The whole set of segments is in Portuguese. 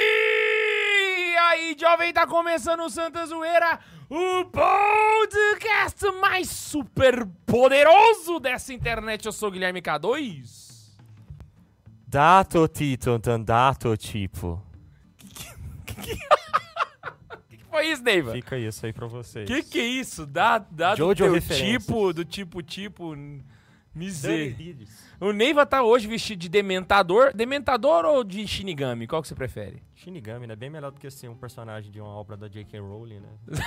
E aí, jovem, tá começando o Santa Zoeira, o podcast mais super poderoso dessa internet. Eu sou o Guilherme K2. Dato titantan, dato tipo. O que, que foi isso, Neiva? O Fica isso aí pra vocês. que, que é isso? Dá, dá do Jojo teu referências. tipo, do tipo, tipo. n- Miser. O Neiva tá hoje vestido de dementador. Dementador ou de Shinigami? Qual que você prefere? Shinigami, né? Bem melhor do que ser um personagem de uma obra da J.K. Rowling, né?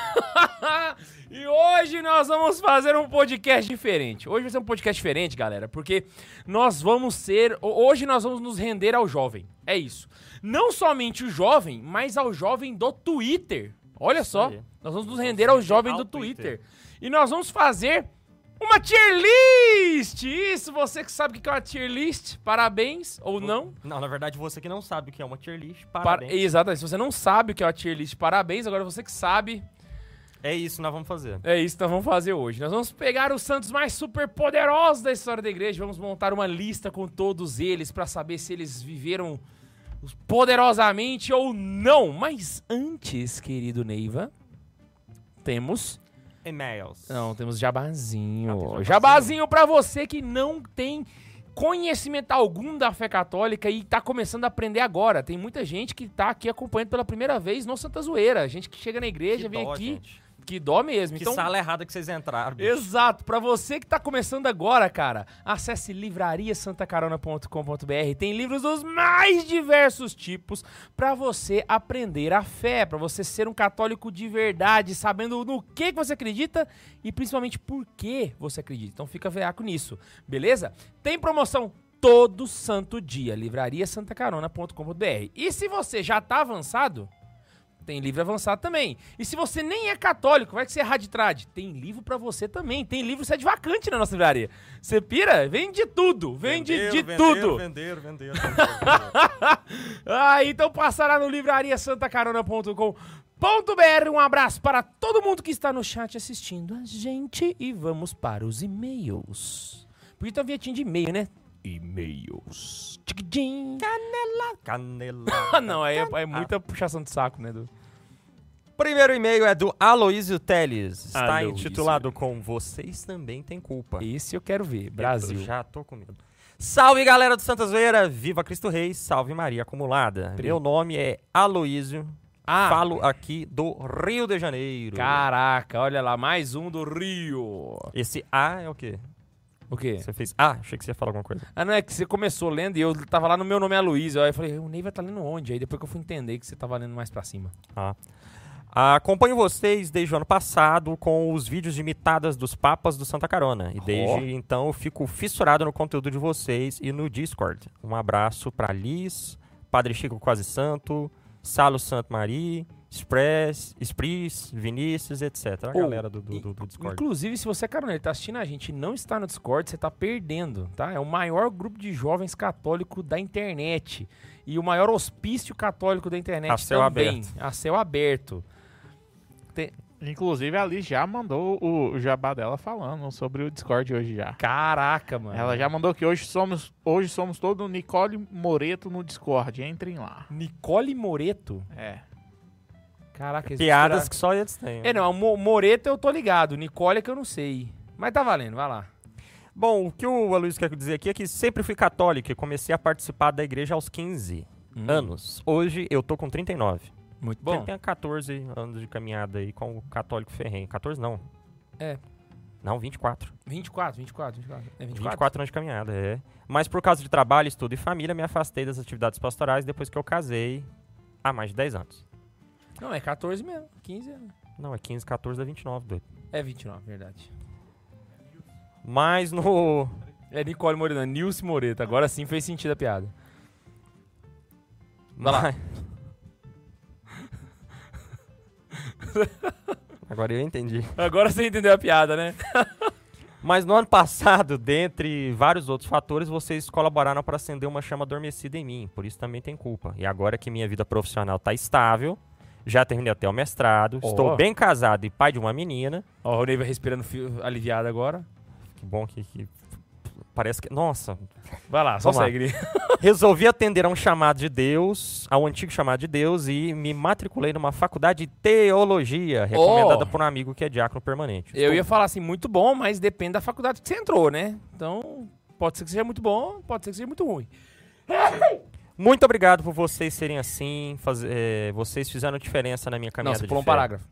e hoje nós vamos fazer um podcast diferente. Hoje vai ser um podcast diferente, galera, porque nós vamos ser. ho- Hoje nós vamos nos render ao jovem. É isso. Não somente o jovem, mas ao jovem do Twitter. Olha só. aí. Nós vamos nos Nós vamos render ao render jovem ao do Twitter. Twitter. E nós vamos fazer uma tier list! Isso, você que sabe o que é uma tier list, parabéns ou não. Não, na verdade, você que não sabe o que é uma tier list, Para... parabéns. Exatamente. Se você não sabe o que é uma tier list, parabéns. Agora você que sabe, É isso, nós vamos fazer. É isso que nós vamos fazer hoje. Nós vamos pegar os santos mais super poderosos da história da igreja, vamos montar uma lista com todos eles pra saber se eles viveram poderosamente ou não. Mas antes, querido Neiva, temos E-mails. não, temos jabazinho. Ah, tem jabazinho. jabazinho pra você que não tem conhecimento algum da fé católica e tá começando a aprender agora. Tem muita gente que tá aqui acompanhando pela primeira vez no Santa Zoeira. Gente que chega na igreja, vem dó, aqui, gente. que dó mesmo. Que então, sala errada que vocês entraram. bicho. Exato, pra você que tá começando agora, cara, acesse livrariasantacarona.com.br. Tem livros dos mais diversos tipos pra você aprender a fé, pra você ser um católico de verdade, sabendo no que que você acredita e principalmente por que você acredita. Então fica veaco nisso, beleza? Tem promoção todo santo dia, livrariasantacarona.com.br. E se você já tá avançado, tem livro avançado também. E se você nem é católico, vai que você é raditrade. Tem livro pra você também. Tem livro sede vacante na nossa livraria. Você pira? Vende de tudo. Vende Venderam, de venderam, tudo. Venderam, venderam, venderam, venderam. ah, então passa lá no livrariasantacarona.com.br. Um abraço para todo mundo que está no chat assistindo a gente. E vamos para os e-mails. Podia ter uma vinhetinha de e-mail, né? E-mails. Tchiquidim. Canela. Ah, não, aí é, é muita puxação de saco, né? Du? Primeiro e-mail é do Aloysio Teles. Está Aloysio. intitulado com Vocês Também Têm Culpa. Esse eu quero ver. Eu Brasil. já tô com medo. Salve galera do Santa Zoeira, viva Cristo Rei, salve Maria Acumulada. Pri. Meu nome é Aloísio, Ah, falo aqui do Rio de Janeiro. Caraca, olha lá, mais um do Rio. Esse A é o quê? O quê? Você fez A? Achei que você ia falar alguma coisa. Ah, não, é que você começou lendo e eu tava lá no meu nome é Luiz. Aí eu falei, o Ney vai tá lendo onde? Aí depois que eu fui entender que você tava lendo mais pra cima. Ah. Acompanho vocês desde o ano passado com os vídeos de imitadas dos papas do Santa Carona. E desde Ó. então eu fico fissurado no conteúdo de vocês e no Discord. Um abraço pra Liz, Padre Chico Quase Santo, Salo Santo Mari, Express, Spris, Vinícius, etc. A Ô, galera do, do- e- do- do Discord. Inclusive, se você é caroneiro e tá assistindo a gente e não está no Discord, você tá perdendo, tá? É o maior grupo de jovens católico da internet. E o maior hospício católico da internet A céu também. aberto. A céu aberto. Inclusive, a Liz já mandou o o jabá dela falando sobre o Discord hoje já. Caraca, mano. Ela já mandou que hoje somos, hoje somos todo Nicole Moreto no Discord. Entrem lá. Nicole Moreto. É. Caraca, esse Piadas cara- que só eles têm. É, não, o Mo- Moreto eu tô ligado, Nicole é que eu não sei. Mas tá valendo, vai lá. Bom, o que o Aloysio quer dizer aqui é que sempre fui católico e comecei a participar da igreja aos 15 Hum. anos. Hoje eu tô com 39. Muito Hum. Bom. bom. Ele tem 14 anos de caminhada aí com o católico ferrenho. 14 não. É. Não, 24. 24, 24, 24. É 24, 24? anos de caminhada, é. Mas por causa de trabalho, estudo e família, me afastei das atividades pastorais depois que eu casei há mais de 10 anos. Não, é 14 mesmo, 15 anos. Não, é 15, 14 dá 29, doido. É 29, verdade. Mas no. É Nicole Moreto, Nilce Moreto. Agora sim fez sentido a piada. Vai lá. Mas- Agora eu entendi. Agora você entendeu a piada, né? Mas no ano passado, dentre vários outros fatores, vocês colaboraram para acender uma chama adormecida em mim, por isso também tem culpa. E agora que minha vida profissional tá estável, Já terminei até o mestrado. Ó. Estou bem casado e pai de uma menina. Ó, o Ney vai respirando fio- aliviado agora. Que bom que. que- Parece que. Nossa. Vai lá, só Vamos lá. segue. Ney. Resolvi atender a um chamado de Deus, ao antigo chamado de Deus, e me matriculei numa faculdade de teologia, recomendada Ó. por um amigo que é diácono permanente. Eu ia falar assim, muito bom, mas depende da faculdade que você entrou, né? Então, pode ser que seja muito bom, pode ser que seja muito ruim. Muito obrigado por vocês serem assim. faz- eh, vocês fizeram diferença na minha Não, caminhada você de pulou um fé. parágrafo.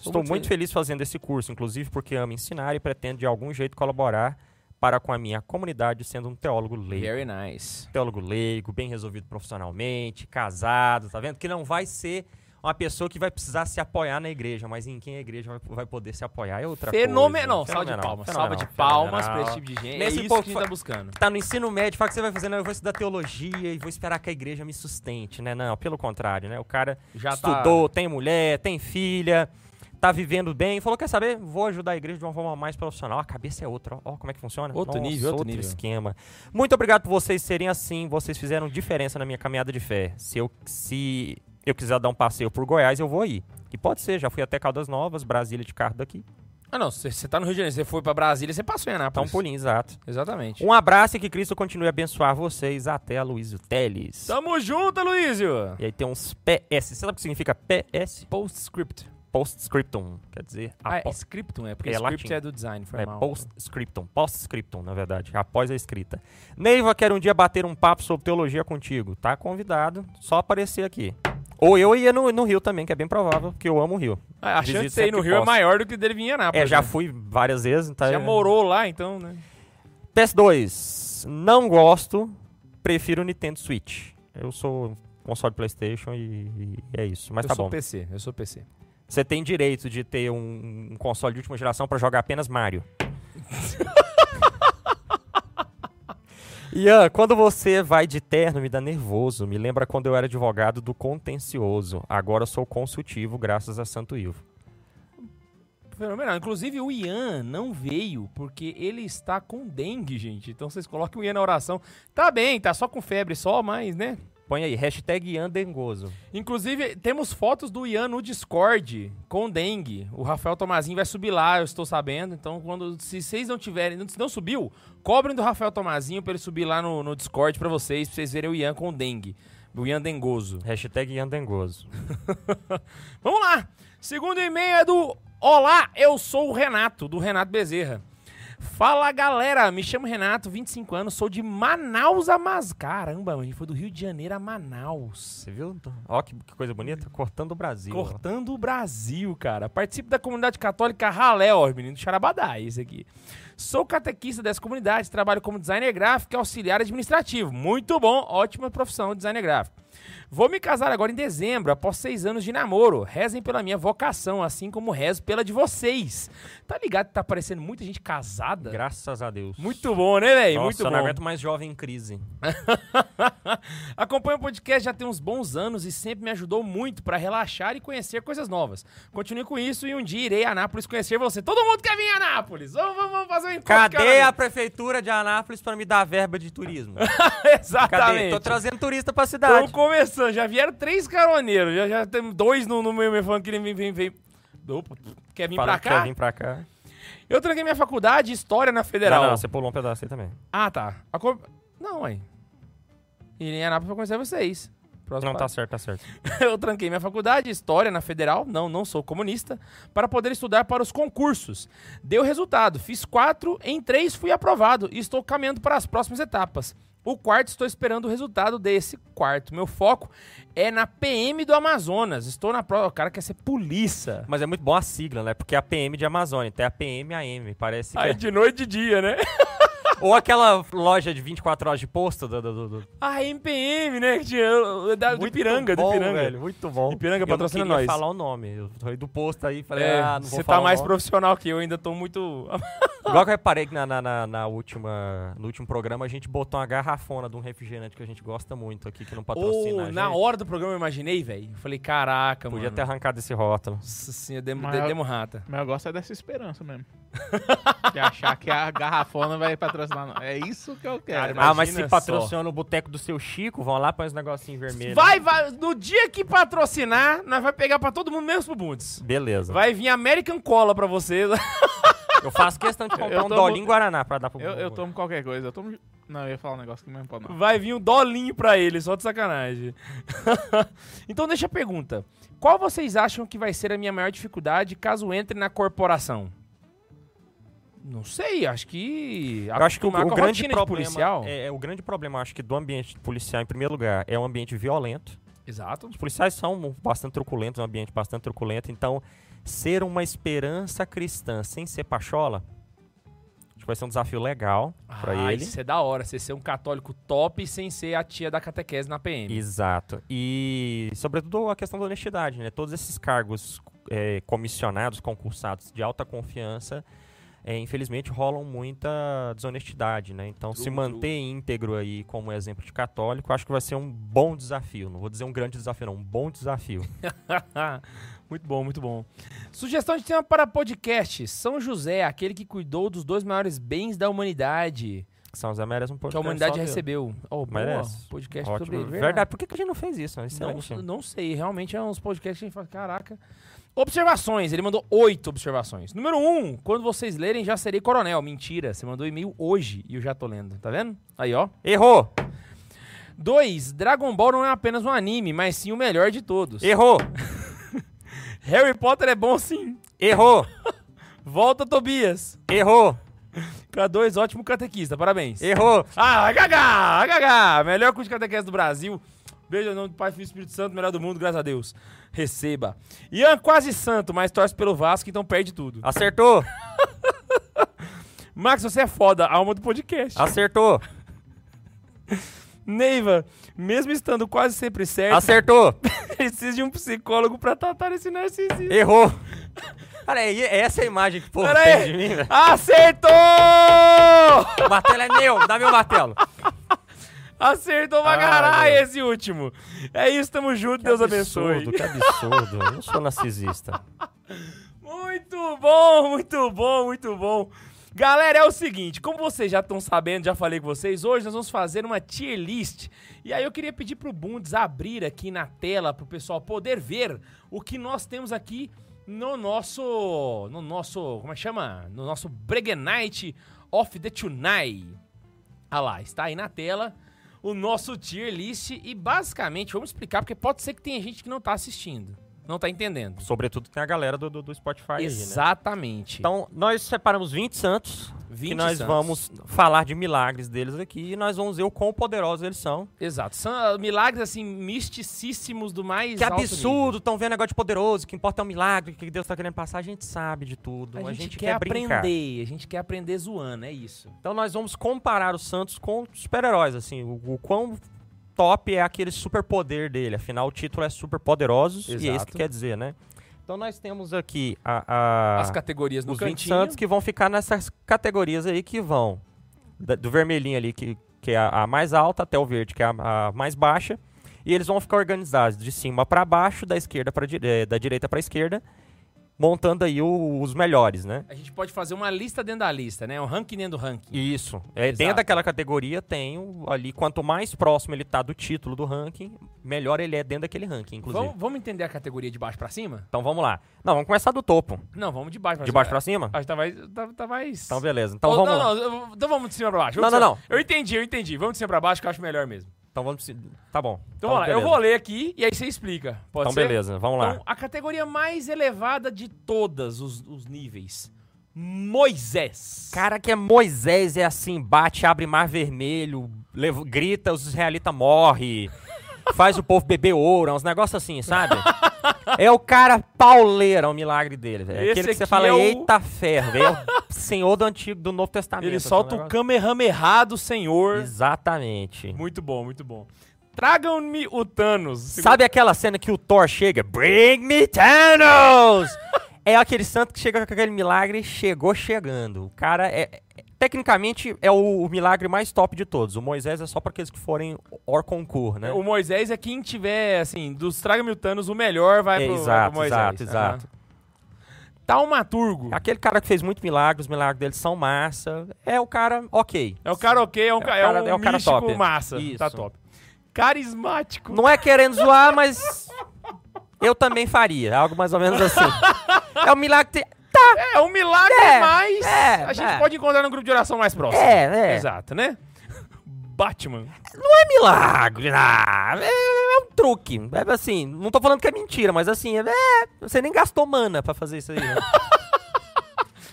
Estou muito, feliz fazendo esse curso, inclusive porque amo ensinar e pretendo de algum jeito colaborar para com a minha comunidade, sendo um teólogo leigo. Very nice. Teólogo leigo, bem resolvido profissionalmente, casado, tá vendo? Que não vai ser uma pessoa que vai precisar se apoiar na igreja, mas em quem a igreja vai, vai poder se apoiar é outra Fenomenal. coisa. Salva de palmas. Salva de fenomenal, palmas pra esse fenomenal. tipo de gente. Nesse é isso pouco que a gente fa- tá buscando. Tá no ensino médio, fala o que você vai fazer, não, eu vou estudar teologia e vou esperar que a igreja me sustente, né? Não, pelo contrário, né? O cara Já tá estudou, tem mulher, tem filha, tá vivendo bem, falou, quer saber? Vou ajudar a igreja de uma forma mais profissional. A cabeça é outra, ó, ó como é que funciona. Outro nível, outro nível. esquema. Muito obrigado por vocês serem assim, vocês fizeram diferença na minha caminhada de fé. Se eu, se eu quiser dar um passeio por Goiás, eu vou aí. E pode ser, já fui até Caldas Novas, Brasília de carro daqui. Tá... Ah, não. Você você tá no Rio de Janeiro, você foi pra Brasília, você passou em Tá um Anápolis. pulinho, exato. Exatamente. Um abraço e que Cristo continue a abençoar vocês. Até, Luísio Teles. Tamo junto, Luísio. E aí tem uns PS. Você sabe o que significa PS? Postscript. Postscriptum. Quer dizer, Ah, é após- scriptum, é porque É script latim. é do design, foi É mal. postscriptum, postscriptum, na verdade, após a escrita. Neiva, quero um dia bater um papo sobre teologia contigo. Tá convidado, só aparecer aqui. Ou eu ia no, no Rio também, que é bem provável, porque eu amo o Rio. Ah, A chance de Visito você ir no sempre que Rio é posso. maior do que dele vir em Anápolis. É, já né? fui várias vezes, tá? Você já morou lá, então, né? PS2, não gosto, prefiro o Nintendo Switch. Eu sou um console Playstation e, e é isso, mas eu tá sou bom. PC, eu sou PC. Você tem direito de ter um, um console de última geração pra jogar apenas Mario. Ian, quando você vai de terno, me dá nervoso. Me lembra quando eu era advogado do contencioso. Agora eu sou consultivo, graças a Santo Ivo. Fenomenal. Inclusive, o Ian não veio porque ele está com dengue, gente. Então vocês coloquem o Ian na oração. Tá bem, tá só com febre só, mas, né? Põe aí, hashtag Ian Dengoso. Inclusive, temos fotos do Ian no Discord com dengue. O Rafael Tomazinho vai subir lá, eu estou sabendo. Então, quando se vocês não tiverem, se não subiu, cobrem do Rafael Tomazinho pra ele subir lá no, no Discord pra vocês, pra vocês verem o Ian com dengue. O Ian dengoso. Hashtag Ian Dengoso. Vamos lá! Segundo e-mail é do Olá, eu sou o Renato, do Renato Bezerra. Fala galera, me chamo Renato, 25 anos, sou de Manaus a Mas. Caramba, a gente foi do Rio de Janeiro a Manaus. Você viu? Ó, que, que coisa bonita. Cortando o Brasil. ó. Cortando o Brasil, cara. Participo da comunidade católica Ralé, ó, menino Charabadá, esse aqui. Sou catequista dessa comunidade, trabalho como designer gráfico e auxiliar administrativo. Muito bom, ótima profissão, designer gráfico. Vou me casar agora em dezembro, após seis anos de namoro. Rezem pela minha vocação, assim como rezo pela de vocês. Tá ligado que tá aparecendo muita gente casada? Graças a Deus. muito bom, né, velho? Nossa, Muito eu não bom. aguento mais jovem em crise. Acompanho o podcast já tem uns bons anos e sempre me ajudou muito para relaxar e conhecer coisas novas. Continue com isso e um dia irei a Anápolis conhecer você. Todo mundo quer vir em Anápolis! Vamos, vamos, vamos fazer um encontro. Cadê a cara. prefeitura de Anápolis pra me dar verba de turismo? Cadê? Exatamente. Tá, Tô trazendo turista pra Estamos cidade. começando. Já vieram três caroneiros. Já, já temos dois no, no meu telefone que ele vem, vem, vem. Opa, Quer vir pra Falando que cá? eu vim pra cá. Eu tranquei minha faculdade de História na Federal. Não, não, você pulou um pedaço aí também. Ah, tá. A co- Não, aí. Irei em Anápolis pra conhecer vocês. Próximo Não, passo. tá certo, tá certo. eu tranquei minha faculdade, de História na Federal, não, não sou comunista, para poder estudar para os concursos. Deu resultado, fiz quatro, em três fui aprovado e estou caminhando para as próximas etapas. O quarto, estou esperando o resultado desse quarto. Meu foco é na PM do Amazonas. Estou na prova. O cara quer ser polícia. Mas é muito bom a sigla, né? Porque é a PM de Amazônia, tem a PM AM, parece que Aí é. de noite e de dia, né? Ou aquela loja de 24 horas de posto do, do, do, do... A MPM, né? que tinha- Da, do Muito Ipiranga, do bom, Ipiranga. velho, muito bom. Ipiranga patrocina eu não queria nós. falar o nome, eu falei do posto aí, falei, É, ah, não vou você falar tá o mais nome. profissional que eu, ainda tô muito. Igual que eu reparei que na, na, na- na última, no último programa a gente botou uma garrafona de um refrigerante que a gente gosta muito aqui, que não patrocina Ô, a na gente. hora do programa eu imaginei, velho. Eu falei, caraca, Podia mano. ter arrancado esse rótulo. Nossa senhora, demo, Mas- demo rata. Mas eu gosto é dessa esperança mesmo. De achar que a garrafona vai patrocinar. Não. É isso que eu quero. Cara, ah, mas se imagina patrociona o boteco do seu Chico, vão lá, põe os negocinhos vermelhos. Vai, vai, no dia que patrocinar, nós vai pegar pra todo mundo, menos pro Bundes. Beleza. Vai vir American Cola pra vocês. Eu faço questão de comprar Eu um tomo- dolinho Guaraná pra dar pro eu, eu tomo qualquer coisa. Eu tomo. Não, eu ia falar um negócio que não importa, não. Vai vir um dolinho pra ele, só de sacanagem. então deixa a pergunta. Qual vocês acham que vai ser a minha maior dificuldade caso entre na corporação? Não sei, acho que... Eu acho que o, acostumar o com a grande rotina de problema, policial. É, é, o grande problema, acho que do ambiente policial, em primeiro lugar, é um ambiente violento. Exato. Os policiais são bastante truculentos, um ambiente bastante truculento. Então, ser uma esperança cristã sem ser pachola, acho que vai ser um desafio legal pra ah, ele. isso é da hora, você ser um católico top sem ser a tia da catequese na PM. Exato. E, sobretudo, a questão da honestidade, né? Todos esses cargos é, comissionados, concursados de alta confiança, é, infelizmente, rolam muita desonestidade, né? Então, se True, manter íntegro aí como exemplo de católico, acho que vai ser um bom desafio. Não vou dizer um grande desafio, não. Um bom desafio. Ah, muito bom, muito bom. Sugestão de tema para podcast: São José, aquele que cuidou dos dois maiores bens da humanidade, São José merece um podcast que a humanidade só dele. recebeu. Oh, boa, Merece. podcast Ótimo. sobre ele. Verdade. Por que, que a gente não fez isso? Excelente. Não, não sei, realmente é uns podcasts que a gente fala, caraca. Observações, ele mandou oito observações. Número um, quando vocês lerem, já serei coronel. Mentira, você mandou e-mail hoje e eu já tô lendo, tá vendo? Aí, ó. Errou! Dois, Dragon Ball não é apenas um anime, mas sim o melhor de todos. Errou! Harry Potter é bom sim. Errou! Volta, Tobias. Errou! K2, ótimo catequista, parabéns. Errou! Ah, vai cagar, vai cagar. Melhor curso de catequese do Brasil. Beijo em nome do Pai, Filho e Espírito Santo, melhor do mundo, graças a Deus. Receba. Ian quase santo, mas torce pelo Vasco, então perde tudo. Acertou! Max, você é foda, alma do podcast. Acertou! Neiva, mesmo estando quase sempre certo, Acertou! precisa de um psicólogo pra tratar esse narcisista. Errou! Cara, é, é essa a imagem que o povo Pera tem aí. de mim, velho. Acertou! O martelo é meu, dá meu martelo. Acertou pra Ah, caralho meu. esse último. É isso, tamo junto, Deus abençoe. Que absurdo, eu não sou narcisista. Muito bom, muito bom, muito bom. Galera, é o seguinte, como vocês já estão sabendo, já falei com vocês, hoje nós vamos fazer uma tier list. E aí eu queria pedir pro Bundes abrir aqui na tela pro pessoal poder ver o que nós temos aqui no nosso, no nosso, como é que chama? No nosso Breguenite of the Tonight. Ah lá, está aí na tela o nosso tier list e basicamente vamos explicar porque pode ser que tenha gente que não tá assistindo, não tá entendendo. Sobretudo tem a galera do, do, do Spotify aí, né? Exatamente. Então, nós separamos 20 santos 20 e nós santos. vamos falar de milagres deles aqui e nós vamos ver o quão poderosos eles são. Exato. São ah, milagres, assim, misticíssimos do mais Que alto nível. absurdo, estão vendo negócio de poderoso, que importa é um milagre, o que Deus tá querendo passar, a gente sabe de tudo. A, A, gente, quer, brincar. aprender, a gente quer aprender zoando, é isso. Então nós vamos comparar o Santos com os super-heróis, assim, o, o quão top é aquele superpoder dele. Afinal, o título é Super Poderosos e é isso Exato. que quer dizer, né? Então nós temos aqui a, a- As categorias Tá. no os 20 cantinho. Santos que vão ficar nessas categorias aí que vão da- do vermelhinho ali, que, que é a, a mais alta, até o verde, que é a, a mais baixa. E eles vão ficar organizados de cima para baixo, da esquerda para da direita para esquerda, montando aí o- os melhores, né? A gente pode fazer uma lista dentro da lista, né? Um ranking dentro do ranking. Isso. É, Exato. dentro daquela categoria tem o- ali, quanto mais próximo ele tá do título do ranking, melhor ele é dentro daquele ranking, inclusive. Vamos, vamos entender a categoria de baixo pra cima? Então vamos lá. Não, vamos começar do topo. Não, vamos de baixo pra De cima. baixo pra cima? Acho que tá mais... Tá, tá mais... Então beleza. Então Ou- vamos não, não, lá. eu- então vamos de cima pra baixo. Não, Vamos de não, cima- Eu entendi, eu entendi. Vamos de cima pra baixo que eu acho melhor mesmo. Então vamos... se- Tá bom. Então, vamos lá, eu beleza. vou ler aqui e aí você explica. Pode Então ser? beleza, vamos lá. Então, a categoria mais elevada de todas os, os níveis. Moisés. Cara que é Moisés, é assim, bate, abre mar vermelho, leva- grita, os israelitas morrem, faz o povo beber ouro, é uns negócios assim, sabe? É o cara pauleira, é o milagre dele, velho. É Esse Aquele que você aqui fala, é o- eita ferro, velho. é o senhor do Antigo, do Novo Testamento. Ele assim, solta um o negócio- Kamehameha do Senhor. Exatamente. Muito bom, muito bom. Tragam-me o Thanos. Sabe aquela cena que o Thor chega? Bring me Thanos! é aquele santo que chega com aquele milagre, chegou chegando. O cara é. é- Tecnicamente é o, o milagre mais top de todos. O Moisés é só pra aqueles que forem or concur, né? O Moisés é quem tiver, assim, dos Tragam-me o Thanos, o melhor vai É, pro, vai pro exato, Moisés. exato, exato. Aham. Taumaturgo. Aquele cara que fez muito milagre, os milagres dele são massa. É o cara ok. É o cara ok, é um, É o ca- é cara- um é o cara místico top. massa. Isso. Tá top. Carismático. Não é querendo zoar, mas eu também faria. Algo mais ou menos assim. É um milagre. que tem- É um milagre É, mas é, a gente é. pode encontrar no grupo de oração mais próximo. É, é. Exato, né? Batman. Não é milagre. ah, é, é um truque. É assim, não tô falando que é mentira, mas assim, é, você nem gastou mana pra fazer isso aí.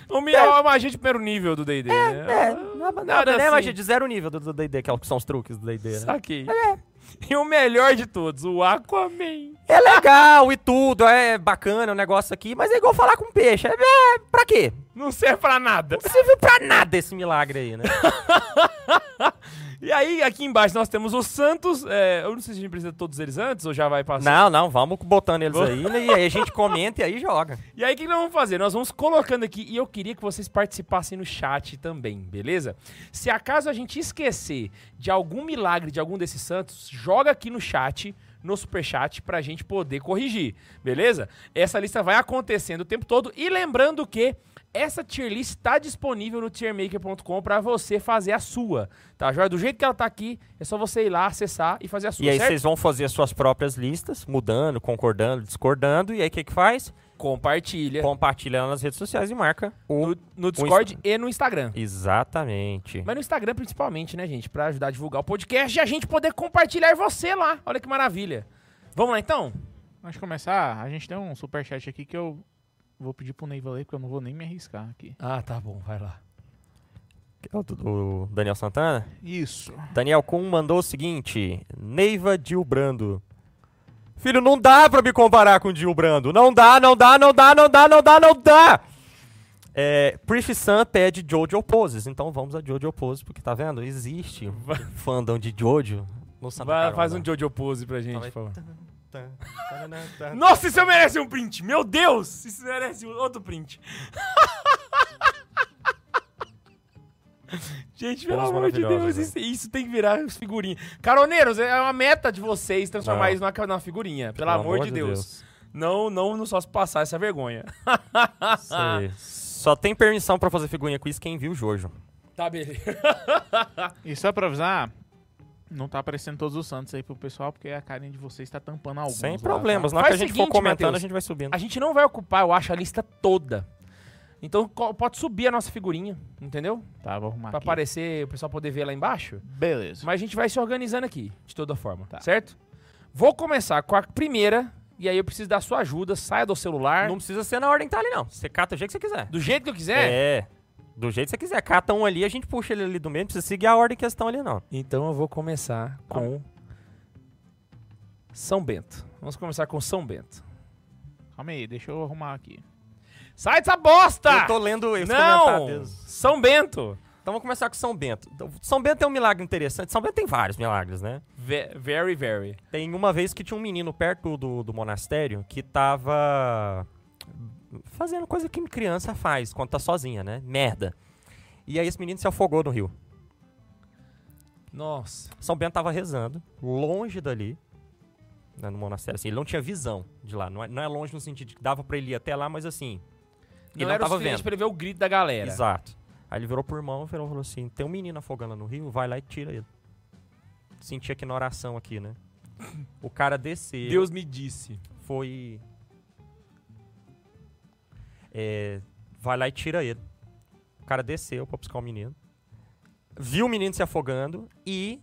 Né? O Miel é, um agente de primeiro nível do D&D, né? É, não, não, Nada não é assim. magia de zero nível do do D&D, que é o que são os truques do D&D. Né? Saquei. E o melhor de todos, o Aquaman. É legal e tudo, é bacana o negócio aqui, mas é igual falar com peixe. É, é pra quê? Não serve pra nada. Não serviu pra nada esse milagre aí, né? E aí, aqui embaixo, nós temos o Santos. é, eu não sei se a gente precisa de todos eles antes ou já vai passar. não, não, vamos botando eles Vou- aí, né? e aí a gente comenta e aí joga. E aí, o que nós vamos fazer? Nós vamos colocando aqui e eu queria que vocês participassem no chat também, beleza? Se acaso a gente esquecer de algum milagre de algum desses santos, joga aqui no chat, no superchat, pra gente poder corrigir, beleza? Essa lista vai acontecendo o tempo todo e lembrando que essa tier list está disponível no tiermaker.com pra você fazer a sua, tá joia? Do jeito que ela tá aqui, é só você ir lá, acessar e fazer a sua, E aí certo? vocês vão fazer as suas próprias listas, mudando, concordando, discordando, e aí o que que faz? É. Compartilha Compartilha lá nas redes sociais e marca o... no, no Discord e no Instagram. Exatamente. Mas no Instagram principalmente, né, gente? Pra ajudar a divulgar o podcast e a gente poder compartilhar você lá. Olha que maravilha. Vamos lá então? Antes de começar, a gente tem um superchat aqui que eu vou pedir pro Neiva ler, porque eu não vou nem me arriscar aqui. Ah, tá bom, vai lá. É O do o Daniel Santana? Isso. Daniel Kuhn mandou o seguinte: Neiva Dilbrando. Filho, não dá pra me comparar com o Dilbrando. Não dá, não dá, não dá, não dá, não dá, não dá. É, Prish Sun pede Jojo Poses. Então vamos a Jojo Poses, porque tá vendo? Existe um fandom de Jojo no Santa Vai, Carona. faz um Jojo Pose pra gente, Fala aí. por favor. Tan, tarana, tan. Nossa, isso merece um print! Meu Deus! Isso merece um- outro print. gente, pelo Coisas amor de Deus, maravilhosas, isso, isso tem que virar figurinha. Caroneiros, é uma meta de vocês transformar Não. isso numa, ca- numa figurinha. Pelo, amor, de Deus. Não, não, não só se passar essa vergonha. Isso aí. Só tem permissão pra fazer figurinha com isso quem viu o Jojo. Tá, beleza. E só pra avisar, não tá aparecendo todos os santos aí pro pessoal, porque a carinha de vocês tá tampando alguns. Sem lá, problemas. Na hora Faz que a gente seguinte, for comentando, Matheus. a gente vai subindo. A gente não vai ocupar, eu acho, a lista toda. Então co- pode subir a nossa figurinha, entendeu? Tá, tá vou arrumar Pra aqui. aparecer, o pessoal poder ver lá embaixo. Beleza. Mas a gente vai se organizando aqui, de toda forma, Tá. certo? Vou começar com a primeira, e aí eu preciso da sua ajuda. Saia do celular, Não precisa ser na ordem tá ali, não. Você cata o jeito que você quiser. do jeito que eu quiser. É. Do jeito que você quiser. Cata um ali, a gente puxa ele ali do meio. Não precisa seguir a ordem que eles estão ali, não. Então eu vou começar Tá. com São Bento. Vamos começar com São Bento. Calma aí, deixa eu arrumar aqui. Sai dessa bosta! Eu tô lendo os Não! comentários. São Bento! Tá. Então vamos começar com São Bento. Então, São Bento tem um milagre interessante. São Bento tem vários milagres, né? Ve- Very, very. Tem uma vez que tinha um menino perto do, do monastério que tava fazendo coisa que criança faz quando tá sozinha, né? Merda. E aí esse menino se afogou no rio. Nossa. São Bento tava rezando, longe dali, né, no monastério, assim, ele não tinha visão de lá. Não é, não é longe no sentido de que dava pra ele ir até lá, mas assim. Não, ele não era o tava suficiente vendo. pra ele ver o grito da galera. Exato. Aí ele virou pro irmão e falou assim: tem um menino afogando lá no rio, vai lá e tira ele. Senti aqui na oração aqui, né? O cara desceu, Deus me disse. foi. É, vai lá e tira ele. O cara desceu pra buscar o menino. Viu o menino se afogando e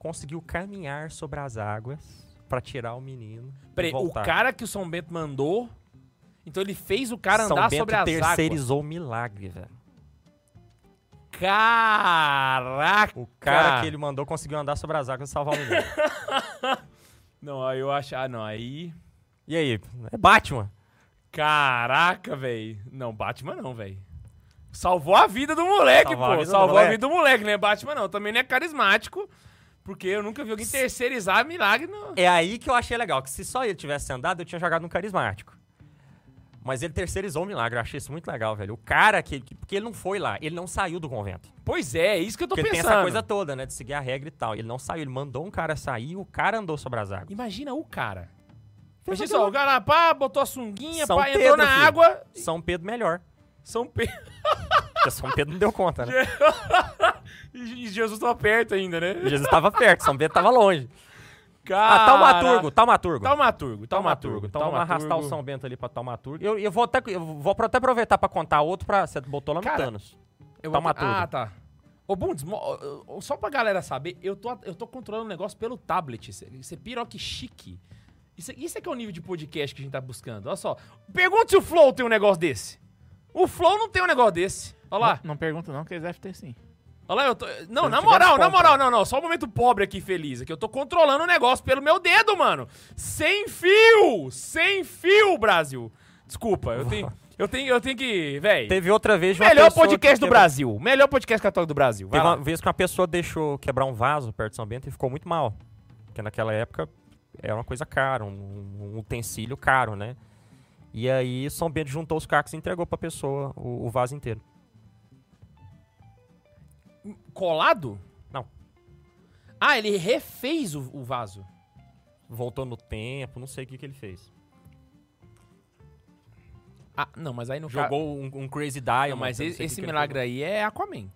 conseguiu caminhar sobre as águas pra tirar o menino. e Peraí, o voltar. cara que o São Bento mandou. Então ele fez o cara São andar Bento sobre as águas. terceirizou o milagre, velho. Caraca! O cara que ele mandou conseguiu andar sobre as águas e salvar o menino. Não, aí eu acho. Ah, não, aí. E aí? É Batman. Caraca, velho. Não, Batman não, velho. Salvou a vida do moleque, Salvou a pô. vida do Salvou a moleque. vida do moleque, né? Batman não. Também não é carismático. Porque eu nunca vi alguém terceirizar milagre, não. É aí que eu achei legal, que se só ele tivesse andado, eu tinha jogado no carismático. Mas ele terceirizou o milagre, eu achei isso muito legal, velho. O cara que. que- Porque ele não foi lá, ele não saiu do convento. Pois é, é isso que eu tô Porque ele tem pensando. essa coisa toda, né? De seguir a regra e tal. Ele não saiu, ele mandou um cara sair, o cara andou sobre as águas. Imagina o cara. Veja só, o Garapá botou a sunguinha, São pá, Pedro, entrou na filho. água. São Pedro melhor. São Pedro. Porque São Pedro não deu conta, né? E Jesus tava perto ainda, né? Jesus tava perto, São Pedro tava longe. Ah, Caraca. Taumaturgo, Taumaturgo. Tá Taumaturgo, Taumaturgo. Taumaturgo. Então vamos arrastar o Taumaturgo. São Bento ali pra Taumaturgo. Eu, eu vou, até, eu vou até aproveitar pra contar outro pra... Você botou lá no Cara, Thanos. Eu vou- Taumaturgo. Ah, tá. Ô, Bundes, mo- ô, ô, só pra galera saber, eu tô, eu tô controlando o negócio pelo tablet. Cê- Você pira, ó, que chique. Isso, isso é que é o nível de podcast que a gente tá buscando. Olha só. Pergunta se o Flow tem um negócio desse. O Flow não tem um negócio desse. Olha lá. Não, não pergunta não, que eles devem ter sim. Olha lá, eu tô. Não, Eles na tiveram moral, na compra. moral, não, não. Só um momento pobre aqui, feliz. Aqui eu tô controlando o negócio pelo meu dedo, mano. Sem fio! Sem fio, Brasil! Desculpa, eu tenho. Eu tenho, eu tenho que. Véi. Teve outra vez... de uma Melhor pessoa podcast que do quebrou- Brasil. Melhor podcast católico do Brasil. Vai Teve lá. uma vez que uma pessoa deixou quebrar um vaso perto de São Bento e ficou muito mal. Porque naquela época era uma coisa cara, um, um utensílio caro, né? E aí São Bento juntou os cacos e entregou pra pessoa o, o vaso inteiro. Colado? Não. Ah, ele refez o, o vaso. Voltou no tempo, não sei o que, que ele fez. Ah, não, mas aí no ca- Jogou um, um Crazy Diamond. Não, mas eu não sei o esse, que esse que ele milagre aí é Aquaman. fez.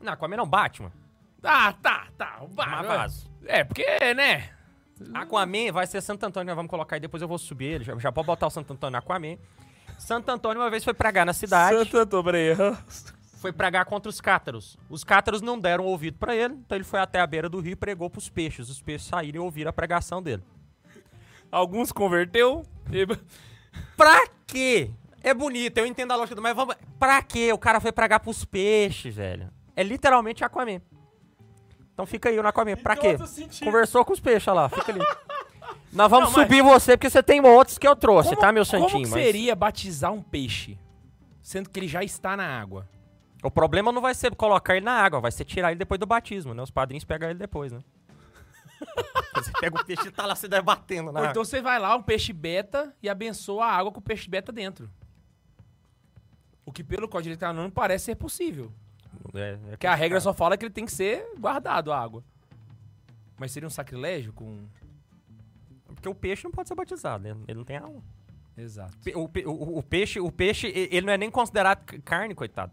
Não, Aquaman não, Batman. Ah, tá, tá. O Mas vaso. vaso. É, porque, né? Aquaman vai ser Santo Antônio, nós vamos colocar aí, depois eu vou subir ele. Já, já pode botar o Santo Antônio na Aquaman. Santo Antônio uma vez foi pragar na cidade. Antônio, peraí. foi pregar contra os cátaros. Os cátaros não deram ouvido pra ele, então ele foi até a beira do rio e pregou pros peixes. Os peixes saíram e ouviram a pregação dele. Alguns converteu. e- Pra quê? É bonito, eu entendo a lógica do, mas vamos, pra quê? O cara foi pregar pros peixes, velho. É literalmente Aquaman. Então fica aí o Aquaman, pra quê? todo sentido. Conversou com os peixes, olha lá, fica ali. Nós vamos Não, mas- subir você porque você tem outros que eu trouxe, tá, meu como santinho? que Mas seria batizar um peixe? Sendo que ele já está na água. O problema não vai ser colocar ele na água, vai ser tirar ele depois do batismo, né? Os padrinhos pegam ele depois, né? você pega o peixe e tá lá se debatendo Ou na água. então você vai lá, um peixe beta, e abençoa a água com o peixe beta dentro. O que pelo código de não parece ser possível. É, é Porque a complicado. regra só fala que ele tem que ser guardado, a água. Mas seria um sacrilégio com... Porque o peixe não pode ser batizado, né? Ele não tem alma. Exato. Pe- O, pe- o- o peixe, o peixe, e- ele não é nem considerado c- carne, coitado.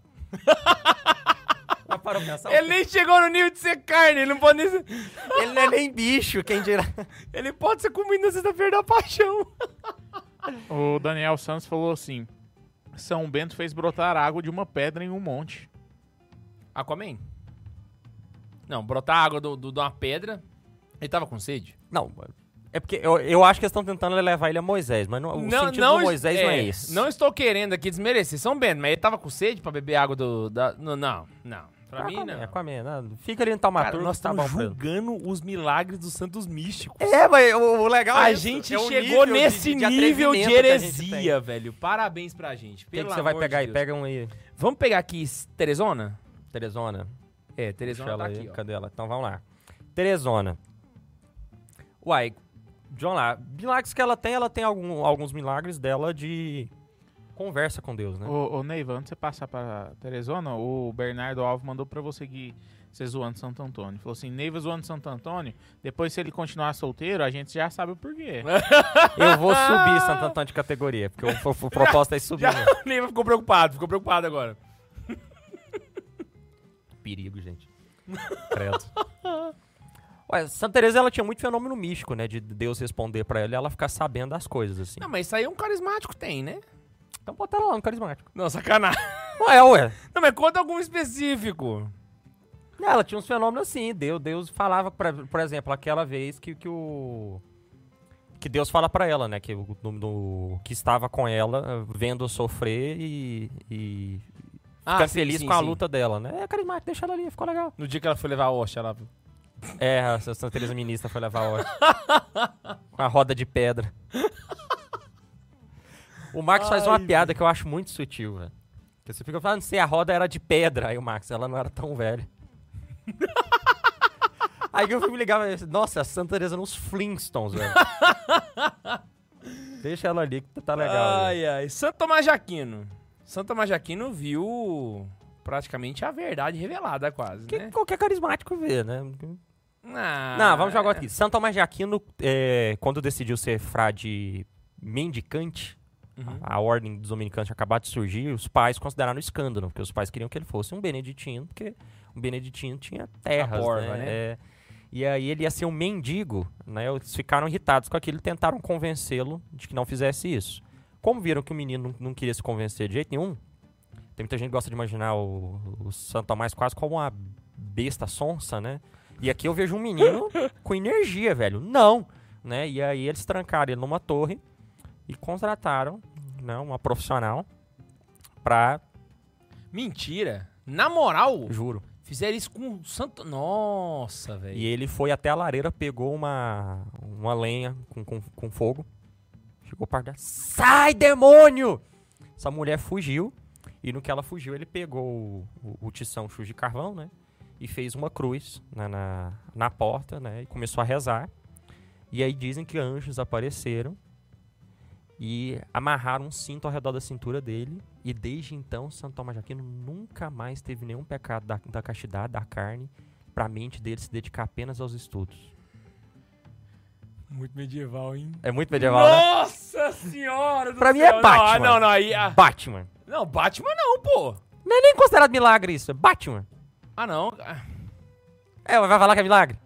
Mas para pensar, Ele nem chegou no nível de ser carne, ele não pode nem ser... ele não é nem bicho, quem dirá. Ele pode ser comido na sexta-feira da paixão. O Daniel Santos falou assim: São Bento fez brotar água de uma pedra em um monte. Aquaman? Não, brotar água do- do- de uma pedra... Ele tava com sede? Não, é porque eu, eu acho que eles estão tentando levar ele a Moisés, mas não, o sentido do Moisés não é esse. Não estou querendo aqui desmerecer São Bento, mas ele tava com sede pra beber água do. Da, no- não, não. Pra mim, não. É com a Fica ali Cara, no Taumaturgo, nós tá estamos bom pra ele. julgando os milagres dos santos místicos. É, mas o, o legal a é isso, gente é o chegou nível de- nesse de nível de atrevimento que a gente tem. heresia, velho. Parabéns pra gente. O que, pelo que você vai amor de pegar aí? Deus. Pega um aí, Vamos pegar aqui Teresona? Teresona. É, Deixa Teresona ela tá aí. aqui, ó. Cadê ela? Então vamos lá. Teresona. Uai, John lá. Milagres que ela tem, ela tem algum- alguns milagres dela de conversa com Deus, né? Ô, ô Neiva, antes de você passar pra Teresona, o Bernardo Alves mandou pra você seguir você zoando Santo Antônio. Falou assim: Neiva zoando Santo Antônio, depois se ele continuar solteiro, a gente já sabe o porquê. É. Eu vou subir Santo Antônio de categoria, porque o, o, o propósito é subir. Já, né? o Neiva ficou preocupado, ficou preocupado agora. Perigo, gente. Credo. Ué, Santa Teresa ela tinha muito fenômeno místico, né? De Deus responder pra ela e ela ficar sabendo das coisas, assim. Não, mas isso aí é um carismático, tem, né? Então bota ela lá no carismático. Não, sacanagem. Ué, ué. Não, mas conta algum específico. Não, Ela tinha uns fenômenos assim, Deus, Deus falava, pra, por exemplo, aquela vez que, que o. Que Deus fala pra ela, né? Que, o, do- do- que estava com ela, eh, vendo sofrer e. e ficar Ah, sim, feliz sim, com a sim. luta dela, né? É, carismático, deixa ela ali, ficou legal. No dia que ela foi levar a Osha, ela. É, a Santa Teresa Ministra foi levar a hora. com a roda de pedra. O Max faz uma piada que eu acho muito sutil, velho. Que você fica falando, se a roda era de pedra. Aí o Max, ela não era tão velha. Aí eu fui me ligar, mas, nossa, a Santa Teresa nos Flintstones, velho. Deixa ela ali que tá legal. velho. ai, ai. Santo Tomás de Aquino. Santo Tomás de Aquino viu praticamente a verdade revelada, quase, Que né? qualquer carismático vê, né? Ah, Não, vamos jogar aqui. Santo Tomás de Aquino, é, quando decidiu ser frade mendicante, Uhum. a, a ordem dos dominicanos tinha acabado de surgir, os pais consideraram um escândalo, porque os pais queriam que ele fosse um beneditino, porque um beneditino tinha terras, porva, né? né? É. e aí ele ia ser um mendigo, né? Eles ficaram irritados com aquilo e tentaram convencê-lo de que não fizesse isso. Como viram que o menino não, não queria se convencer de jeito nenhum, tem muita gente que gosta de imaginar o, o Santo Tomás quase como uma besta sonsa, né? E aqui eu vejo um menino com energia, velho. Não! Né? E aí eles trancaram ele numa torre e contrataram né, uma profissional pra, Mentira. Na moral, juro. fizeram isso com o santo... Nossa, velho. E ele foi até a lareira, pegou uma, uma lenha com, com, com fogo, chegou perto dela, sai demônio! Essa mulher fugiu, e no que ela fugiu ele pegou o, o, o tição chus de carvão, né? E fez uma cruz na, na, na porta, né? E começou a rezar. E aí dizem que anjos apareceram e amarraram um cinto ao redor da cintura dele. E desde então, Santo Tomás de Aquino nunca mais teve nenhum pecado da, da castidade, da carne, para a mente dele se dedicar apenas aos estudos. Muito medieval, hein? É muito medieval, né? Nossa senhora do Pra mim céu. é Batman. Não, ah, não, não, aí... ah, Batman. Não, Batman não, pô. Não é nem considerado milagre isso, é Batman. Ah, não. Ah, É, vai falar que é milagre?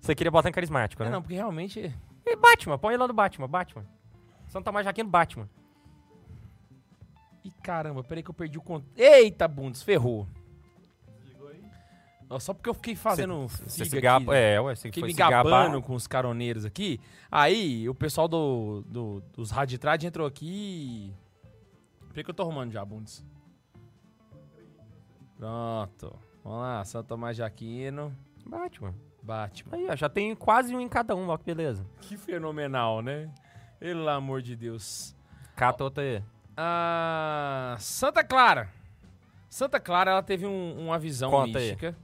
Você queria botar em carismático, né? É, não, porque realmente... É Batman, põe lá no Batman, Batman. Santo Tomás de Aquino, Batman. Ih, caramba, peraí que eu perdi o conto. Eita, bundes, ferrou. Ó, Só porque eu fiquei fazendo Você figa se gaba, aqui, né? é, ué, você fiquei foi me se gabar. gabando com os caroneiros aqui. Aí, o pessoal do, do, dos rádio de trás entrou aqui e... Peraí que eu tô arrumando já, bundes. Pronto. Vamos lá, Santo Tomás de Aquino, Batman. Batman. Aí, ó, já tem quase um em cada um, ó, que beleza. Que fenomenal, né? Pelo amor de Deus. Cata outra aí. Ah, Santa Clara. Santa Clara, ela teve um- uma visão Conta aí. mística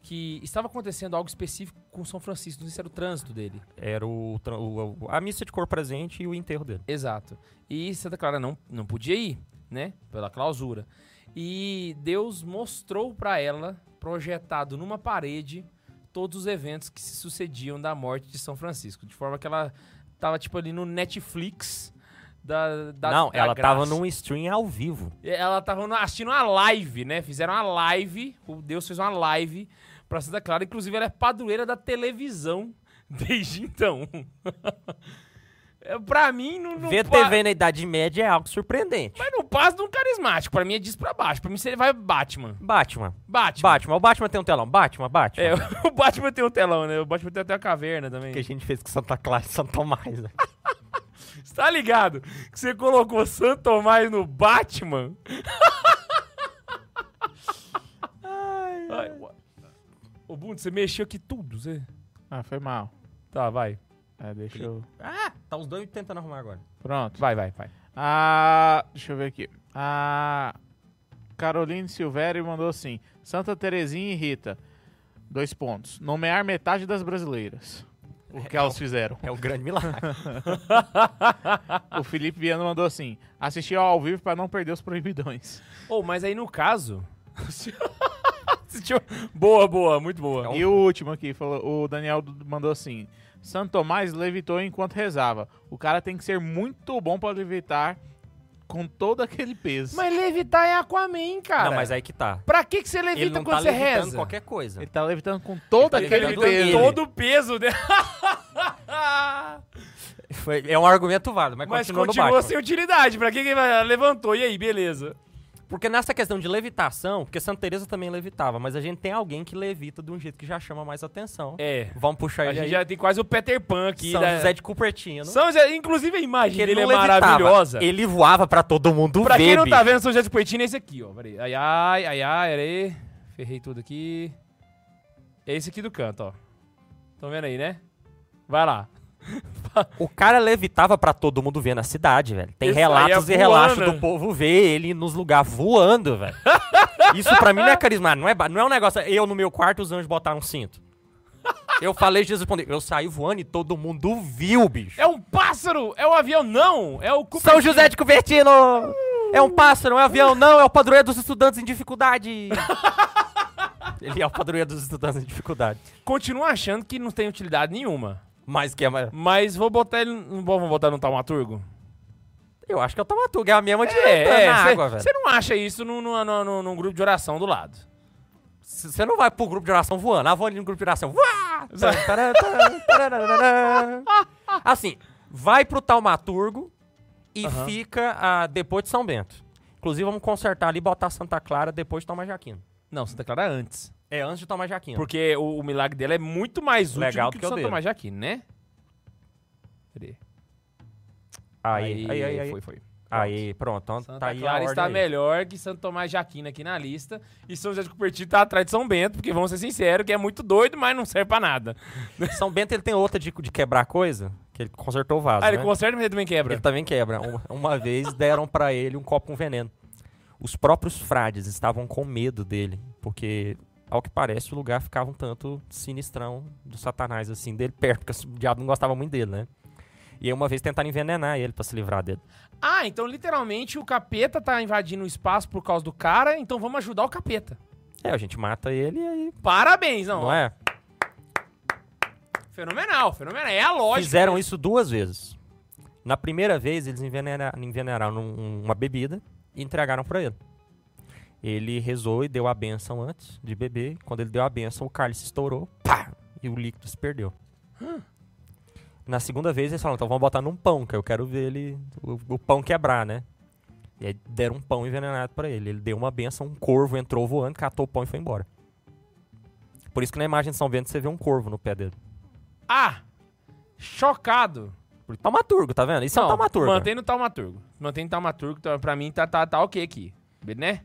que estava acontecendo algo específico com São Francisco, não sei se era o trânsito dele. Era o, tra- o- o- a missa de cor presente e o enterro dele. Exato. E Santa Clara não, não podia ir, né? Pela clausura. E Deus mostrou pra ela, projetado numa parede, todos os eventos que se sucediam da morte de São Francisco. De forma que ela tava, tipo, ali no Netflix da. da Não, da ela tava graça. num stream ao vivo. Ela tava no- assistindo uma live, né? Fizeram uma live, o Deus fez uma live pra Santa Clara. Inclusive, ela é padroeira da televisão desde então. É, pra mim, não, não Ver pa- TV na Idade Média é algo surpreendente. Mas não passa de um carismático. Pra mim é disso pra baixo. Pra mim você vai Batman. Batman. Batman. Batman. O Batman tem um telão. Batman, Batman. É, o Batman tem um telão, né? O Batman tem até a caverna também. que a gente fez com Santa Clara e Santo Tomás. né? Você tá ligado? Que você colocou Santo Tomás no Batman? Ai, ua- Ô, Bundo, você mexeu aqui tudo, você... Ah, foi mal. Tá, vai. É, deixa eu. ah, tá os dois tentando arrumar agora. Pronto. Vai, vai, vai. Ah, deixa eu ver aqui. A Caroline Silvério mandou assim: Santa Terezinha e Rita. Dois pontos. Nomear metade das brasileiras. O que elas fizeram. É o grande milagre. O Felipe Viano mandou assim: assistir ao vivo pra não perder os proibidões. Ô, mas aí no caso... boa, boa, muito boa. E o último aqui, falou, o Daniel d- mandou assim: Santo Tomás levitou enquanto rezava. O cara tem que ser muito bom pra levitar com todo aquele peso. Mas levitar é Aquaman, cara. não, mas aí que tá. Pra que, que você Ele levita não quando tá você levitando reza? qualquer coisa. Ele tá levitando com todo Ele tá aquele levitando peso. ele. Todo o peso dele. Foi- é um argumento válido, mas, Mas continua no continua assim. Batman. sem utilidade. Pra que que vai- levantou? E aí, beleza. Porque nessa questão de levitação, porque Santa Teresa também levitava, mas a gente tem alguém que levita de um jeito que já chama mais atenção. É. Vamos puxar A ele gente aí. já tem quase o Peter Pan aqui. São da- José de Cupertino. São José- Inclusive a imagem que ele dele é não levitava, maravilhosa. Ele voava pra todo mundo Pra ver. quem não tá bicho. vendo, São José de Poitina é esse aqui, ó. Peraí. Ai, ai, ai, ai, peraí. Ferrei tudo aqui. É esse aqui do canto, ó. Tão vendo aí, né? Vai lá. O cara levitava pra todo mundo ver na cidade, velho. Tem Isso aí relatos é e relatos voando. do povo ver ele nos lugares voando, velho. Isso pra mim não é carismático, não é, ba- não é um negócio. Eu no meu quarto os anjos botaram um cinto. Eu falei, Jesus respondeu. Eu saí voando e todo mundo viu, bicho. É um pássaro! É um avião, não! É o São José de Cupertino! É um pássaro, é um avião, não, é o padroeiro dos estudantes em dificuldade. Ele é o padroeiro dos estudantes em dificuldade. Continuo achando que não tem utilidade nenhuma. Mas que é mais... Mas vou botar ele. no- Vamos botar no taumaturgo? Eu acho que é o Tamatuga, é a mesma dieta na água, velho. Você não acha isso num no, no, no- num grupo de oração do lado. Você não vai pro grupo de oração voando. Ah, vou ali no grupo de oração. Uá! Tan, taran, tan, tararararã. Assim, vai pro taumaturgo e Aham. fica ah, depois de São Bento. Inclusive, vamos consertar ali e botar Santa Clara depois de Tomar Jaquino. Não, Santa Clara antes. É antes de Tomar Jaquino. Porque o, o milagre dela é muito mais útil Legal do que, do que o o Santo dele. Tomás de Aquino, né? Cadê? Aí, aí, aí, aí. foi, foi. Aí, pronto. Então, Santa tá aí Clara a ordem está aí. melhor que Santo Tomás de Aquino aqui na lista. E São José de Cupertino está atrás de São Bento, porque vamos ser sinceros, que é muito doido, mas não serve pra nada. Tá São Bento, ele tem outra de, de quebrar coisa, que ele consertou o vaso, Ah, ele né? conserta, mas ele também quebra. Ele também quebra. Uma, uma vez deram pra ele um copo com veneno. Os próprios frades estavam com medo dele, porque, ao que parece, o lugar ficava um tanto sinistrão do satanás, assim, dele perto, porque o diabo não gostava muito dele, né? E aí uma vez tentaram envenenar ele pra se livrar dele. Ah, então literalmente o capeta tá invadindo o espaço por causa do cara, então vamos ajudar o capeta. É, a gente mata ele e aí, Parabéns, não. não, é? Fenomenal, fenomenal. É a lógica. Fizeram isso duas vezes. Na primeira vez, eles envenena- envenenaram um- uma bebida e entregaram pra ele. Ele rezou e deu a benção antes de beber. Quando ele deu a benção, o cálice estourou pá, e o líquido se perdeu. Na segunda vez, eles falaram: então vamos botar num pão, que eu quero ver ele, o, o pão quebrar, né? E aí deram um pão envenenado pra ele. Ele deu uma benção, um corvo entrou voando, catou o pão e foi embora. Por isso que na imagem de São Bento você vê um corvo no pé dele. Ah, chocado. Taumaturgo, tá vendo? Isso é um Não, taumaturgo. Mantém no taumaturgo. Mantém no taumaturgo, tá, pra mim tá, tá, tá ok aqui. Be- Né?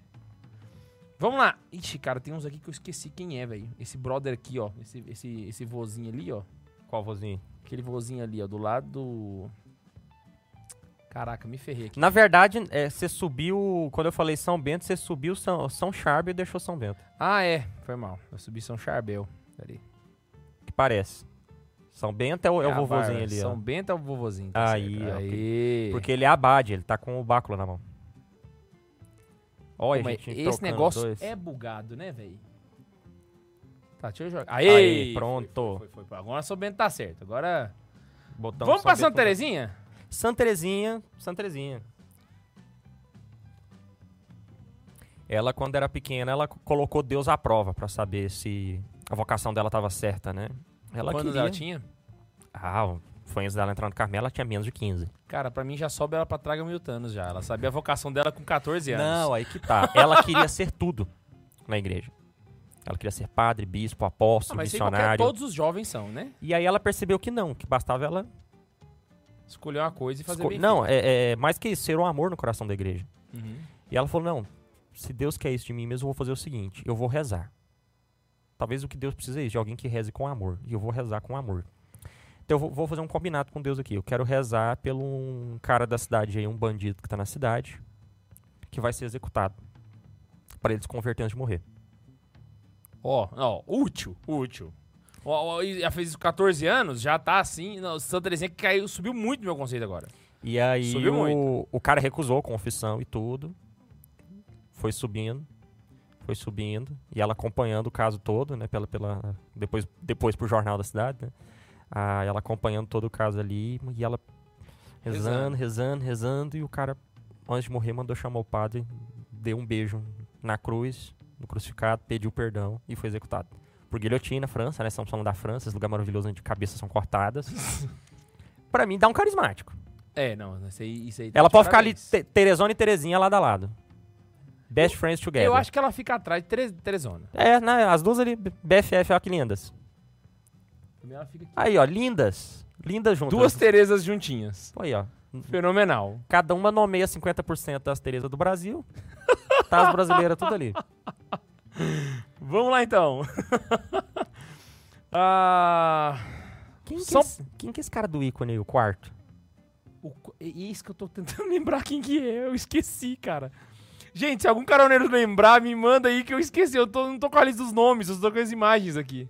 Vamos lá. Ixi, cara, tem uns aqui que eu esqueci quem é, velho. Esse brother aqui, ó. Esse, esse, esse vozinho ali, ó. Qual vozinho? Aquele vozinho ali, ó. Do lado do... Caraca, me ferrei aqui. Na verdade, é, você subiu. Quando eu falei São Bento, você subiu São, São Charbel e deixou São Bento. Ah, é. Foi mal. Eu subi São Charbel. Peraí. Que parece. São Bento é o, é o a vovozinho barra. ali, São ó. Bento é o vovozinho. Aí, certo. ó, Aí. Porque ele é abade, ele tá com o báculo na mão. Pô, Olha, mas gente, é esse trocando negócio dois. é bugado, né, velho? Tá, deixa eu jogar. Aí, Aê! pronto. Foi, foi, foi, foi. Agora o São Bento tá certo. Agora. Botão Vamos São pra Santa Bento. Terezinha? Santa Terezinha, Santa Terezinha. Ela, quando era pequena, ela co- colocou Deus à prova pra saber se a vocação dela tava certa, né? Ela Quantos queria... ela tinha? Ah, foi antes dela entrar no Carmelo, ela tinha menos de 15. Cara, pra mim já sobe ela pra Traga Mil Tanos já. Ela sabia a vocação dela com 14 anos. Ah, Não, aí que tá. Ela queria ser tudo na igreja. Ela queria ser padre, bispo, Ah, apóstolo, mas isso aí qualquer, missionário. todos os jovens são, né? E aí ela percebeu que não, que bastava ela. Escolher uma coisa e fazer esco- bem. Não, é, é mais que isso, ser um amor no coração da igreja. feito. Uhum. E ela falou: não, se Deus quer isso de mim mesmo, eu vou fazer o seguinte: eu vou rezar. Talvez o que Deus precisa é isso, de alguém que reze com amor. E eu vou rezar com amor. Então eu vou, vou fazer um combinado com Deus aqui. Eu quero rezar pelo um cara da cidade aí, um bandido que tá na cidade, que vai ser executado. Pra ele se converter antes de morrer. Ó, ó, útil, útil. Ó, ó, e já fez isso com 14 anos, já tá assim. Não, Santa Terezinha que caiu, subiu muito no meu conceito agora. E aí Subiu o, o cara recusou a confissão e tudo. Foi subindo. Foi subindo. E ela acompanhando o caso todo, né? Pela, pela, depois, depois pro jornal da cidade, né? Ah, ela acompanhando todo o caso ali. E ela Rezando. rezando, rezando, rezando. E o cara, antes de morrer, mandou chamar o padre. Deu um beijo na cruz, no crucificado. Pediu perdão e foi executado. Por guilhotina, França, né? São Paulo da França. Esse lugar maravilhoso onde cabeças são cortadas. pra mim, dá um carismático. É, não, isso aí. Isso aí tá Ela de pode ficar ali, parabéns. Te- Teresona e Terezinha, lado a lado. Best friends together. Eu acho que ela fica atrás de Tere- Teresona. É, né, as duas ali, B- BFF, ó, que lindas. Também ela fica aqui. Aí, ó, lindas. Lindas juntas. Duas Terezas juntinhas. Aí, ó. Fenomenal. Cada uma nomeia 50% das Terezas do Brasil. tá as brasileiras tudo ali. Vamos lá então. Ah, Quem que, São- é esse, quem que é esse cara do ícone aí, o quarto? o co- é isso que eu tô tentando lembrar quem que é. Eu esqueci, cara. Gente, se algum caroneiro lembrar, me manda aí que eu esqueci. Eu tô- não tô com a lista dos nomes, eu tô com as imagens aqui.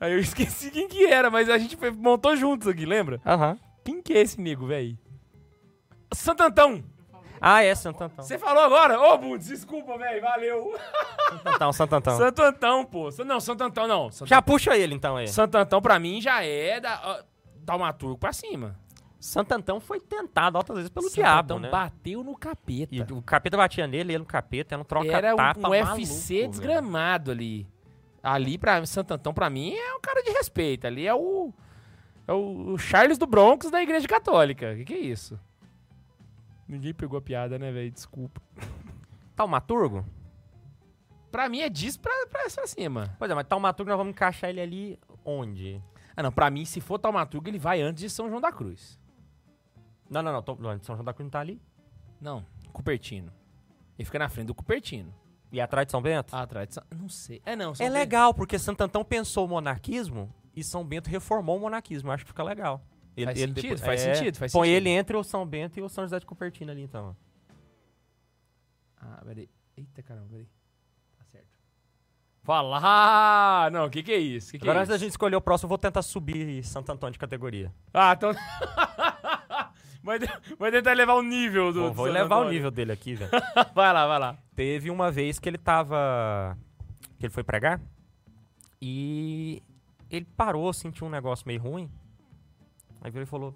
Aí eu esqueci quem que era, mas a gente foi- montou juntos aqui, lembra? Aham. Quem que é esse nego, velho? Santantão! Ah, é Santo Antão. Você falou agora? Ô, Bundes, desculpa, velho. Valeu. Santo Antão, Santo Antão. Santo Antão, pô. Sa- Não, Santo Antão não. Santo, Já puxa ele então aí. Santo Antão, pra mim, já é da, ó, Dalmaturgo pra cima. Santo Antão foi tentado altas vezes pelo Santo diabo, Antão né? bateu no capeta. E o capeta batia nele, ele no capeta, era um troca Era um, tapa um UFC maluco, velho. desgramado ali. Ali, pra, Santo Antão, pra mim, é um cara de respeito. Ali é o. É o Charles do Bronx da Igreja Católica. O que, que é isso? Ninguém pegou a piada, né, velho? Desculpa. Tá Taumaturgo? Pra mim é disso pra, pra, pra cima. Pois é, mas Taumaturgo nós vamos encaixar ele ali onde? Ah, não. Pra mim, se for Taumaturgo, ele vai antes de São João da Cruz. Não, não, não. Tô, não, São João da Cruz não tá ali. Não, Cupertino. Ele fica na frente do Cupertino. E é atrás de São Bento? Ah, atrás de São... Não sei. É não. São é Bento- legal, porque Santo Antão pensou o monarquismo e São Bento reformou o monarquismo. Eu acho que fica legal. Ele, Faz sentido, depois- É. faz sentido, faz Põe sentido. ele entre o São Bento e o São José de Cupertino ali, então. Ah, peraí. Eita, caramba, peraí. Tá certo. Fala! Não, o que que é isso? Que que é Agora, antes da isso? gente escolher o próximo, eu vou tentar subir Santo Antônio de categoria. Ah, então... vai, te- vai tentar levar tá o nível do... Vou, do vou Santo elevar o Antônio. nível dele aqui, velho. Vai lá, vai lá. Teve uma vez que ele tava. que ele foi pregar. E ele parou, sentiu um negócio meio ruim. Aí virou e falou: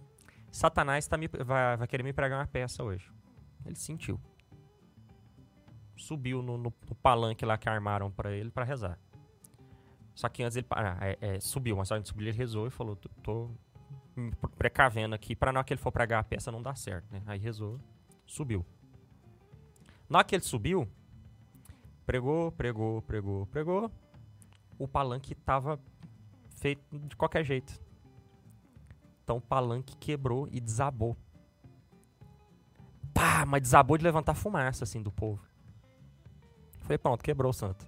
Satanás tá me, vai, vai querer me pregar uma peça hoje. Ele sentiu. Subiu no, no- no palanque lá que armaram pra ele pra rezar. Só que antes ele. pa- Ah, é, é, subiu, mas só antes de subir ele rezou e falou: Tô, tô me pre- precavendo aqui pra na hora que ele for pregar a peça não dar certo, né? Aí rezou, subiu. Na hora que ele subiu, pregou, pregou, pregou, pregou. O palanque tava feito de qualquer jeito. Então o palanque quebrou e desabou. Pá, mas desabou de levantar fumaça assim do povo. Falei, pronto, quebrou o santo.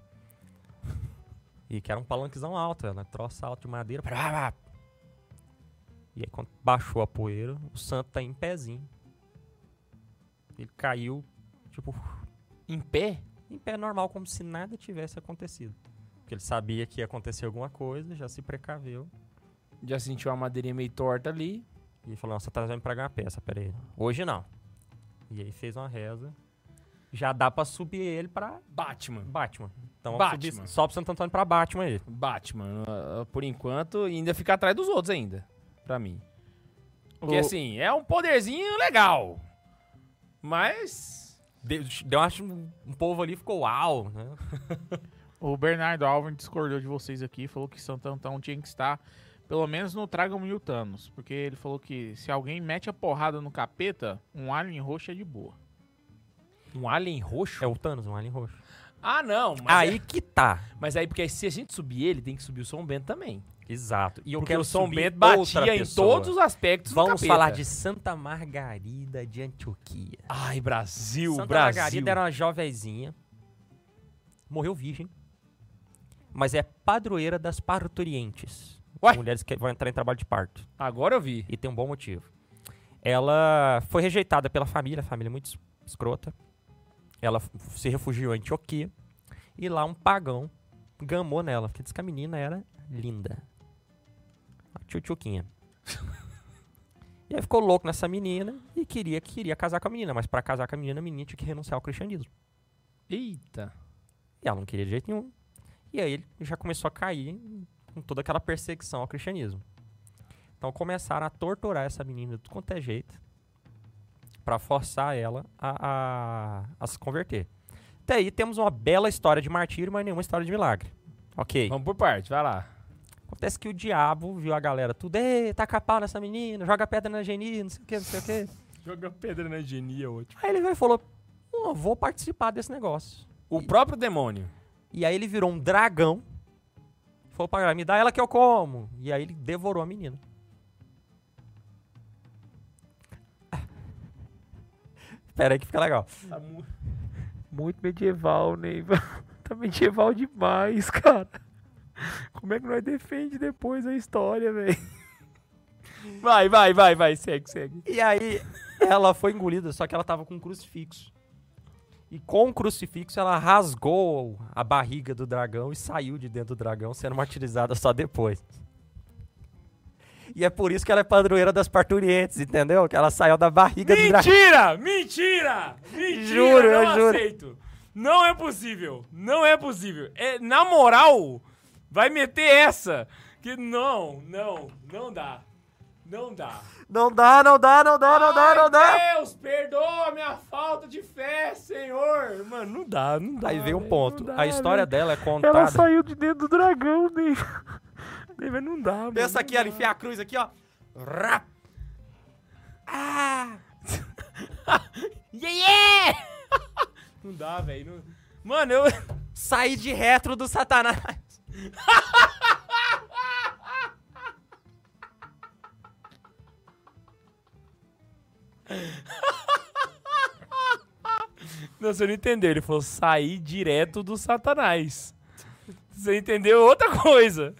E que era um palanquezão alto, né? troço alto de madeira. pá, pá, pá. E aí quando baixou a poeira, o santo tá em pezinho. Ele caiu, tipo, Em pé? em pé normal, como se nada tivesse acontecido. Porque ele sabia que ia acontecer alguma coisa, já se precaveu. Já sentiu a madeirinha meio torta ali. E falou, nossa, tá me pregar uma peça, peraí. Hoje não. E aí fez uma reza. Já dá pra subir ele pra Batman. Batman. Então vamos Batman. subir só pro Santo Antônio pra Batman aí. Batman, ah, por enquanto, e ainda fica atrás dos outros ainda, pra mim. Porque O- assim, é um poderzinho legal. Mas. Deu, deu acho, um um povo ali ficou uau, né? O Bernardo Alvin discordou de vocês aqui, falou que Santo Antão tinha que estar, pelo menos no Tragam Mil Thanos, porque ele falou que se alguém mete a porrada no capeta, um alien roxo é de boa. Um alien roxo? É o Thanos, um alien roxo. Ah, não. Mas aí é- que tá. mas aí, porque se a gente subir ele, tem que subir o São Bento também. Exato. E eu porque quero o São subir Bento outra batia em pessoa. todos os aspectos do Vamos capeta. falar de Santa Margarida de Antioquia. Ai, Brasil, Santa Brasil. Margarida era uma jovenzinha. Morreu virgem. Mas é padroeira das parturientes. Ué? Mulheres que vão entrar em trabalho de parto. Agora eu vi. E tem um bom motivo. Ela foi rejeitada pela família, a família é muito es- escrota. Ela f- se refugiou em Antioquia. E lá um pagão gamou nela, porque disse que a menina era linda. A tchutchuquinha. e aí ficou louco nessa menina e queria, queria casar com a menina. Mas pra casar com a menina, a menina tinha que renunciar ao cristianismo. Eita. E ela não queria de jeito nenhum. E aí ele já começou a cair com toda aquela perseguição ao cristianismo. Então começaram a torturar essa menina de tudo quanto é jeito pra forçar ela a, a- a se converter. Até aí temos uma bela história de martírio, mas nenhuma história de milagre. Ok. Vamos por parte, vai lá. Acontece que o diabo viu a galera tudo, ei, taca pau nessa menina, joga pedra na Geni, não sei o que, não sei o que. Joga pedra na genia, ótimo. Aí ele veio e falou, "Não, eu vou participar desse negócio. O próprio demônio. E aí ele virou um dragão. Falou pra ela, me dá ela que eu como. E aí ele devorou a menina. Pera aí que fica legal. Muito medieval, Neiva. Tá medieval demais, cara. Como é que nós defende depois a história, velho? Vai, vai, vai, vai, segue, segue. E aí ela foi engolida, só que ela tava com um crucifixo. E com o crucifixo ela rasgou a barriga do dragão e saiu de dentro do dragão, sendo martirizada só depois. E é por isso que ela é padroeira das parturientes, entendeu? Que ela saiu da barriga do dragão. Mentira! Mentira! Mentira! Juro, não eu juro. aceito. Não é possível. Não é possível. É, na moral, vai meter essa. Que não, não, não dá. Não dá. Não dá, não dá, não dá, não dá, não dá. Ai, Deus, perdoa a minha falta de fé, Senhor. Mano, não dá, não dá. Aí veio um velho, ponto. não dá, a história dela é Ela contada. saiu de dentro do dragão, Neiva. Neiva, não dá, mano. Pensa aqui, ela enfia a cruz aqui, ó. Rá. Ah. velho. Yeah, yeah! não dá, velho. não- Mano, eu... Saí de retro do satanás. Não, você não entendeu. Ele falou sair direto do satanás. Você entendeu outra coisa.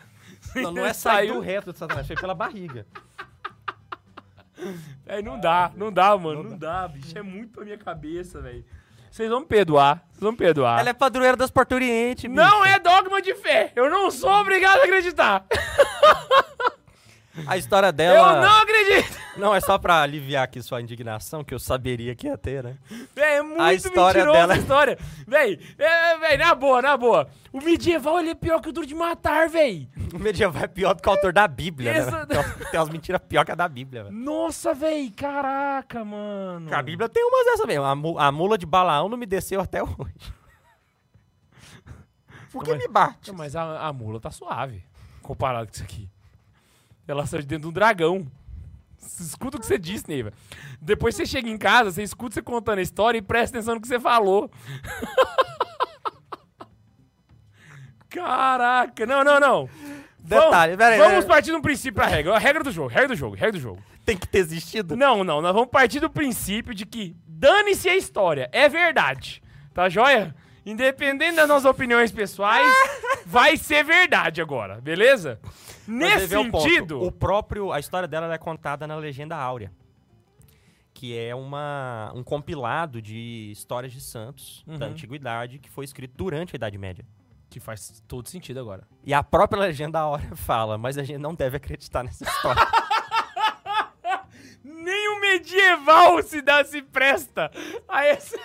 Não, não é sair do retro do satanás, foi pela barriga. É, não dá, não dá, mano. Não, dá. bicho. É muito pra minha cabeça, velho. Vocês vão me perdoar. Vocês vão me perdoar. Ela é padroeira das parturientes, bicho. Não é dogma de fé. Eu não sou obrigado a acreditar. A história dela... Eu não acredito. Não, é só pra aliviar aqui sua indignação, que eu saberia que ia ter, né? Véi, é muito história mentiroso dela- a história. Véi, é, véi, na boa, na boa. O medieval ele é pior que o duro de matar, véi. O medieval é pior do que o autor da Bíblia, né? Isso. Tem umas- Tem umas mentiras pior que a da Bíblia, velho. Nossa, véi. Caraca, mano. A Bíblia tem umas dessas mesmo. A, mu- a mula de Balaão não me desceu até hoje. é? Por que Não, mas- me bate? Não, mas a, a mula tá suave. Comparado com isso aqui. Ela saiu de dentro de um dragão. S- Escuta o que você disse, Neiva. Depois você chega em casa, você escuta você contando a história e presta atenção no que você falou. Caraca, não, não, não. Detalhe, vamos, peraí, Vamos peraí. partir de um princípio pra regra. A regra do jogo, regra do jogo, regra do jogo. Tem que ter existido. Não, não, nós vamos partir do princípio de que dane-se a história, é verdade. Tá joia? Independente das nossas opiniões pessoais, vai ser verdade agora, beleza? Mas aí Nesse vem o um ponto. sentido, O, próprio, a história dela ela é contada na Legenda Áurea, que é uma, um compilado de histórias de santos da Uhum. antiguidade que foi escrito durante a Idade Média. que faz todo sentido agora. E a própria Legenda Áurea fala, mas a gente não deve acreditar nessa história. Nem o medieval se dá se presta é a essa.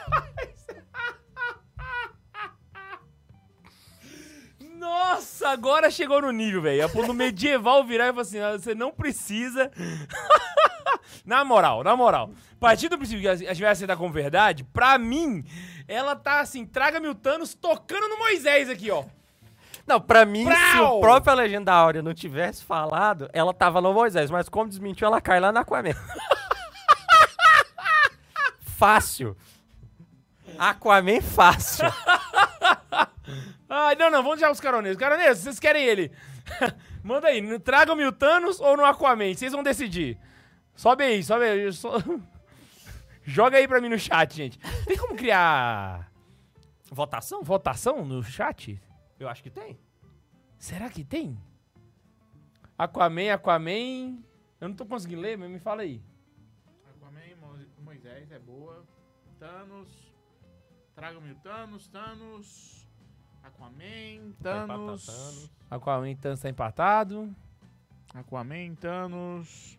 Nossa, agora chegou no nível, velho. É Quando o medieval virar e falar assim, "Ah, você não precisa. na moral, na moral. A partir do princípio que a gente vai aceitar como verdade, pra mim, ela tá assim, traga-me o Thanos tocando no Moisés aqui, ó. Não, pra mim, se o Prau! próprio Legenda Áurea não tivesse falado, ela tava no Moisés, mas como desmentiu, ela cai lá na Aquaman. fácil. Aquaman fácil. Ah, não, não, vamos deixar os caroneiros. Caroneiros, vocês querem ele? Manda aí, no- tragam-me o Thanos ou no Aquaman, vocês vão decidir. Sobe aí, sobe aí. eu só- Joga aí pra mim no chat, gente. Tem como criar Votação? votação no chat? Eu acho que tem. Será que tem? Aquaman, Aquaman. Eu não tô conseguindo ler, mas me fala aí. Aquaman, Mo- Moisés é boa. Thanos. Traga-me o Thanos, Thanos. Aquaman, Thanos. Aquaman Thanos tá empatado. Aquaman, Thanos.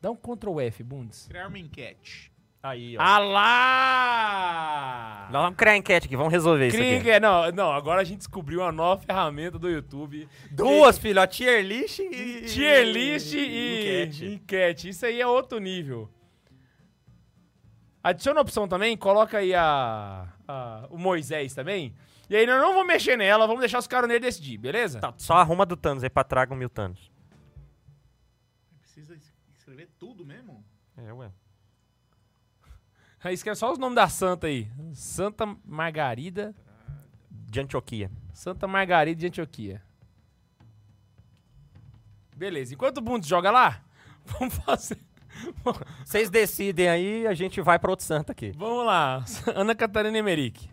Dá um Ctrl F, Bundes. Criar uma enquete. Aí, ó. Ah lá! Nós Ah, vamos criar enquete aqui, vamos resolver é isso aqui. Krieger, é, não, não, agora a gente descobriu uma nova ferramenta do YouTube. Duas, filho, ó, tier list e... Tier list e enquete. enquete. Isso aí é outro nível. Adiciona a opção também, coloca aí a, a- o Moisés também. E aí nós não vamos mexer nela, vamos deixar os caroneiros decidir, beleza? Tá, só arruma do Thanos aí pra traga o mil Thanos. Precisa es- escrever tudo mesmo? É, ué. Aí escreve só os nomes da santa aí. Santa Margarida, De Antioquia. Santa Margarida de Antioquia. Beleza, enquanto o Bundes joga lá, vamos fazer... Vocês decidem aí, a gente vai pra outro santo aqui. Vamos lá, Ana Catarina Emerick.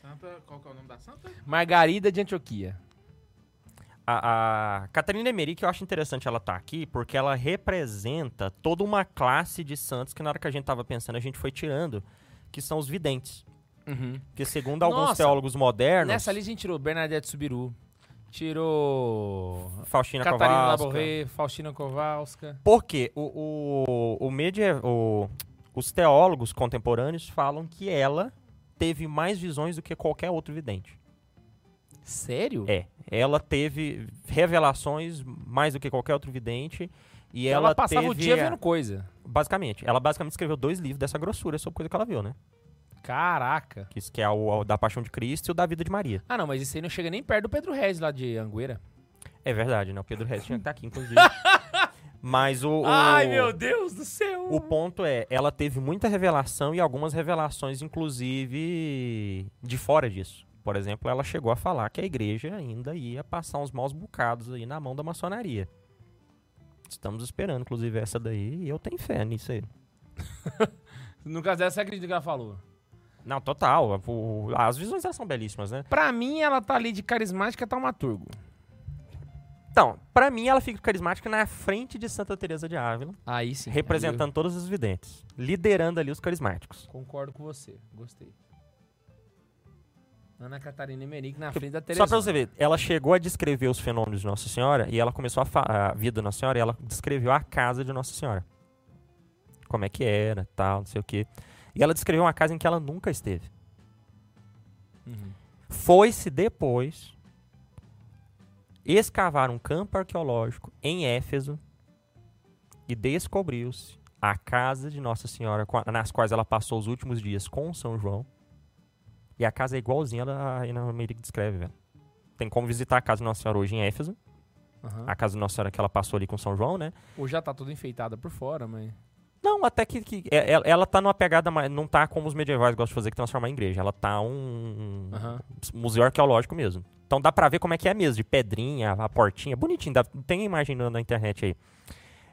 Santa. Qual que é o nome da santa? Margarida de Antioquia. A, a Catarina Emerick, eu acho interessante ela estar aqui, porque ela representa toda uma classe de santos que na hora que a gente tava pensando, a gente foi tirando, que são os videntes. Porque segundo alguns Nossa, teólogos modernos... Nessa ali a gente tirou Bernadette Subiru, Tirou Faustina Catarina Kowalska. Laborré, Faustina Kowalska. Porque o, o, o media, o- os teólogos contemporâneos falam que ela teve mais visões do que qualquer outro vidente. Sério? É, ela teve revelações mais do que qualquer outro vidente. E ela, ela, passava teve, o dia a- vendo coisa. Basicamente. Ela basicamente escreveu dois livros dessa grossura sobre coisa que ela viu, né? Caraca. Que, isso que é o, o da Paixão de Cristo e o da Vida de Maria. Ah, não, mas isso aí não chega nem perto do Pedro Reis lá de Angueira. É verdade, né? O Pedro Reis tinha que estar aqui, inclusive. Mas o, o, Deus do céu. o ponto é, ela teve muita revelação e algumas revelações, inclusive, de fora disso. Por exemplo, ela chegou a falar que a igreja ainda ia passar uns maus bocados aí na mão da maçonaria. Estamos esperando, inclusive, essa daí, e eu tenho fé nisso aí. No caso dela, você acredita que ela falou? Não, total. o- as visões elas são belíssimas, né? Pra mim, ela tá ali de carismática taumaturgo. Então, pra mim, ela fica carismática na frente de Santa Teresa de Ávila, Aí sim. representando todos os videntes, liderando ali os carismáticos. aí eu concordo com você. Gostei. Ana Catarina Emerick na frente da Teresa. Só pra você ver, ela chegou a descrever os fenômenos de Nossa Senhora e ela começou a, fa- a vida de Nossa Senhora e ela descreveu a casa de Nossa Senhora. Como é que era, tal, não sei o quê. E ela descreveu uma casa em que ela nunca esteve. Uhum. Foi-se depois escavar um campo arqueológico em Éfeso e descobriu-se a casa de Nossa Senhora, qua- nas quais ela passou os últimos dias com São João. E a casa é igualzinha a Ana Merick descreve, velho. Tem como visitar a casa de Nossa Senhora hoje em Éfeso, Aham. a casa de Nossa Senhora que ela passou ali com São João, né? Ou já tá toda enfeitada por fora, mas. Não, até que, que é- ela, ela tá numa pegada mais. Não tá como os medievais gostam de fazer, que transformar em igreja. Ela tá um, Aham. museu arqueológico mesmo. Então dá pra ver como é que é mesmo, de pedrinha, a portinha, bonitinho, dá- tem imagem na, na internet aí.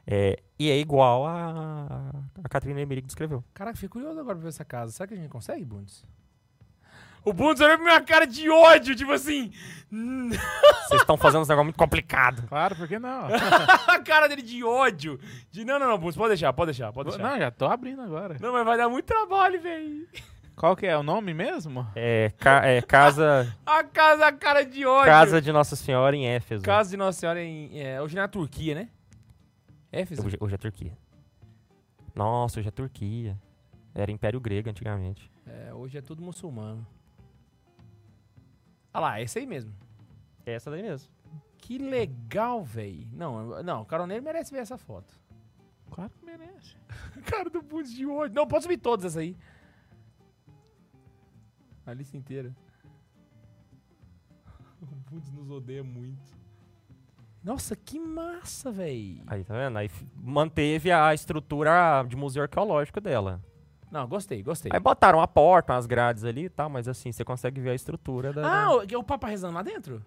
É, e é igual a, a Catarina Emerick descreveu. Caraca, fiquei curioso agora pra ver essa casa. Será que a gente consegue, Bundes? O Bundes olhou pra minha cara de ódio, tipo assim. Vocês estão fazendo um negócio muito complicado. Claro, por que não? a cara dele de ódio. De não, não, não, Bundes, pode deixar, pode deixar, pode deixar. não, já tô abrindo agora. Não, mas vai dar muito trabalho, velho. Qual que é o nome mesmo? É, ca- é, casa, A casa, a cara de ódio. casa de Nossa Senhora em Éfeso. Casa de Nossa Senhora em. É, hoje na Turquia, né? Éfeso. Hoje, hoje é Turquia. Nossa, hoje é Turquia. Era Império Grego antigamente. É, hoje é tudo muçulmano. Ah lá, é esse aí mesmo. É essa daí mesmo. Que legal, velho. Não, eu- não, o caroneiro merece ver essa foto. Claro que merece. Cara do Bundes de ódio. Não, pode subir todas essa aí. A lista inteira. O Bundes nos odeia muito. Nossa, que massa, velho. Aí, tá vendo? Aí f- manteve a estrutura de museu arqueológico dela. Não, gostei, gostei. Aí botaram a porta, umas grades ali e tal, mas assim, você consegue ver a estrutura da. Ah, da- o, é o Papa rezando lá dentro?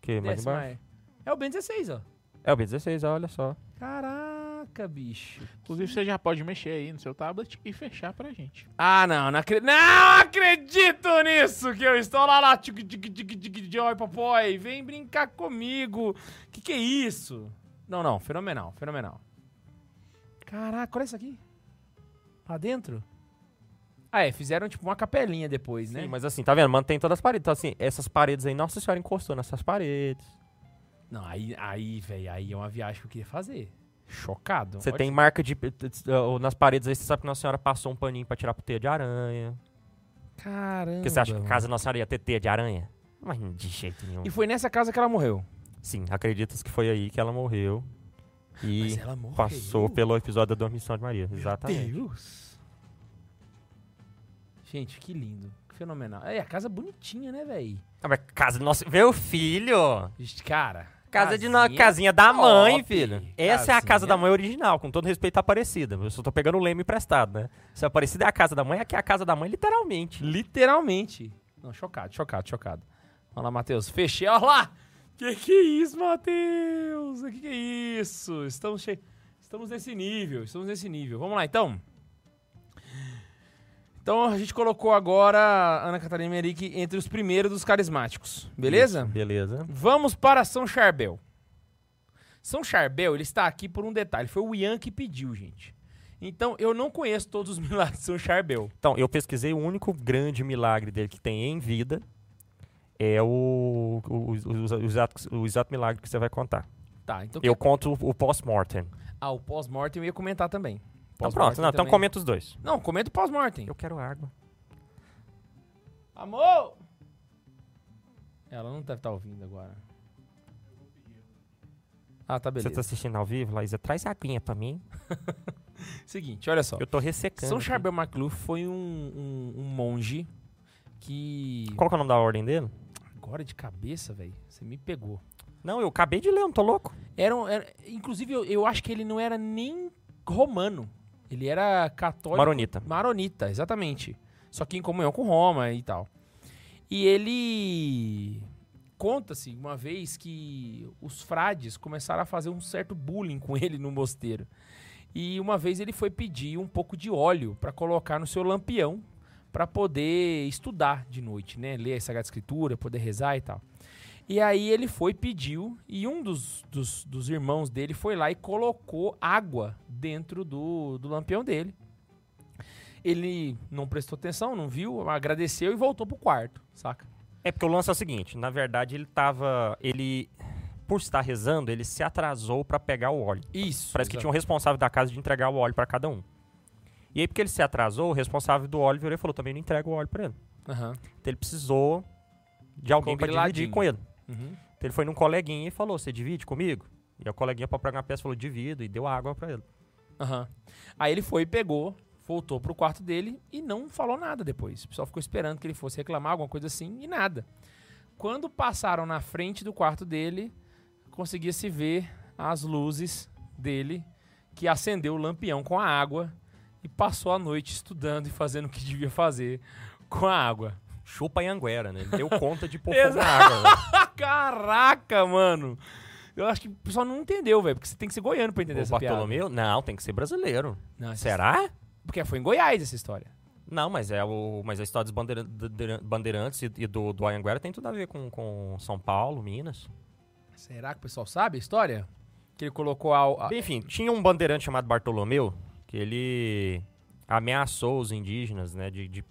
que, mais Desce, embaixo? Maia. É o Ben 16, ó. É o B16, olha só. Caraca, bicho. Inclusive, você já pode mexer aí no seu tablet e fechar pra gente. Ah, não, não acredito. Não acredito nisso que eu estou lá lá. Tic, tic, tic, tic, joy, papai. Vem brincar comigo. Que que é isso? Não, não, fenomenal, fenomenal. Caraca, olha isso aqui. Lá dentro? Ah, é, fizeram tipo uma capelinha depois, né? Sim, mas assim, tá vendo? Mantém todas as paredes. Então, assim, essas paredes aí, nossa senhora encostou nessas paredes. Então, Não, aí, aí, velho, aí é uma viagem que eu queria fazer. Chocado. Você Olha tem marca de. ah, Nas paredes aí, você sabe que Nossa Senhora passou um paninho pra tirar pro teia de aranha. isso. Caramba. Porque você acha que mano. a casa da Nossa Senhora ia ter teia de aranha? Mas de jeito nenhum. E foi nessa casa que ela morreu. Sim, acreditas que foi aí que ela morreu. E Mas ela morreu. passou pelo episódio da Dormição de Maria. Exatamente. Deus. Gente, que lindo. Que fenomenal. É, a casa bonitinha, né, véi? Ah, mas casa do nosso. Meu filho! Gente, Cara. Casa de na casinha- casinha da mãe, top. filho. Essa é a casa Casinha. da mãe original, com todo respeito à Aparecida. Eu só tô pegando o leme emprestado, né? Se a Aparecida é a casa da mãe, aqui é a casa da mãe, literalmente. Literalmente. Não, chocado, chocado, chocado. Olha lá, Matheus. Fechei. Olha lá. Que que é isso, Matheus? Que que é isso? Estamos, che... estamos nesse nível. Estamos nesse nível. Vamos lá, então. Então, a gente colocou agora a Ana Catarina Merick entre os primeiros dos carismáticos. Beleza? Isso, beleza. Vamos para São Charbel. São Charbel, ele está aqui por um detalhe. Foi o Ian que pediu, gente. Então, eu não conheço todos os milagres de São Charbel. Então, eu pesquisei o único grande milagre dele que tem em vida. é o, o, o, o exato, o exato milagre que você vai contar. Tá, então. Eu que- conto o pós-mortem. Ah, o pós-mortem eu ia comentar também. Então Pós-mortem pronto, não, então também. comenta os dois. Não, comenta o pós-mortem. Eu quero água. Amor! Ela não deve estar ouvindo agora. Ah, tá Você tá beleza. assistindo ao vivo, Laísa? Traz aguinha pra mim. Seguinte, olha só. tá- Eu tô ressecando. São aqui. Charbel MacLuf foi um, um- um monge que. Qual que é o nome da ordem dele? Agora de cabeça, velho. Você me pegou. Não, eu acabei de ler, não tô louco. Era, um- era- inclusive, eu, eu acho que ele não era nem romano. Ele era católico. Maronita. Maronita, exatamente. Só que em comunhão com Roma e tal. E ele conta-se uma vez que os frades começaram a fazer um certo bullying com ele no mosteiro. E uma vez ele foi pedir um pouco de óleo para colocar no seu lampião para poder estudar de noite, né? Ler a Sagrada Escritura, poder rezar e tal. E aí ele foi, pediu, e um dos, dos, dos irmãos dele foi lá e colocou água dentro do, do lampião dele. Ele não prestou atenção, não viu, agradeceu e voltou pro quarto, saca? É porque o lance é o seguinte, na verdade ele tava, ele por estar rezando, ele se atrasou pra pegar o óleo. Isso. Parece que tinha um responsável da casa de entregar o óleo pra cada um. E aí porque ele se atrasou, o responsável do óleo virou e falou: "Também não entrega o óleo pra ele". tinha um. Aham. Então ele precisou de alguém pra dividir Combiladinho. com ele. Uhum. Então ele foi num coleguinha e falou: "Você divide comigo?" E o coleguinha pra pegar uma peça falou: "Divido" e deu água pra ele. Aham. Aí ele foi, pegou, voltou pro quarto dele e não falou nada depois. O pessoal ficou esperando que ele fosse reclamar, alguma coisa assim, e nada. Quando passaram na frente do quarto dele, conseguia-se ver as luzes dele, que acendeu o lampião com a água e passou a noite estudando e fazendo o que devia fazer com a água. Chupa em Anguera, né? Ele deu conta de pôr fogo na água. né? velho. Caraca, mano! Eu acho que o pessoal não entendeu, velho, porque você tem que ser goiano pra entender O essa piada. Bartolomeu? Não, tem que ser brasileiro. Não, essa- Será? Porque foi em Goiás essa história. Não, mas é o, mas a história dos bandeira- bandeira- bandeirantes e, e do, do Anhanguera tem tudo a ver com, com São Paulo, Minas. Será que o pessoal sabe a história? Que ele colocou a. a- Enfim, tinha um bandeirante chamado Bartolomeu que ele ameaçou os indígenas, né, de, de-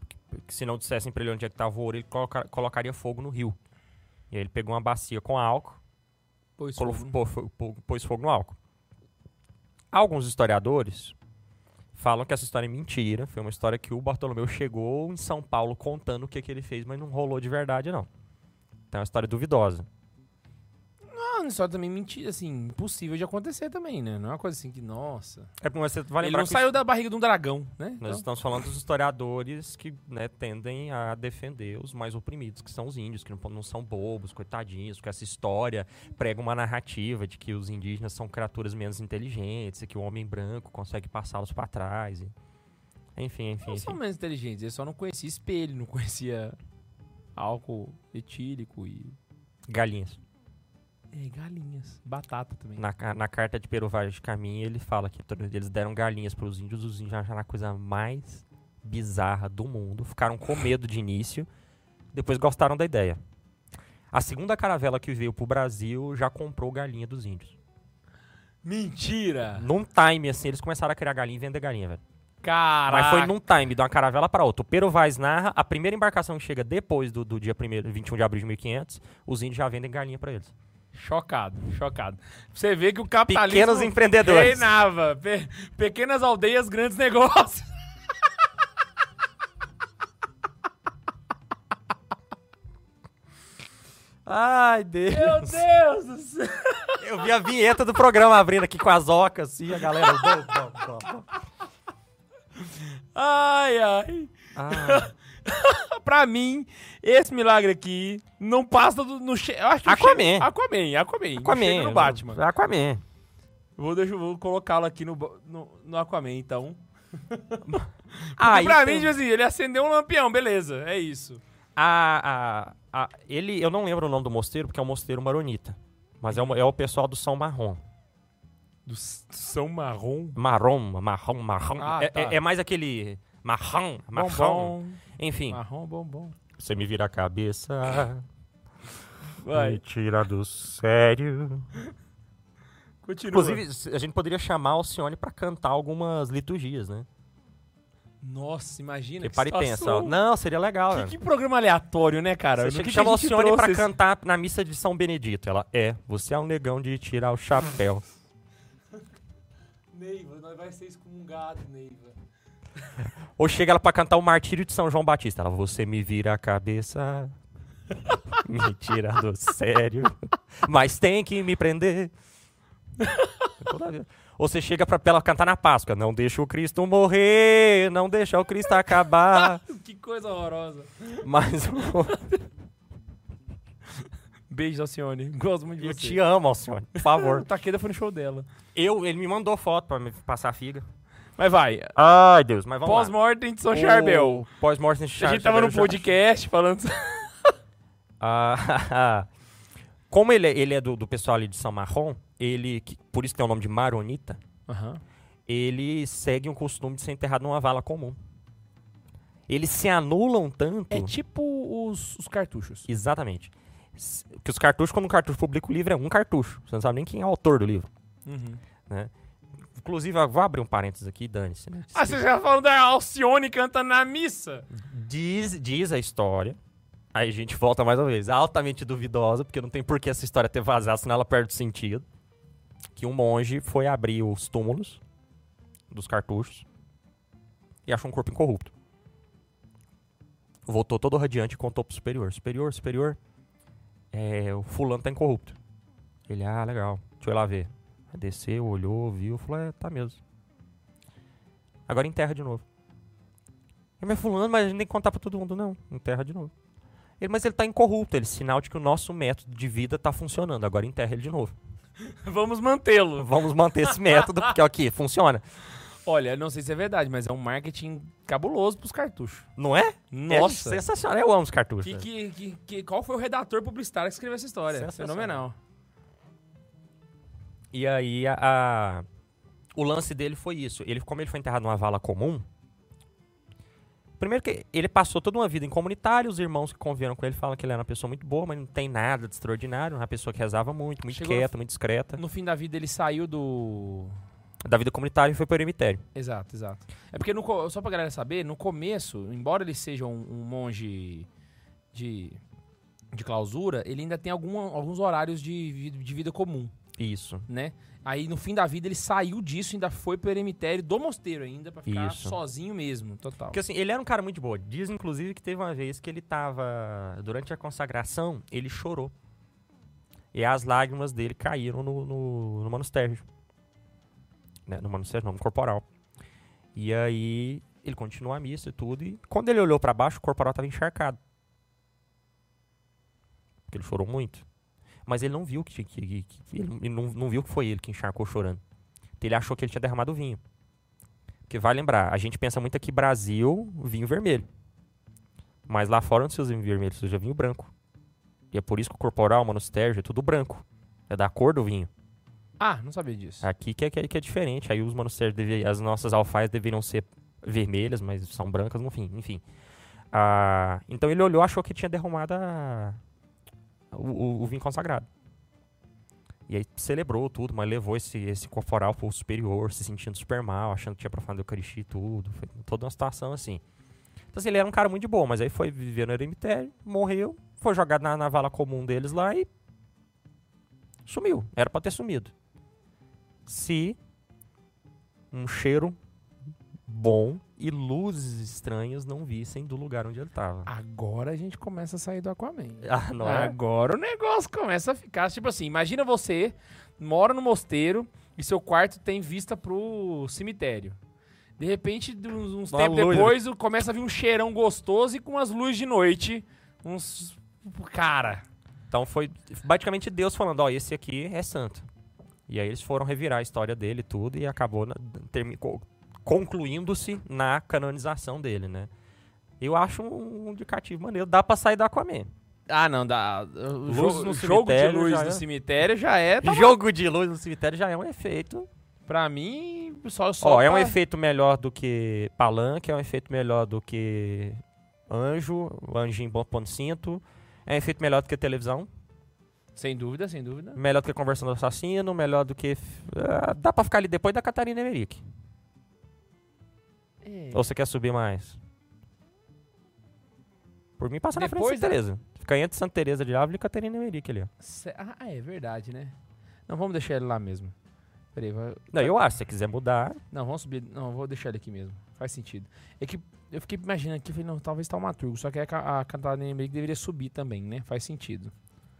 que se não dissessem pra ele onde é que tava o ouro, ele coloca- colocaria fogo no rio. E aí ele pegou uma bacia com álcool, pôs colo- fogo. pô- fo- pô- pôs fogo no álcool. Alguns historiadores falam que essa história é mentira, foi uma história que o Bartolomeu chegou em São Paulo contando o que, que ele fez, mas não rolou de verdade, não. Então é uma história duvidosa. Ah, isso também mentira, assim, impossível de acontecer também, né? Não é uma coisa assim que, nossa. É porque você vai ele lembrar não que saiu da barriga de um dragão, né? nós Então, estamos falando dos historiadores que né, tendem a defender os mais oprimidos, que são os índios, que não, po- não são bobos, coitadinhos, que essa história prega uma narrativa de que os indígenas são criaturas menos inteligentes e que o homem branco consegue passá-los para trás. e- Enfim, enfim, não Então, são enfim. menos inteligentes, ele só não conhecia espelho, não conhecia álcool etílico e. Galinhas. É, galinhas. Batata também. Na, ca- na carta de Peruvagem de Caminho, ele fala que tro- eles deram galinhas para os índios, os índios acharam a coisa mais bizarra do mundo, ficaram com medo de início, depois gostaram da ideia. A segunda caravela que veio pro Brasil já comprou galinha dos índios. Mentira! Num time, assim, eles começaram a criar galinha e vender galinha, velho. Caraca! Mas foi num time, de uma caravela para outra. O Peruvaz narra, a primeira embarcação que chega depois do, do dia 1 21 de abril de 1500, os índios já vendem galinha para eles. Chocado, chocado. Você vê que o capitalismo. Pequenos empreendedores. Reinava. Pe- pequenas aldeias, grandes negócios. Ai, Deus. Meu Deus do céu! Eu vi a vinheta do programa abrindo aqui com as ocas assim, a galera. Ai, ai. Ah, Ah, pra mim, esse milagre aqui não passa do. No che... eu acho que Aquaman. chega- Aquaman, Aquaman. não chega no Batman. né? É Aquaman. Vou, deixar- vou colocá-lo aqui no, ba- no, no Aquaman, então. Aí e pra tem- mim, tipo assim, ele acendeu um lampião, beleza, é isso. a, a, a- Ah, ele, eu não lembro o nome do mosteiro, porque é um mosteiro maronita. Mas é o, é o pessoal do São Marrom. Do São Marrom. Marrom, marrom, marrom. Ah, é, tá. é- é mais aquele marrom, marrom. Marrom. Enfim, Marrom, bombom. você me vira a cabeça, me Vai, tira do sério. continua. Inclusive, a gente poderia chamar o Alcione pra cantar algumas liturgias, né? Nossa, imagina. Que pare e pensa, ó. situação. Não, seria legal. né? Que, que programa aleatório, né, cara? Você No tinha que a chamar o gente Alcione pra trouxe esse- cantar na missa de São Benedito. Ela, é, você é um negão de tirar o chapéu. Neiva, nós vai ser excomungado, Neiva. Ou chega ela pra cantar o Martírio de São João Batista. Ela, você me vira a cabeça, me tira do sério, mas tem que me prender. Toda vez. Ou você chega pra, pra ela cantar na Páscoa. Não deixa o Cristo morrer, não deixa o Cristo acabar. Que coisa horrorosa. Mas Beijo, Alcione. Gosto muito de eu você. te amo, Alcione, por favor. Taqueda foi no show dela. Eu, ele me mandou foto pra me passar a figa. Mas vai. Ai, Deus, mas vamos lá. Pós-mortem de São Charbel. O Pós-morte de A gente tava no Charbel já- podcast falando. Ah, como ele é, ele é do, do pessoal ali de São Marrom, ele, que- por isso tem o nome de Maronita, Aham. ele segue um costume de ser enterrado numa vala comum. Eles se anulam tanto. É tipo os, os cartuchos. Exatamente. S- Que os cartuchos, quando um cartucho publica o livro, é um cartucho. Você não sabe nem quem é o autor do livro. Uhum. Inclusive, eu vou abrir um parênteses aqui, dane-se. Né? Ah, vocês já falam da Alcione cantando na missa? Diz, diz a história. Aí a gente volta mais uma vez. Altamente duvidosa, porque não tem por que essa história ter vazado, senão ela perde o sentido. Que um monge foi abrir os túmulos dos cartuchos e achou um corpo incorrupto. Voltou todo radiante e contou pro superior. Superior, superior, é, o fulano tá incorrupto. Ele, ah, legal, deixa eu ir lá ver. Aí Desceu, olhou, viu, falou, é, tá mesmo. Agora enterra de novo. Ele, Mas fulano, mas a gente tem que contar pra todo mundo. Não, enterra de novo. Ele, mas ele tá incorrupto. Ele, sinal de que o nosso método de vida tá funcionando. Agora enterra ele de novo. Vamos mantê-lo. Vamos manter esse método, porque aqui, funciona. Olha, não sei se é verdade, mas é um marketing cabuloso pros cartuchos. Não é? Nossa. É sensacional. Eu amo os cartuchos. Que, né? que, que, que- qual foi o redator publicitário que escreveu essa história? Sensacional. Fenomenal. E aí, a- a- o lance dele foi isso. Ele, como ele foi enterrado numa vala comum, primeiro que ele passou toda uma vida em comunitário, os irmãos que conviveram com ele falam que ele era uma pessoa muito boa, mas não tem nada de extraordinário, uma pessoa que rezava muito, muito Chegou- quieta, muito discreta. No fim da vida ele saiu do. Da vida comunitária e foi pro eremitério. Exato, exato. É porque, no, co- só pra galera saber, no começo, embora ele seja um, um monge de, de clausura, ele ainda tem alguma- alguns horários de, vi- de vida comum, Isso. né? Aí no fim da vida ele saiu disso, ainda foi pro eremitério do mosteiro ainda, pra ficar Isso. sozinho mesmo, total. Porque assim, ele era um cara muito de boa. Diz, inclusive, que teve uma vez que ele tava. Durante a consagração, ele chorou. E as lágrimas dele caíram no, no, no monastério. Né, No monastério, não, no corporal. E aí ele continuou a missa e tudo. E quando ele olhou pra baixo, o corporal tava encharcado. Porque ele chorou muito. Mas ele não viu que, tinha- que- que- que- ele não, não viu que foi ele que encharcou chorando. Então, Ele achou que ele tinha derramado vinho. Porque vai lembrar, a gente pensa muito aqui Brasil, vinho vermelho. Mas lá fora não se usa vinho vermelho, se usa vinho branco. E é por isso que o corporal, o monastério, é tudo branco. É da cor do vinho. Ah, não sabia disso. Aqui que é, que é, que é diferente. Aí os monastérios, deve, as nossas alfaias deveriam ser vermelhas, mas são brancas, no fim, enfim. Ah, então ele olhou achou que tinha derramado a- o, o- o vinho consagrado. E aí celebrou tudo, mas levou esse, esse corporal pro superior, se sentindo super mal, achando que tinha profanado a Eucaristia e tudo. Foi toda uma situação assim. Então assim, ele era um cara muito de boa, mas aí foi viver no eremitério, morreu, foi jogado na, na vala comum deles lá e sumiu. Era pra ter sumido se um cheiro bom e luzes estranhas não vissem do lugar onde ele tava. Agora a gente começa a sair do Aquaman. Ah, não é? Agora o negócio começa a ficar. Tipo assim, imagina você mora no mosteiro e seu quarto tem vista pro cemitério. De repente, de uns, uns Uma tempos luz, né? depois, o- começa a vir um cheirão gostoso e com as luzes de noite. Uns. Cara. Então foi basicamente Deus falando, ó, esse aqui é santo. E aí eles foram revirar a história dele e tudo e acabou na- termi- co- concluindo-se na canonização dele, né? Eu acho um indicativo maneiro. Dá pra sair da Aquaman. Ah, não, dá. O jogo- jogo, no jogo de cemitério luz já no é. cemitério já é. Tá Jogo de luz no cemitério já é um efeito pra mim, só. só Ó, é um pra- efeito melhor do que palanque, é um efeito melhor do que anjo, o anjinho bom pondo cinto. É um efeito melhor do que televisão, Sem dúvida, sem dúvida. melhor do que conversando do assassino, melhor do que. f- ah, dá pra ficar ali depois da Catarina Emerick. É. Ou você quer subir mais? Por mim, passa na frente Depois de da- Santa Teresa. Fica entre Santa Teresa de Ávila e Catarina Emerick ali, ó. Cê- Ah, é verdade, né? Não, vamos deixar ele lá mesmo. Peraí, vai... Não, eu acho, se você quiser mudar, Não, vamos subir. Não, vou deixar ele aqui mesmo. Faz sentido. É que eu fiquei imaginando aqui, falei, não, talvez Taumaturgo. Só que a, Ca- a Catarina Emmerich deveria subir também, né? Faz sentido.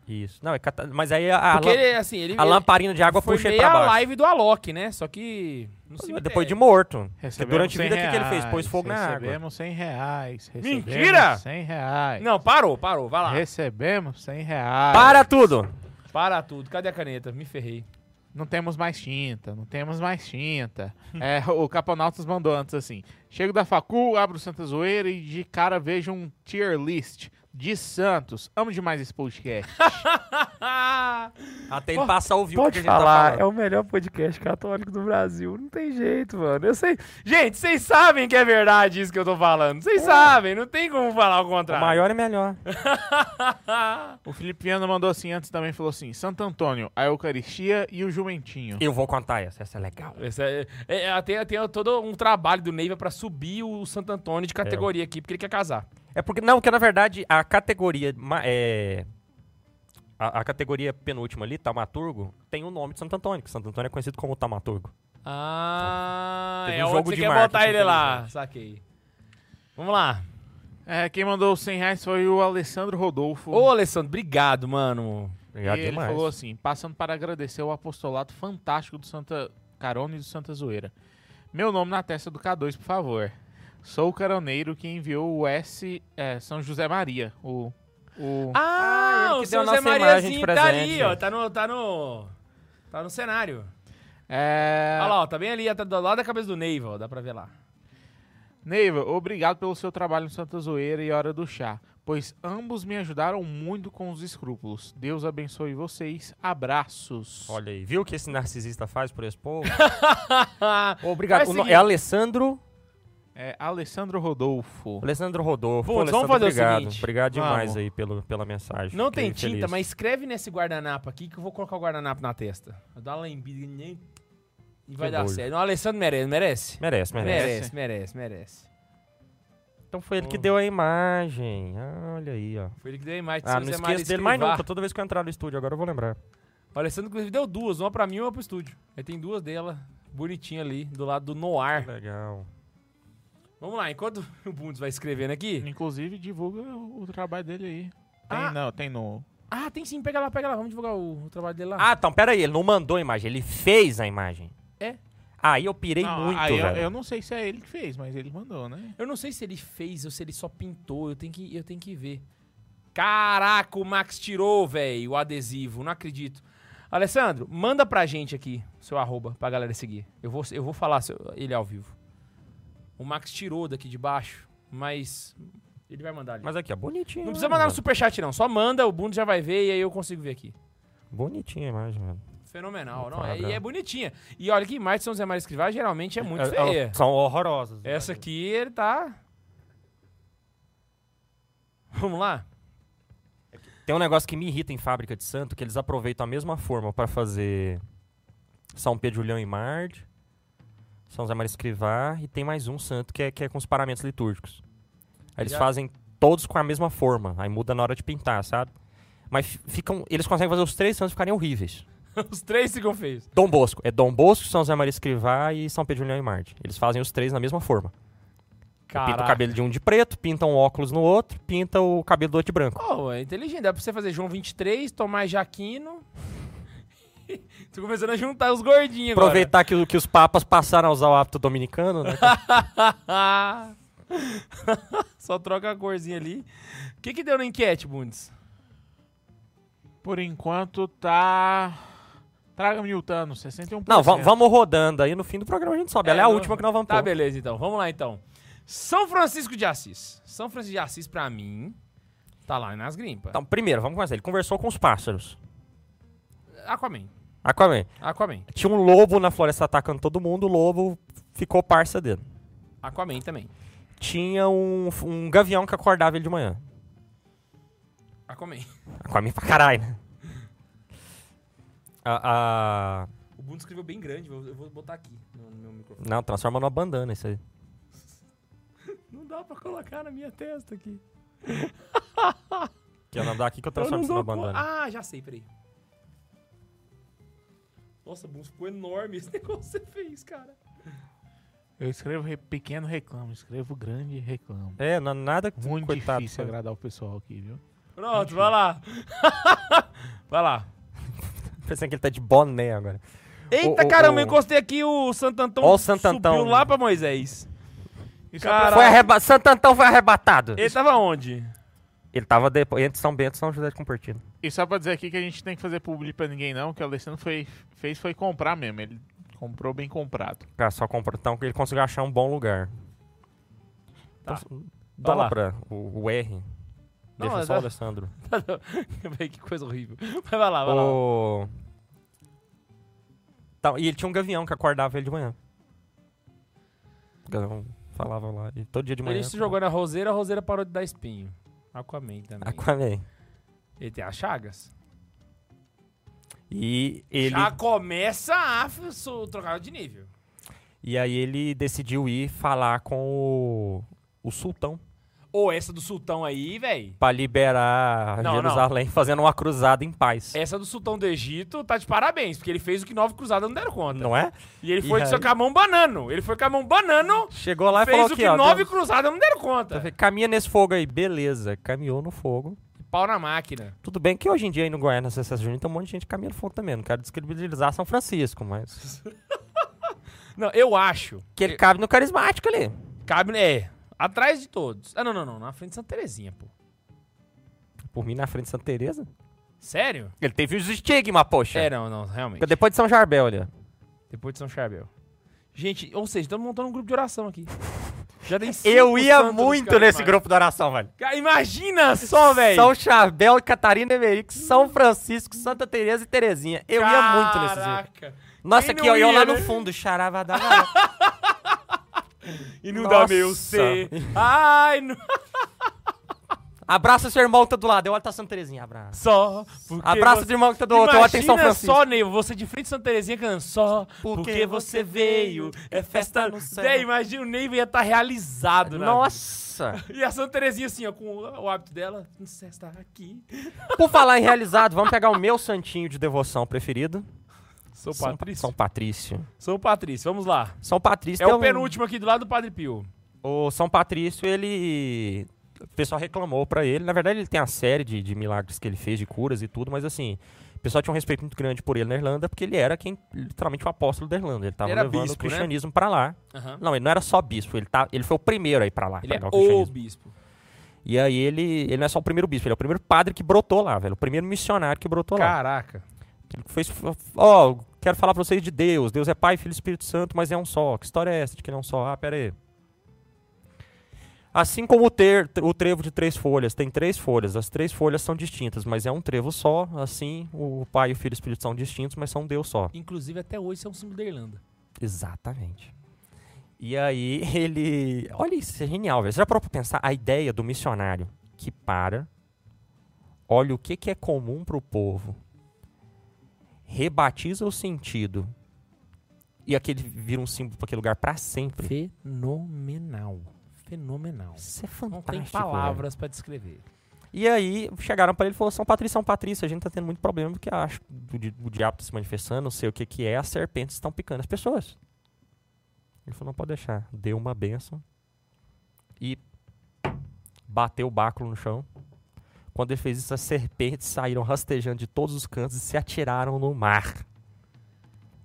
isso. Não, é Cata- mas aí a, a Porque lam- ele, assim, ele, a lamparina de água foi puxa ele meio pra a baixo. live do Alok, né? Só que... no cemitério. Depois de morto. Porque Recebemos durante a 100 vida, o que, que ele fez? reais, Pôs fogo na água. Recebemos 100 reais. Recebemos Mentira! 100 reais. Não, ah. parou, parou. Vai lá. Recebemos 100 reais. Para tudo! Para tudo. Cadê a caneta? Me ferrei. Não temos mais tinta, não temos mais tinta. É, o Caponautas mandou antes assim: Chego da Facu, abro o Santa Zoeira e de cara vejo um tier list de Santos. Amo demais esse podcast. Ah! Até ele passar a ouvir o que Pode a gente tá falar, falando. é o melhor podcast católico do Brasil. Não tem jeito, mano. Eu sei. Gente, vocês sabem que é verdade isso que eu tô falando. Vocês sabem, não tem como falar o O contrário. maior é melhor. o Felipe Viana mandou assim antes também: falou assim: Santo Antônio, a Eucaristia e o Jumentinho. Eu vou contar essa, essa é legal. Esse é, é, é, tem, tem todo um trabalho do Neiva pra subir o Santo Antônio de categoria aqui, porque ele quer casar. É porque, não, porque na verdade a categoria. ma- É, a, a categoria penúltima ali, Taumaturgo, tem o nome de Santo Antônio, que Santo Antônio é conhecido como Taumaturgo. Ah, Teve é um onde jogo você de quer marketing, né? botar ele lá. Saquei. Vamos lá. É, quem mandou os 100 reais foi o Alessandro Rodolfo. Ô, Alessandro, obrigado, mano. Obrigado e ele demais. falou assim, passando para agradecer o apostolado fantástico do Santa Carona e do Santa Zoeira. Meu nome na testa do K2, por favor. Sou o caroneiro que enviou o S é, São José Maria. O, o- Ah, Ah, o ele que deu seu a Zé nossa imagem de Mariazinho tá ali, presente. ó. Tá no, tá no, tá no cenário. é, Olha lá, ó, tá bem ali, tá do lado da cabeça do Neiva, ó, dá pra ver lá. Neiva, obrigado pelo seu trabalho no Santa Zoeira e Hora do Chá, pois ambos me ajudaram muito com os escrúpulos. Deus abençoe vocês. Abraços. Olha aí, viu o que esse narcisista faz por esse povo? Faz Ah, Obrigado. o O no- seguinte. é Alessandro. É, Alessandro Rodolfo. Alessandro Rodolfo. Putz, Pô, Alessandro, vamos fazer o obrigado. seguinte. Obrigado demais Vamos. aí pelo, pela mensagem. Não Fiquei tem tinta, feliz. mas escreve nesse guardanapo aqui que eu vou colocar o guardanapo na testa. Eu dou uma lambida nem- e vai Que dar nojo. certo. Não, o Alessandro merece, merece? Merece, merece. Merece, merece, merece. Então foi ele que Pô. deu a imagem. Ah, olha aí, ó. Foi ele que deu a imagem. Ah, não José esqueço Maria dele mais Escrivá. nunca. Toda vez que eu entrar no estúdio, agora eu vou lembrar. O Alessandro, inclusive, deu duas, uma pra mim e uma pro estúdio. Aí tem duas dela, bonitinha ali, do lado do Noir. Legal. Vamos lá, enquanto o Bundes vai escrevendo aqui. Inclusive, divulga o o trabalho dele aí. Tem, Ah. Não, tem no. Ah, tem sim, pega lá, pega lá, vamos divulgar o, o trabalho dele lá. Ah, então, pera aí. Ele não mandou a imagem, ele fez a imagem. É. Aí eu pirei Não, muito, aí eu, velho. eu não sei se é ele que fez, mas ele mandou, né? Eu não sei se ele fez ou se ele só pintou, eu tenho que, eu tenho que ver. Caraca, o Max tirou, velho, o adesivo, não acredito. Alessandro, manda pra gente aqui seu arroba pra galera seguir. Eu vou, eu vou falar seu- ele ao vivo. O Max tirou daqui de baixo, mas ele vai mandar ali. Mas aqui, ó, bonitinho. não precisa mandar no mano. superchat, não. Só manda, o Bundo já vai ver e aí eu consigo ver aqui. Bonitinha a imagem, mano. Fenomenal, Opa, não? É, e Abraão. é bonitinha. E olha que imagem de São Zé Maria Escrivá geralmente é muito Elas- elas feia. São horrorosas. Essa velho. aqui ele tá. Vamos lá? Tem um negócio que me irrita em fábrica de santo, que eles aproveitam a mesma forma pra fazer São Pedro Julião e Marte, São Zé Maria Escrivá, e tem mais um santo que é, que é com os paramentos litúrgicos. Aí eles Já- fazem todos com a mesma forma, aí muda na hora de pintar, sabe? Mas fi- ficam, eles conseguem fazer os três santos ficarem horríveis. Os três ficam feios. Dom Bosco, é Dom Bosco, São Zé Maria Escrivá e São Pedro Julião e Marte. Eles fazem os três na mesma forma. Pinta o cabelo de um de preto, pinta um óculos no outro, pinta o cabelo do outro de branco. Pô, é inteligente. Dá pra você fazer João 23, Tomás Jaquino. Tô começando a juntar os gordinhos agora. Aproveitar que, o- que os papas passaram a usar o hábito dominicano, né? Só troca a corzinha ali. O que que deu na enquete, Bundes? Por enquanto tá. Traga-me o Tano, 61%. Não, va- vamos rodando aí no fim do programa a gente sobe. Ela é a não- última que nós É. vamos Tá, pôr. beleza, então. Vamos lá, então. São Francisco de Assis. São Francisco de Assis, pra mim, tá lá nas grimpas. Então, primeiro, vamos começar. Ele conversou com os pássaros. Aquaman. Aquaman. Aquaman. Tinha um lobo na floresta atacando todo mundo, o lobo ficou parça dele. Aquaman também. Tinha um, um gavião que acordava ele de manhã. Aquaman. Aquaman pra caralho, né? A, a- O Bruno escreveu bem grande, eu eu vou botar aqui no no meu microfone. Não, transforma numa bandana isso aí. só pra colocar na minha testa aqui. Que é o nome daqui que eu Eu transformo não isso dou na co- bandana. Ah, já sei, peraí. Nossa, Bunso, ficou enorme esse negócio que você fez, cara. Eu escrevo re- pequeno reclamo, escrevo grande reclamo. É, não, nada que- Muito coitado, difícil sabe? agradar o pessoal aqui, viu? Pronto, vai lá. vai lá. Pensando que ele tá de boné agora. Eita Ô, ô, caramba, ô. eu encostei aqui o Santantão. Ó o Santantão. Subiu lá pra Moisés. Isso Cara- Foi arreba... Santo Antão foi arrebatado. Ele tava onde? Ele tava depois, entre São Bento e São José de Cupertino. E só pra dizer aqui que a gente tem que fazer publi pra ninguém não, que o Alessandro foi, fez foi comprar mesmo. Ele comprou bem comprado. Ah, só comprou. Então ele conseguiu achar um bom lugar. Tá. Então, Vai lá. dobra o, o R. Deixa mas só o é- Alessandro. Peraí, que coisa horrível. Mas vai lá, vai lá. O... Então, e ele tinha um gavião que acordava ele de manhã. O gavião falava lá. E todo dia de manhã. Ele se jogou na roseira, a roseira parou de dar espinho. Aquaman também. Aquaman. Ele tem as chagas. E ele. Já começa a f- so- trocar de nível. E aí ele decidiu ir falar com o, o sultão Ou essa do sultão aí, véi. Pra liberar Não, É. Jerusalém, fazendo uma cruzada em paz. Essa do sultão do Egito tá de parabéns, porque ele fez o que nove cruzadas não deram conta. Não é? E ele E foi aí? de seu camão banano. Ele foi camão banano, Chegou lá e fez falou o aqui, que ó, nove Deus- cruzadas não deram Tá. conta. Caminha nesse fogo aí, beleza. Caminhou no fogo. Pau na máquina. Tudo bem que hoje em dia aí no Goiânia, na Cesta Junina, tem um monte de gente que caminha no fogo também. Não quero descredibilizar São Francisco, mas. Não, eu acho. Que ele cabe no carismático ali. Cabe, é. Atrás de todos. Ah, não, não, não. Na frente de Santa Terezinha, pô. Por mim, na frente de Santa Teresa. Sério? Ele teve os estigmas, poxa. É, não, não, realmente. Fica Depois de São Jarbel ali. ó. Depois de São Charbel. Gente, ou seja, estamos montando um grupo de oração aqui. Já tem cinco Eu ia santos muito caras nesse mais. grupo da oração, velho. Cara, Imagina só, velho. São Charbel, Catarina Emerick, São Francisco, Santa Teresa e Terezinha. Eu ia muito nesses grupos. Caraca. Nossa, Quem aqui, não ó, eu ia, lá no né? fundo, charava da vara. E não dá Nossa. meu C. Ai, não. Abraça seu irmão que tá do lado. Eu olho tá Santa Terezinha, abraça. Só. Porque Abraça você... seu irmão que tá do outro. Eu olho tem São Imagina Francisco. só, Neivo, você de frente de Santa Terezinha cantando só porque, você veio, é festa no céu. Véi, imagina o Neivo ia estar realizado, né? Nossa! E a Santa Terezinha assim, ó, com o o hábito dela, não sei se tá aqui. Por falar em realizado, vamos pegar o meu santinho de devoção preferido. Sou São Pa- Patrício. São Patrício. Sou Patrício, vamos lá. São Patrício É tem o um- penúltimo aqui do lado do Padre Pio. O São Patrício, ele. O pessoal reclamou pra ele. Na verdade, ele tem a série de, de milagres que ele fez, de curas e tudo, mas assim. O pessoal tinha um respeito muito grande por ele na Irlanda, porque ele era quem, literalmente, o apóstolo da Irlanda. Ele tava Ele era levando o bispo, né? cristianismo pra lá. Aham. Não, ele não era só bispo, ele, tá, ele foi o primeiro aí pra lá. Ele pra é levar o o cristianismo. bispo. E aí ele, ele não é só o primeiro bispo, ele é o primeiro padre que brotou lá, velho. O primeiro missionário que brotou lá. Caraca. Ele fez. Ó, quero falar pra vocês de Deus. Deus é Pai, Filho e Espírito Santo, mas é um só. Que história é essa de que ele é um só? Ah, pera aí. Assim como o, ter, o trevo de três folhas, tem três folhas, as três folhas são distintas, mas é um trevo só, assim o Pai, o Filho e o Espírito são distintos, mas são um Deus só. Inclusive, até hoje, isso é um símbolo da Irlanda. Exatamente. E aí ele. Olha isso, é genial, velho. Você já parou pra pensar a ideia do missionário que para, olha o que, que é comum pro povo, rebatiza o sentido e aquele vira um símbolo pra aquele lugar pra sempre. Fenomenal. Fenomenal. Isso é Não fantástico. tem velho. palavras pra descrever. E aí chegaram pra ele e falaram: São Patrício, São Patrício, a gente tá tendo muito problema porque acho que o, di- o diabo tá se manifestando, não sei o que que é, as serpentes estão picando as pessoas. Ele falou: Não pode deixar. Deu uma benção e bateu o báculo no chão. Quando ele fez isso, as serpentes saíram rastejando de todos os cantos e se atiraram no mar.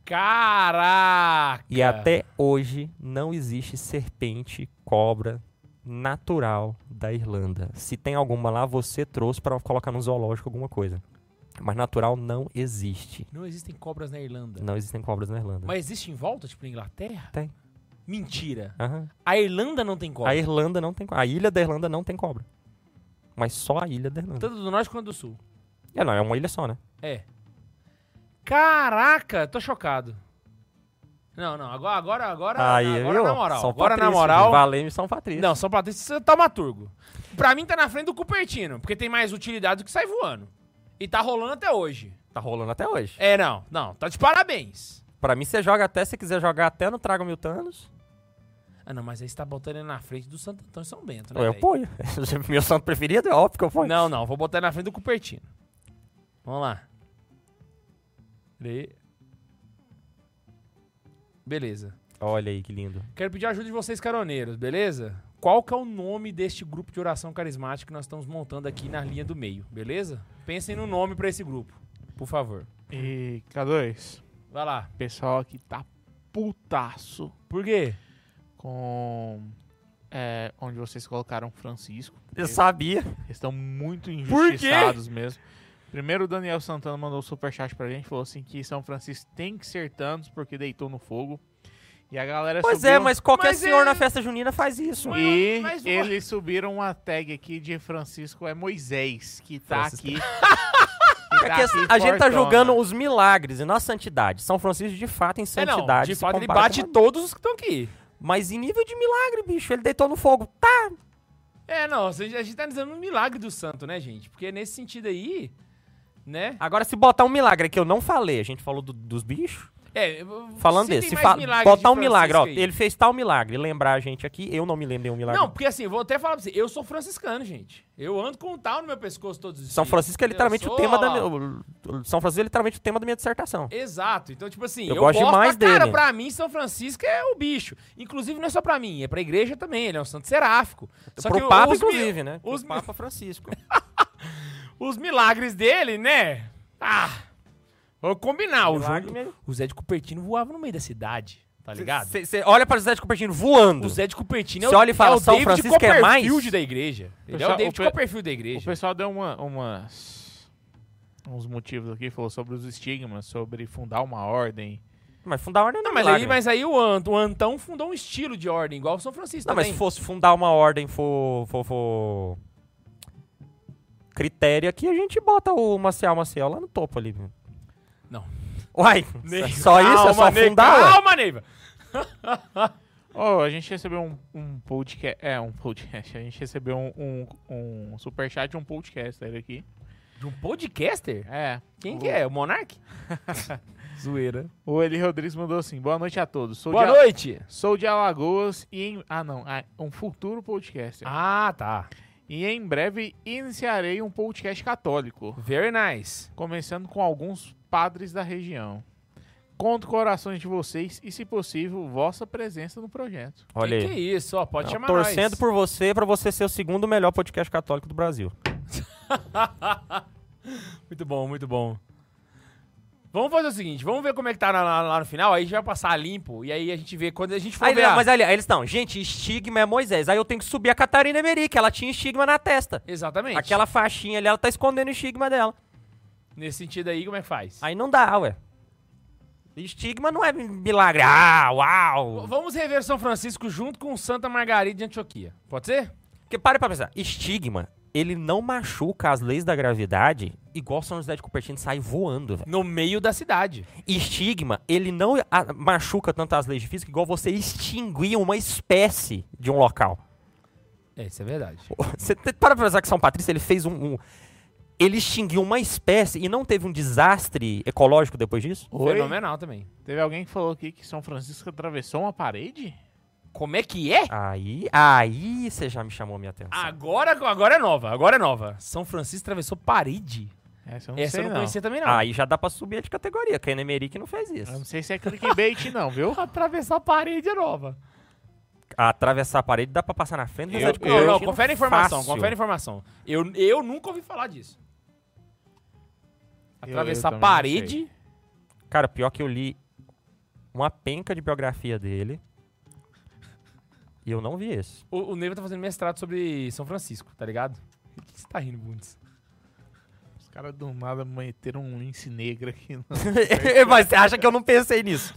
Caraca! E até hoje não existe serpente cobra natural da Irlanda. Se tem alguma lá, você trouxe para colocar no zoológico alguma coisa. Mas natural não existe. Não existem cobras na Irlanda. Não existem cobras na Irlanda. Mas existe em volta, tipo, na Inglaterra? Tem. Mentira. Aham. A Irlanda não tem cobra. A Irlanda não tem cobra. A ilha da Irlanda não tem cobra. Mas só a ilha da Irlanda. Tanto do norte quanto do sul. É, não, é uma ilha só, né? É. Caraca, tô chocado. Não, não, agora, agora, agora, Aí, agora viu? na moral. São agora na Patrício, moral. Valeu e São Patrício. Não, São Patrício isso é taumaturgo. Pra mim tá na frente do Cupertino, porque tem mais utilidade do que sai voando. E tá rolando até hoje. Tá rolando até hoje. É, não, não, tá de parabéns. Pra mim, você joga até, se quiser jogar até no Trago Mil Thanos. Ah, não, mas aí você tá botando ele na frente do Santo Antônio e São Bento, né? Eu véi? ponho. Meu santo preferido é óbvio que eu ponho. Não, não, vou botar ele na frente do Cupertino. Vamos lá. Peraí. Beleza. Olha aí que lindo. Quero pedir a ajuda de vocês, caroneiros, beleza? Qual que é o nome deste grupo de oração carismática que nós estamos montando aqui na linha do meio, beleza? Pensem no nome pra esse grupo, por favor. E K2, Vai lá. o pessoal aqui tá putaço Por quê? com é, onde vocês colocaram Francisco. Eu sabia. Eles estão muito Por quê? injustiçados mesmo. Primeiro o Daniel Santana mandou um superchat pra gente, falou assim que São Francisco tem que ser Thanos porque deitou no fogo. E a galera Pois subiu... é, mas qualquer Mas senhor é- na festa junina faz isso. E Mas- mas- eles subiram uma tag aqui de Francisco é Moisés, que tá Francisco. aqui. Porque É é assim, a gente né? tá julgando os milagres e não a santidade. São Francisco, de fato, em É, santidade. não, de se fato ele compara com bate a- todos os que estão aqui. Mas em nível de milagre, bicho, ele deitou no fogo. Tá. É, não, a gente a gente tá dizendo um milagre do santo, né, gente? Porque nesse sentido aí, né? Agora, se botar um milagre que eu não falei, a gente falou do- dos bichos. É, eu- Falando citem desse, se mais fa- milagres de botar um milagre, ó. Francisco aí. Ele fez tal milagre. Lembrar a gente aqui, eu não me lembro nenhum milagre. Não, porque assim, vou até falar pra você, eu sou franciscano, gente. Eu ando com um tal no meu pescoço todos os São dias, Francisco é entendeu? literalmente Sou, o tema ó da lá, minha, o- o- São Francisco é literalmente o tema da minha dissertação. Exato. Então, tipo assim, eu, Eu gosto demais pra cara, dele. pra mim, São Francisco é o bicho. Inclusive, não é só pra mim, é pra igreja também, ele é um santo seráfico. Só que É Pro o- Papa, os mi- inclusive, né? os Pro mi- Papa Francisco. Os milagres dele, né? Ah, vou combinar. O, Milagre João- mesmo. o Zé de Cupertino voava no meio da cidade, tá ligado? Você olha pra José de Cupertino voando. O Zé de Cupertino é Cê o, olha e fala, é o São David Francisco é mais? Copperfield da igreja. Ele é Pessoal, o o David pe- Copperfield da O igreja. pessoal deu uma, umas uns motivos aqui, falou sobre os estigmas, sobre fundar uma ordem. Mas fundar uma ordem não, Não, é mas aí, milagre. mas aí o, Ant, o Antão fundou um estilo de ordem, igual o São Francisco Não, mas também. se fosse fundar uma ordem, for, for, for... critério aqui, a gente bota o Maciel Maciel lá no topo ali. viu? Não. Uai, Ney- só isso? É só Calma, Ney, fundar? ué? Calma, Neiva. Oh, a gente recebeu um, um podcast, é, um podcast, a gente recebeu um, um, um superchat de um podcaster aqui. De um podcaster? É. Quem o- que é? O Monark? Zoeira. O Eli Rodrigues mandou assim, boa noite a todos, sou, Boa de, noite. sou de Alagoas e em... Ah não, ah, um futuro podcaster. Ah, tá. E em breve iniciarei um podcast católico, Very nice. começando com alguns padres da região. Conto com orações de vocês e, se possível, vossa presença no projeto. Olha que, aí. que é isso? Ó, pode Eu chamar Torcendo nós. por você, pra você ser o segundo melhor podcast católico do Brasil. muito bom, muito bom. Vamos fazer o seguinte, vamos ver como é que tá na- na- lá no final, aí a gente vai passar limpo, e aí a gente vê quando a gente for Aí, ver. ah. não, a- mas ali, aí eles estão, gente, estigma é Moisés. Aí eu tenho que subir a Catarina Emery, que ela tinha estigma na testa. Exatamente. Aquela faixinha ali, ela tá escondendo o estigma dela. Nesse sentido aí, como é que faz? Aí não dá, ué. Estigma não é milagre. Ah, V- uau. Vamos rever São Francisco junto com Santa Margarida de Antioquia. Pode ser? Porque para pra pensar, estigma, ele não machuca as leis da gravidade igual São José de Cupertino sai voando, velho. No meio da cidade. Estigma, ele não a- machuca tanto as leis de física igual você extinguir uma espécie de um local. É, isso é verdade. Você te- para pra pensar que São Patrício, ele fez um, um- Ele extinguiu uma espécie e não teve um desastre ecológico depois disso? Oh. Fenomenal também. Teve alguém que falou aqui que São Francisco atravessou uma parede? Como é que é? Aí, aí você já me chamou a minha atenção. Agora, agora é nova, agora é nova. São Francisco atravessou parede. Essa eu não Essa sei, eu não não. conhecia também, não. Aí já dá pra subir de categoria. Ken Emery que não fez Eu não isso. sei se é clickbait, não, viu? Atravessar parede é nova. Atravessar a parede dá pra passar na frente. do Eu, Zé de não, Cupertino. não, confere a informação, Fácil. confere a informação. Eu, eu nunca ouvi falar disso. Eu- eu Atravessar também não parede. Cara, pior que eu li uma penca de biografia dele. E eu não vi esse. O, o Neiva tá fazendo mestrado sobre São Francisco, tá ligado? O que você tá rindo, Bundes? Os caras do nada meteram um lince negro aqui. no- Mas você acha que eu não pensei nisso?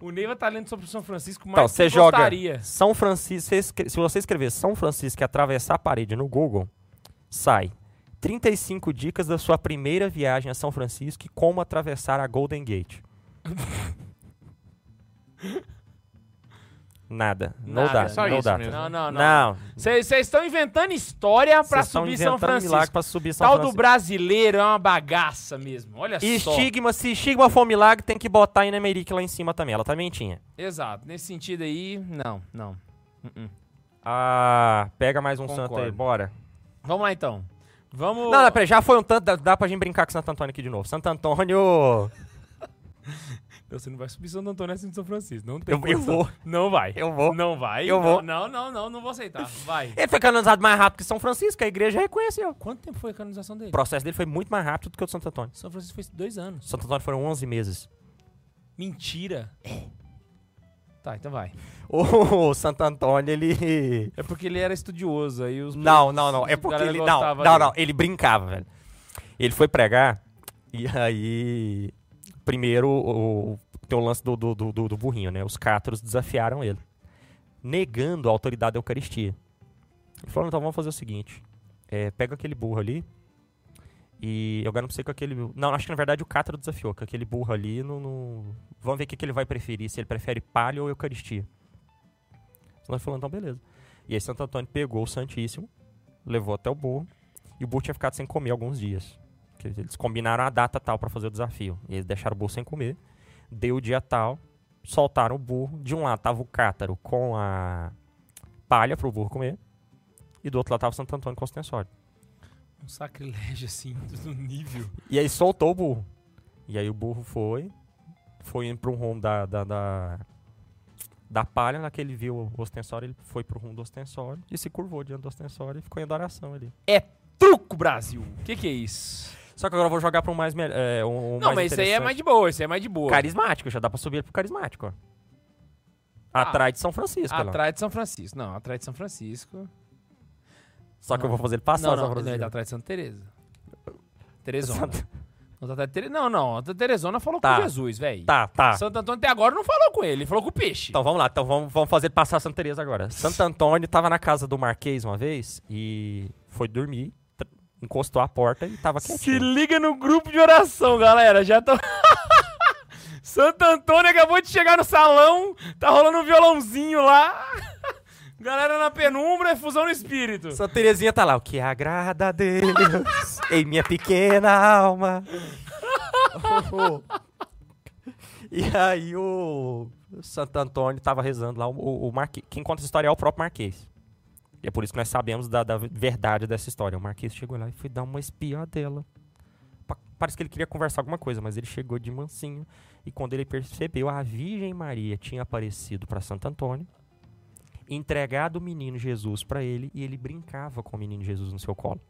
O Neiva tá lendo sobre São Francisco, mas Então, você joga gostaria. São Francisco. você escre- Se você escrever São Francisco e atravessar a parede no Google, sai 35 dicas da sua primeira viagem a São Francisco e como atravessar a Golden Gate. Nada. Não Nada. dá. Só não isso dá. mesmo. Não, não, não. Não. Vocês estão inventando história pra Vocês tão subir São inventando Francisco. milagre pra subir São Tal do Francisco. brasileiro é uma bagaça mesmo. Olha E só. estigma, se estigma for milagre, tem que botar a Ana Merick lá em cima também. Ela tá também tinha. Exato. Nesse sentido aí, não, não. Uh-uh. Ah, pega mais um santo aí, Concordo. bora. Vamos lá então. Vamos. Não, não, peraí, já foi um tanto, dá, dá pra gente brincar com Santo Antônio aqui de novo. Santo Antônio! Você não vai subir Santo Antônio assim de São Francisco. Não tem Eu, eu condição. vou. Não vai. Eu vou. Não vai. Eu não, vou. Não, não, não, não vou aceitar. Vai. Ele foi canonizado mais rápido que São Francisco, a igreja reconheceu. Quanto tempo foi a canonização dele? O processo dele foi muito mais rápido do que o de Santo Antônio. São Francisco fez dois anos. Santo Antônio foram 11 meses. Mentira. Tá, então vai. O Santo Antônio, ele. É porque ele era estudioso, aí os... Não, não, não. os É porque galera ele. Não, gostava não, dele. não. Ele brincava, velho. Ele foi pregar, e aí. Primeiro, o, o- tem o lance do, do, do, do- do burrinho, né? Os cátaros desafiaram ele, negando a autoridade da Eucaristia. Ele falou: então vamos fazer o seguinte: é, pega aquele burro ali. E eu garanto pra você que aquele. Não, acho que na verdade o Cátaro desafiou, que aquele burro ali não. não- Vamos ver o que, que ele vai preferir, se ele prefere palha ou Eucaristia. Nós falou, então beleza. E aí Santo Antônio pegou o Santíssimo, levou até o burro, e o burro tinha ficado sem comer alguns dias. Porque eles combinaram a data tal pra fazer o desafio. E eles deixaram o burro sem comer, deu o dia tal, soltaram o burro. De um lado tava o Cátaro com a palha pro burro comer, e do outro lado tava Santo Antônio com o ostensório. Um sacrilégio, assim, do nível. E aí soltou o burro. E aí o burro foi. Foi indo pro rumo da, da, da, da palha, lá que ele viu o ostensório, ele foi pro rumo do ostensório e se curvou diante do ostensório e ficou em adoração ali. Truco Brasil! O que, que é isso? Só que agora eu vou jogar pro mais. me- É, um, um não, mais mas isso aí é interessante. mais de boa, isso aí é mais de boa. Carismático, já dá pra subir pro carismático, ó. Ah. Atrás de São Francisco, Elão. Atrás de São Francisco. Não, atrás de São Francisco. Só que eu vou fazer ele passar não, São não, não, ele tá Francisco. atrás de Santa Teresa. Teresona. Não, tá atrás de Tere- não, não, a Teresona falou Tá. com Jesus, velho. Tá, tá. Santo Antônio até agora não falou com ele, ele falou com o peixe. Então vamos lá, então vamos, vamos fazer ele passar Santa Teresa agora. Santo Antônio tava na casa do Marquês uma vez e foi dormir, tr- encostou a porta e tava Se quietinho. liga no grupo de oração, galera. Já tô. Santo Antônio acabou de chegar no salão, tá rolando um violãozinho lá. Galera na penumbra, é fusão no espírito. Santa Terezinha tá lá, o que agrada a Deus em minha pequena alma. e aí o Santo Antônio tava rezando lá, o, o Marquês. Quem conta essa história é o próprio Marquês. E é por isso que nós sabemos da, da verdade dessa história. O Marquês chegou lá e foi dar uma espiadela. Pa- Parece que ele queria conversar alguma coisa, mas ele chegou de mansinho. E quando ele percebeu, a Virgem Maria tinha aparecido para Santo Antônio, entregado o menino Jesus para ele, e ele brincava com o menino Jesus no seu colo.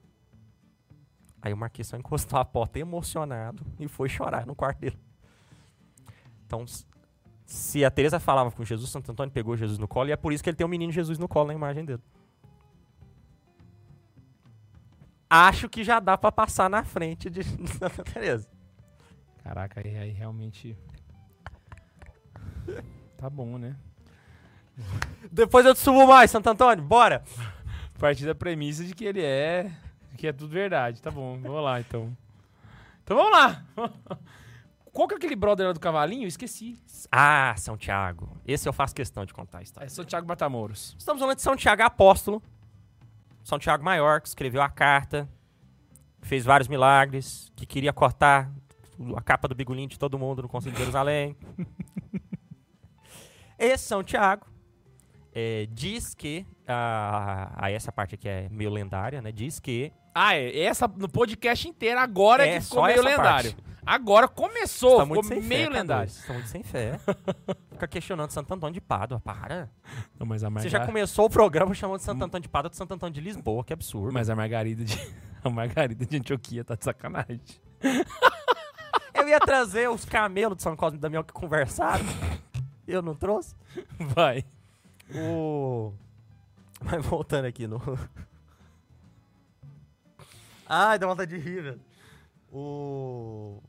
Aí o Marquês só encostou a porta emocionado e foi chorar no quarto dele. Então, s- se a Teresa falava com Jesus, Santo Antônio pegou Jesus no colo, e é por isso que ele tem o menino Jesus no colo na imagem dele. Acho que já dá pra passar na frente de Santa Teresa. Caraca, aí, aí realmente. Tá bom, né? Depois eu te subo mais, Santo Antônio, bora! Partir da premissa de que ele é. que é tudo verdade. Tá bom, vamos lá então. Então vamos lá! Qual que é aquele brother lá do cavalinho? Esqueci. Ah, São Tiago. Esse eu faço questão de contar a história. É Santiago Matamoros. Estamos falando de São Tiago Apóstolo. São Tiago Maior, que escreveu a carta, fez vários milagres, que queria cortar a capa do bigolim de todo mundo no Conselho de Jerusalém. Esse São Tiago eh, diz que. Ah, ah, essa parte aqui é meio lendária, né? Diz que. Ah, é. Essa no podcast inteiro agora é, É, que ficou só meio essa lendário. Agora começou, tá ficou muito sem fé, meio Cadu, lendário. Vocês Estão muito sem fé. Fica questionando Santo Antônio de Pádua, para. Não, mas Hum. a Você já começou o programa chamando de Santo Antônio de Pádua de Santo Antônio de Lisboa, que absurdo. Mas a Margarida de. A Margarida de Antioquia tá de sacanagem. Eu ia trazer os camelos de São Cosme e Damião que conversaram. Eu não trouxe. Vai. O... Mas voltando aqui no... Ai, dá vontade de rir, velho. O...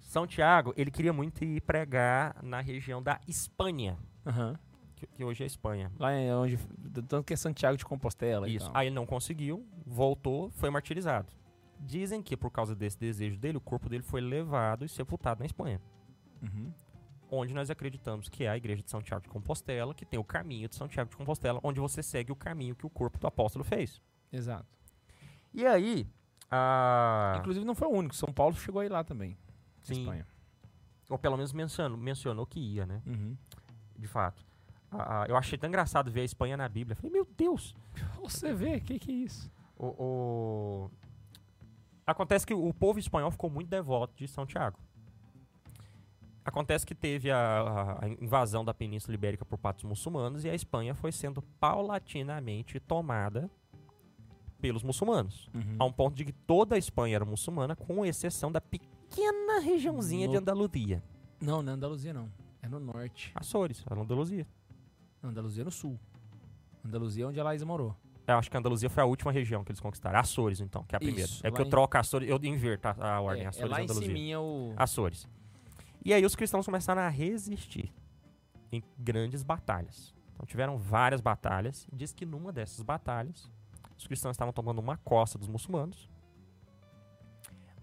São Tiago, ele queria muito ir pregar na região da Espanha, que, que hoje é Espanha. Lá é onde. Tanto que é Santiago de Compostela. Isso. E tal. Aí ele não conseguiu, voltou, foi martirizado. Uhum. Dizem que por causa desse desejo dele, o corpo dele foi levado e sepultado na Espanha. onde nós acreditamos que é a igreja de São Tiago de Compostela, que tem o caminho de São Tiago de Compostela, onde você segue o caminho que o corpo do apóstolo fez. Exato. E aí, a... Ah. Inclusive não foi o único, São Paulo chegou aí lá também. na Sim. Espanha. ou pelo menos mencionou, mencionou que ia, né? Uhum. De fato. A- a- eu achei tão engraçado ver a Espanha na Bíblia. Falei, meu Deus, Você vê, que que é isso? O, o- Acontece que o povo espanhol ficou muito devoto de São Tiago. Acontece que teve a, a- a invasão da Península Ibérica por patos muçulmanos e a Espanha foi sendo paulatinamente tomada pelos muçulmanos. Uhum. A um ponto de que toda a Espanha era muçulmana, com exceção da pequena regiãozinha de No- Andaluzia. Não, não é Andaluzia não. É no norte. Açores, era Andaluzia. Andaluzia é no sul. Andaluzia é onde a Laís morou. Eu acho que a Andaluzia foi a última região que eles conquistaram. Açores, então, que é a primeira. Isso, é lá que eu em- troco Açores, eu inverto a, a é, ordem. é Açores lá e em Andaluzia. cima o... Açores. E aí os cristãos começaram a resistir em grandes batalhas. Então tiveram várias batalhas. Diz que numa dessas batalhas, os cristãos estavam tomando uma costa dos muçulmanos.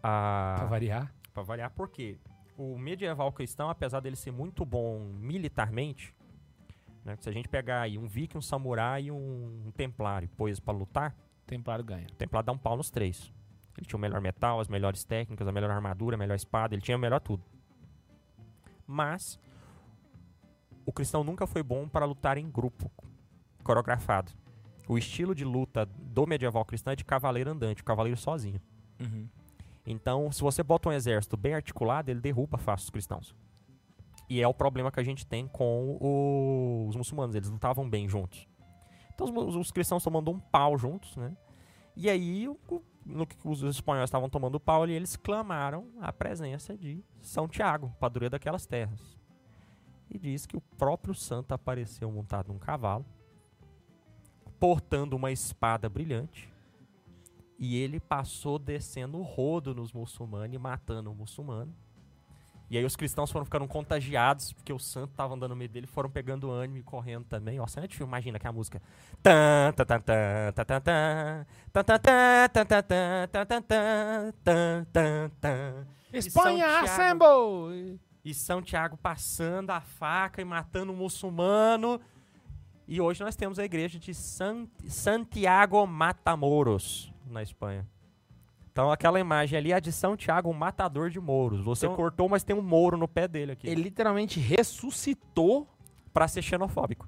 Ah, Pra variar. Pra variar, porque o medieval cristão, apesar dele ser muito bom militarmente, né, se a gente pegar aí um viking, um samurai e um, um templário, pois pra lutar, Templário ganha. o templário dá um pau nos três. Ele tinha o melhor metal, as melhores técnicas, a melhor armadura, a melhor espada, ele tinha o melhor tudo. Mas o cristão nunca foi bom para lutar em grupo, coreografado. O estilo de luta do medieval cristão é de cavaleiro andante, o cavaleiro sozinho. Uhum. Então, se você bota um exército bem articulado, ele derruba fácil os cristãos. E é o problema que a gente tem com o- os muçulmanos, eles lutavam bem juntos. Então, os, mu- os cristãos tomando um pau juntos, né? E aí, o- o- no que os espanhóis estavam tomando pau, ali, eles clamaram a presença de São Tiago, padroeiro daquelas terras. E diz que o próprio santo apareceu montado num cavalo, portando uma espada brilhante, e ele passou descendo o rodo nos muçulmanos e matando o muçulmano. E aí os cristãos foram ficando contagiados, porque o santo tava andando no meio dele, foram pegando ânimo e correndo também. Ó, cena de filme, imagina que a música. Tan, tan, tan, tan, tan, tan, tan, tan, tan, tan, tan, tan, tan, tan, tan, tan, tan, tan. Espanha, São Tiago. assemble! E São Tiago passando a faca e matando um muçulmano. E hoje nós temos a igreja de San- Santiago Matamoros, na Espanha. Então aquela imagem ali é a de São Tiago, o matador de mouros. Você Então- cortou, mas tem um mouro no pé dele aqui. Ele literalmente ressuscitou. Pra ser xenofóbico.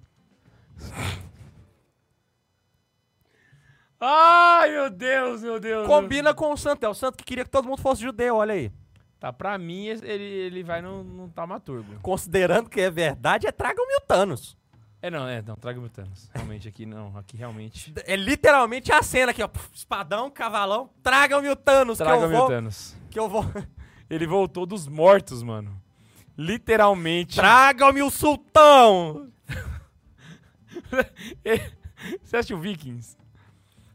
Ai, meu Deus, meu Deus. Combina com o santo. É o santo que queria que todo mundo fosse judeu, olha aí. Tá, pra mim, esse- ele, ele vai no, no Taumaturgo. Considerando que é verdade, é tragam mil Thanos. É, não, é, não, traga o Thanos. Realmente, aqui não, aqui realmente. É literalmente a cena aqui, ó. Espadão, cavalão, tragam mil Thanos. que Traga eu o vou, Thanos. Que eu vou... Ele voltou dos mortos, mano. Literalmente. Tragam-me o sultão! Você assistiu Vikings?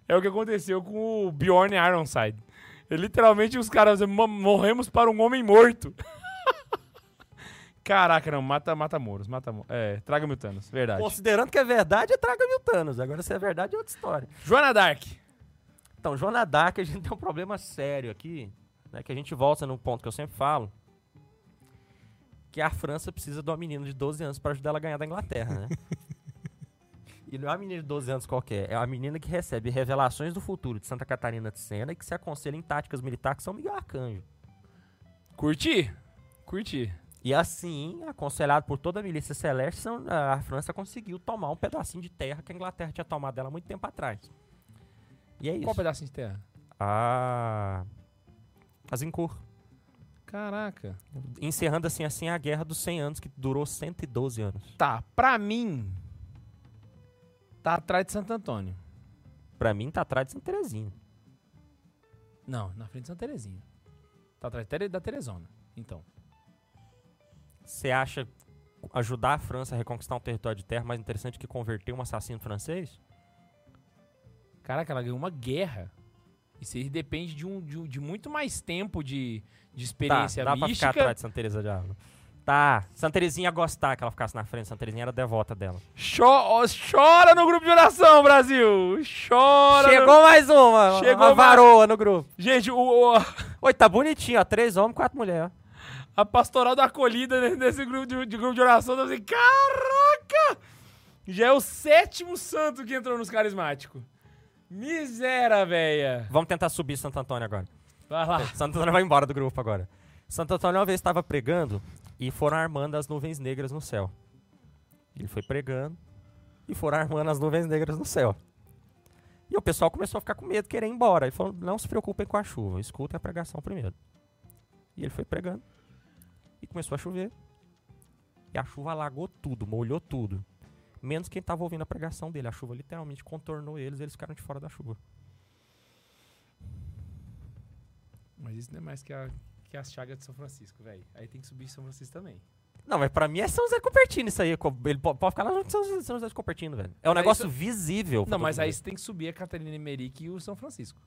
É o que aconteceu com o Bjorn Ironside. É literalmente os caras "Mo- morremos para um homem morto. Caraca, não, mata, mata Moros, mata Moros. É, traga o Thanos, verdade. Considerando que é verdade, é traga-me o Thanos. Agora, se é verdade, é outra história. Joana Dark. Então, Joana Dark, a gente tem um problema sério aqui, né, que a gente volta num ponto que eu sempre falo, que a França precisa de uma menina de 12 anos para ajudar ela a ganhar da Inglaterra, né? e não é uma menina de 12 anos qualquer, é uma menina que recebe revelações do futuro de Santa Catarina de Sena e que se aconselha em táticas militares que são Miguel Arcanjo. Curti? Curti. E assim, aconselhado por toda a milícia celeste, são- a a França conseguiu tomar um pedacinho de terra que a Inglaterra tinha tomado dela há muito tempo atrás. E é isso. Qual pedacinho de terra? Ah. Azincourt. Caraca. Encerrando assim assim a guerra dos 100 anos, que durou 112 anos. Tá, pra mim. Tá atrás de Santo Antônio. Pra mim, tá atrás de Santa Terezinha. Não, na frente de Santa Terezinha. Tá atrás de Tere- da Teresona. Então. Você acha ajudar a França a reconquistar um território de terra mais interessante que converter um assassino francês? Caraca, ela ganhou uma guerra. Isso aí depende de, um, de, um- de muito mais tempo de, de Tá, experiência dá pra ficar mística. atrás de Santa Teresa de Ávila. Tá, Santa Terezinha ia gostar que ela ficasse na frente, Santa Terezinha era devota dela. Cho- ó, Chora no grupo de oração, Brasil! Chora! no- Chegou mais uma, Chegou Chegou uma mais- varoa no grupo. Gente, o, o- Oi, tá bonitinho, ó, três homens, quatro mulheres. ó. a pastoral da acolhida né, nesse grupo de, de grupo de oração. Tá assim, caraca! Já é o sétimo santo que entrou nos carismáticos. Miséria, véia. Vamos tentar subir Santo Antônio agora. Vai lá. Santo Antônio vai embora do grupo agora. Santo Antônio uma vez estava pregando e foram armando as nuvens negras no céu. Ele foi pregando e foram armando as nuvens negras no céu. E o pessoal começou a ficar com medo, querer ir embora. Ele falou, não se preocupem com a chuva, escutem a pregação primeiro. E ele foi pregando. E começou a chover. E a chuva alagou tudo, molhou tudo. Menos quem estava ouvindo a pregação dele. A chuva literalmente contornou eles, eles ficaram de fora da chuva. Mas isso não é mais que, a, que as chagas de São Francisco, velho. Aí tem que subir São Francisco também. Não, mas pra mim é São José Cupertino isso aí. co- Ele po- pode ficar lá no São José, São José de Cupertino, velho. É um Mas negócio isso- visível. pra Não, todo mas aí mundo. você tem que subir a Catarina Emerick e o São Francisco.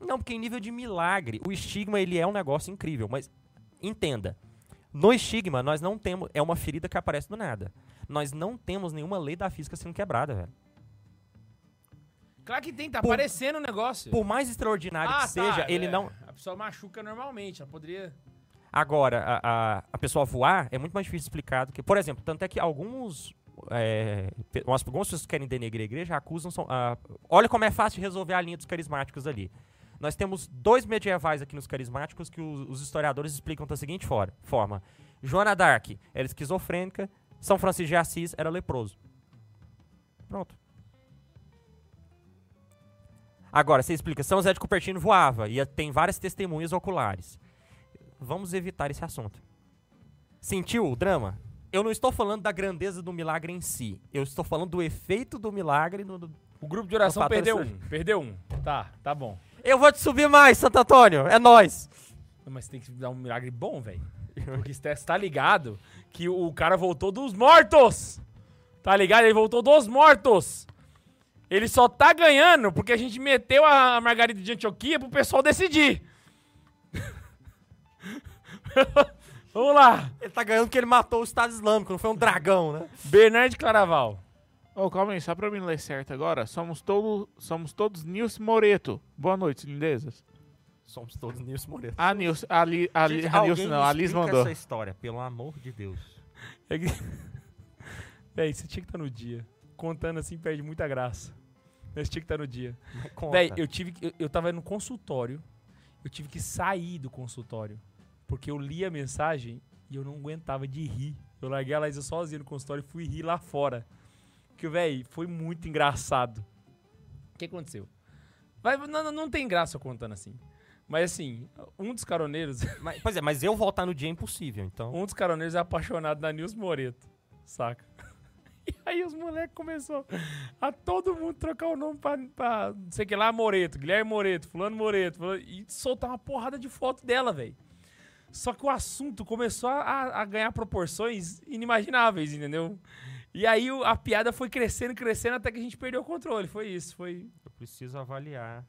Não, porque em nível de milagre, o estigma ele é um negócio incrível, mas entenda. No estigma, nós não temos. É uma ferida que aparece do nada. Nós não temos nenhuma lei da física sendo quebrada, velho. Claro que tem, tá Por- aparecendo o negócio. Por mais extraordinário Ah, que seja, tá, ele é. não. A pessoa machuca normalmente, ela poderia. Agora, a, a, a pessoa voar é muito mais difícil de explicar do que. Por exemplo, tanto é que alguns. é, pe- umas- algumas pessoas que querem denegrir a igreja acusam. são- ah, olha como é fácil de resolver a linha dos carismáticos ali. Nós temos dois medievais aqui nos carismáticos que os, os historiadores explicam da seguinte fora- forma: Joana d'Arc era esquizofrênica, São Francisco de Assis era leproso. Pronto. Agora, você explica: São José de Cupertino voava e eh, tem várias testemunhas oculares vamos evitar esse assunto. Sentiu o drama? Eu não estou falando da grandeza do milagre em si. Eu estou falando do efeito do milagre. No, do- O grupo de oração O fator perdeu extra- um. Perdeu um. Tá, tá bom. Eu vou te subir mais, Santo Antônio. É nós. Não, Mas tem que dar um milagre bom, velho. Porque você tá ligado que o cara voltou dos mortos. Tá ligado? Ele voltou dos mortos. Ele só tá ganhando porque a gente meteu a Margarida de Antioquia pro pessoal decidir. Vamos lá. Ele tá ganhando porque ele matou o Estado Islâmico, não foi um dragão, né? Bernard Claraval. Ô, calma aí, só pra eu me ler certo agora. Somos, todo, somos todos Nilce Moreto. Boa noite, lindezas. Ah, Somos todos Nilson Moreira. A Nilce, a, Li, a, Li- a Nilce não, a Liz mandou. essa história, pelo amor de Deus. É que... Véi, você tinha que estar no dia. Contando assim perde muita graça. Mas tinha que estar no dia. Mas conta. Véi, eu tive que. Eu, eu tava no consultório. Eu tive que sair do consultório. Porque eu li a mensagem e eu não aguentava de rir. Eu larguei a Laísa sozinha no consultório e fui rir lá fora. Porque, véi, foi muito engraçado. O que aconteceu? Vai, não, não- não tem graça eu contando assim. Mas assim, um dos caroneiros. Mas- pois é, mas eu voltar no dia é impossível, então. Um dos caroneiros é apaixonado na Nils Moreto, saca? E aí os moleques começou a todo mundo trocar o nome pra, pra não sei o que lá, Moreto, Guilherme Moreto, fulano Moreto, fulano- e soltar uma porrada de foto dela, velho. Só que o assunto começou a- a, a ganhar proporções inimagináveis, entendeu? E aí o- a piada foi crescendo, crescendo, até que a gente perdeu o controle. Foi isso, foi... Eu preciso avaliar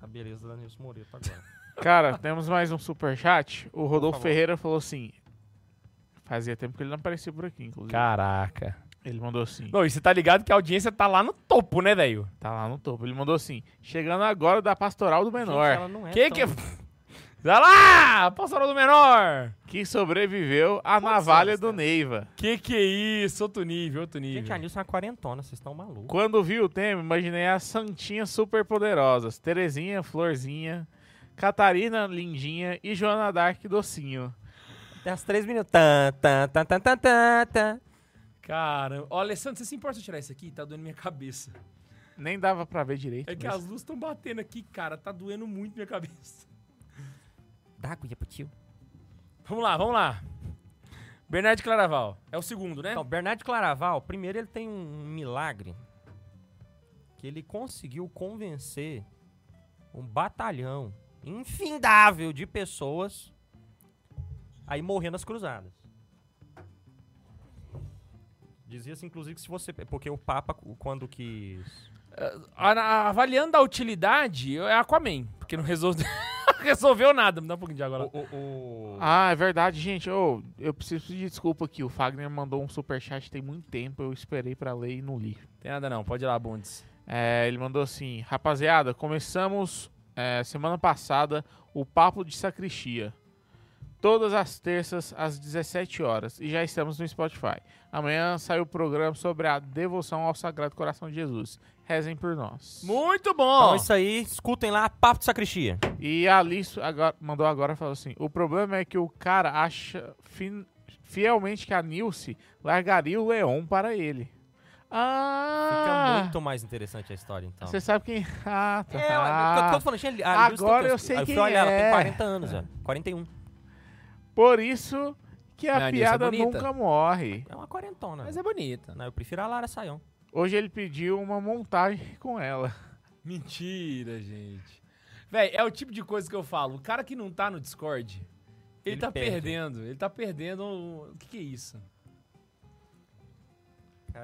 a beleza da Nilson Moreto agora. Cara, temos mais um superchat. O Rodolfo favor. Ferreira falou assim. Fazia tempo que ele não aparecia por aqui, inclusive. Caraca. Ele mandou assim. Não, e você tá ligado que a audiência tá lá no topo, né, velho? Tá lá no topo. Ele mandou assim. Chegando agora da Pastoral do Gente, Menor, ela não é Que tão- que... Vai lá! Pastoral do menor! que sobreviveu à Quantos navalha anos né? tem? do Neiva. Que que é isso? Outro nível, outro nível. Gente, a Nilson é uma quarentona, vocês estão malucos. Quando vi o tema, imaginei as santinhas superpoderosas. Terezinha, Florzinha, Catarina, Lindinha e Joana Dark, Docinho. Tem as três meninas. Tan, tan, tan, tan, tan, tan, tan. Cara, ó, Alessandro, você se importa se eu tirar isso aqui? Tá doendo minha cabeça. Nem dava pra ver direito. É que mas- as luzes estão batendo aqui, cara. Tá doendo muito minha cabeça. Dá aguinha pro tio. Vamos lá, vamos lá. Bernard Claraval. É o segundo, né? Então, Bernardo Claraval, primeiro ele tem um milagre que ele conseguiu convencer um batalhão infindável de pessoas a ir morrer nas cruzadas. Dizia-se, assim, inclusive, que se você... Porque o Papa, quando quis... A- a- avaliando a utilidade, é Aquaman. Porque não resolveu, resolveu nada. Me dá um pouquinho de água lá. O, o- o- Ah, é verdade, gente. Ô, eu preciso pedir desculpa aqui. O Fagner mandou um superchat tem muito tempo. Eu esperei pra ler e não li. Tem nada não, pode ir lá, Bundes. É, ele mandou assim: Rapaziada, começamos é, semana passada o papo de sacristia. todas as terças às 17 horas e já estamos no Spotify. Amanhã sai o programa sobre a devoção ao Sagrado Coração de Jesus. Rezem por nós. Muito Então bom! é isso aí, escutem lá, Papo de Sacristia. E a Alice agora- mandou agora falou assim: o problema é que o cara acha fin- fielmente que a Nilce largaria o Leon para ele. Ah! Fica muito mais interessante a história, então. Você sabe quem. Ah, tá. É, eu, eu, eu tô falando, gente, a Luz tem agora o quê? eu sei Aí quem fui olhar, Ela é. tem 40 anos, velho. 41. Por isso que a Não, a Nilce é piada bonita. nunca morre. É uma quarentona. Mas é bonita. Não, eu prefiro a Lara Saião. Hoje ele pediu uma montagem com ela. Mentira, gente. Véi, é o tipo de coisa que eu falo. O cara que não tá no Discord, ele, Ele tá perde. perdendo. Ele tá perdendo. O o que, que é isso?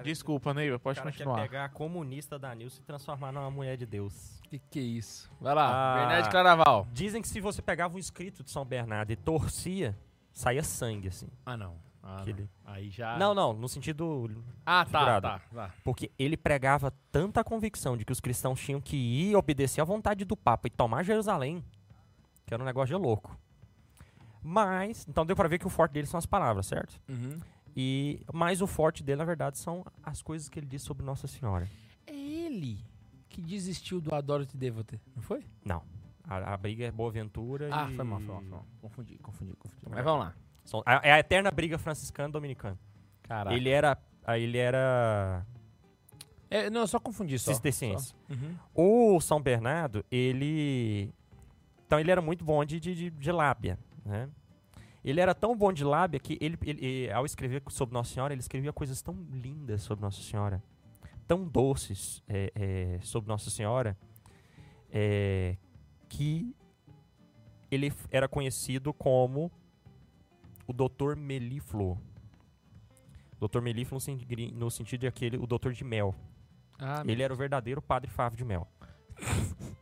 Desculpa, Neiva, O pode cara quer continuar. pegar a comunista da Nilce e transformar numa mulher de Deus. O que, que é isso? Vai lá, Ah. Bernard Claraval. Dizem que se você pegava um escrito de São Bernardo e torcia, saía sangue, assim. Ah, não. Ah, Que não. ele- Aí já. Não, não, no sentido. Ah, tá, Figurado. tá, tá. Porque ele pregava tanta convicção de que os cristãos tinham que ir obedecer à vontade do Papa e tomar Jerusalém, que era um negócio de louco. Mas, então deu pra ver que o forte dele são as palavras, certo? Uhum. E mas o forte dele, na verdade, são as coisas que ele diz sobre Nossa Senhora. É ele que desistiu do Adoro Te Devo Ter, não foi? Não. A, a briga é Boa Ventura Ah, e... foi mal, foi mal, foi mal. Confundi, confundi, confundi. Mas vamos lá. São- a- é a eterna briga franciscana e dominicana. Caraca. Ele era a- ele era É, não, eu só confundi só. cisterciense. Uhum. O São Bernardo, ele então ele era muito bom de, de, de- de lábia, né? Ele era tão bom de lábia que ele, ele- ao escrever sobre Nossa Senhora, ele escrevia coisas tão lindas sobre Nossa Senhora, tão doces é, é, sobre Nossa Senhora, é, que ele f- era conhecido como o Doutor Melifluo. Doutor Melifluo no sen- no sentido de aquele, o Doutor de Mel. Ah, Ele era o verdadeiro padre Fábio de Mel.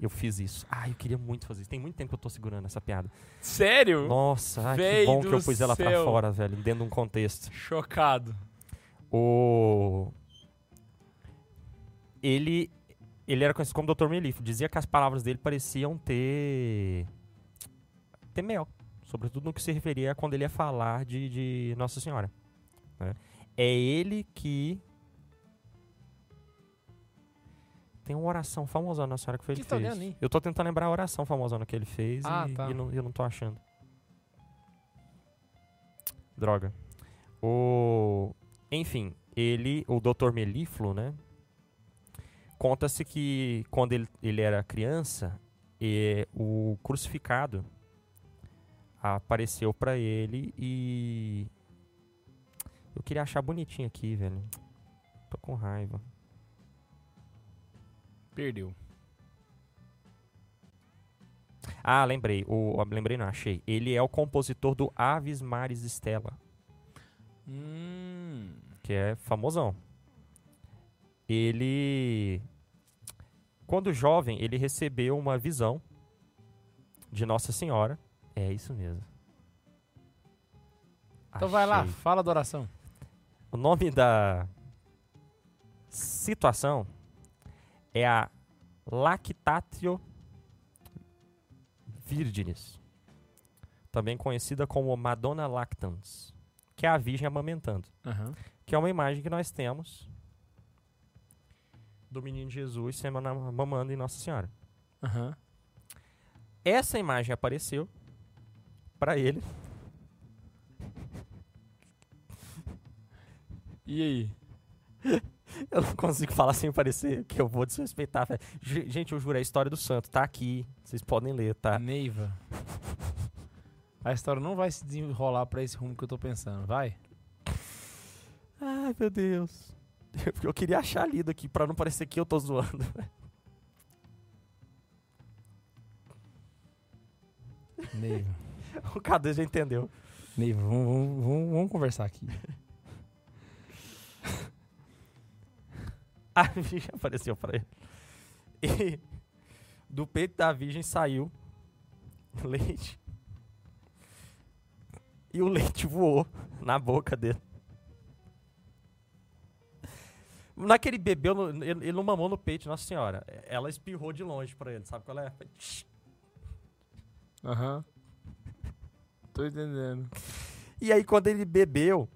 Eu fiz isso. Ah, eu queria muito fazer isso. Tem muito tempo que eu tô segurando essa piada. Sério? Nossa, ai, que Véi bom que eu Hum? do pus ela pra céu. fora, velho, dentro de um contexto. Chocado. O... Ele, ele era conhecido como Dr. Melifo. Dizia que as palavras dele pareciam ter... ter mel. Sobretudo no que se referia a quando ele ia falar de, de Nossa Senhora. né? É ele que... Tem uma oração famosa na Nossa Senhora que foi Que ele tá fez. olhando aí? Eu tô tentando lembrar a oração famosa que ele fez Ah, e, tá. e não, eu não tô achando. Droga. O... Enfim, ele, o Dr. Meliflo, né? Conta-se que quando ele, ele era criança, eh, o crucificado apareceu pra ele e. Eu queria achar bonitinho aqui, velho. Tô com raiva. Perdeu. Ah, lembrei. O, ah, lembrei, não, achei. Ele é o compositor do Aves Mares Estela, Hum. que é famosão. Ele. Quando jovem, ele recebeu uma visão de Nossa Senhora. É isso mesmo. Então vai lá, Achei. fala da oração. O nome da situação é a Lactatio Virginis, também conhecida como Madonna Lactans, que é a Virgem amamentando, que é uma imagem que nós temos do menino Jesus sendo na- mamando em Nossa Senhora. Aham. Essa imagem apareceu para ele E aí? Eu não consigo falar sem parecer que eu vou desrespeitar. velho. Ge- Gente, eu juro, é a história do santo. Tá aqui. Vocês podem ler, tá? Neiva. A história não vai se desenrolar pra esse rumo que eu tô pensando, vai? Ai, meu Deus. Eu, eu queria achar lido aqui pra não parecer que eu tô zoando. Neiva. O Cadu já entendeu. Neiva, vamos, vamos- vamos- vamos conversar aqui. A virgem apareceu pra ele. E do peito da virgem saiu leite. E o leite voou na boca dele. Naquele bebeu, no- ele ele não mamou no peito, Nossa Senhora. Ela espirrou de longe pra ele, sabe qual é? Foi tch. Aham. Tô entendendo. E aí, quando ele bebeu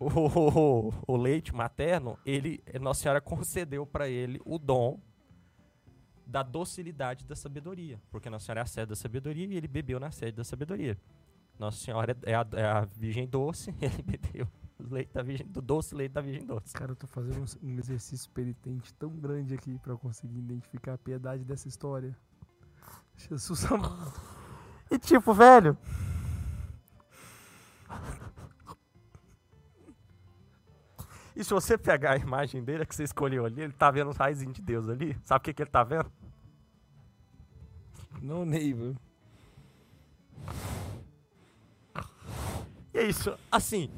o, o- o leite materno, ele, Nossa Senhora concedeu para ele o dom da docilidade da sabedoria. Porque Nossa Senhora é a sede da sabedoria e ele bebeu na sede da sabedoria. Nossa Senhora é a, é a Virgem Doce e ele bebeu o leite da Virgem, do doce leite da Virgem Doce. Cara, eu tô fazendo um- um exercício penitente tão grande aqui pra eu conseguir identificar a piedade dessa história. Jesus amado. E tipo, velho. E se você pegar a imagem dele, a que você escolheu ali, ele tá vendo os raizinhos de Deus ali. Sabe o que, que ele tá vendo? Não, Neiva. E é isso. Assim.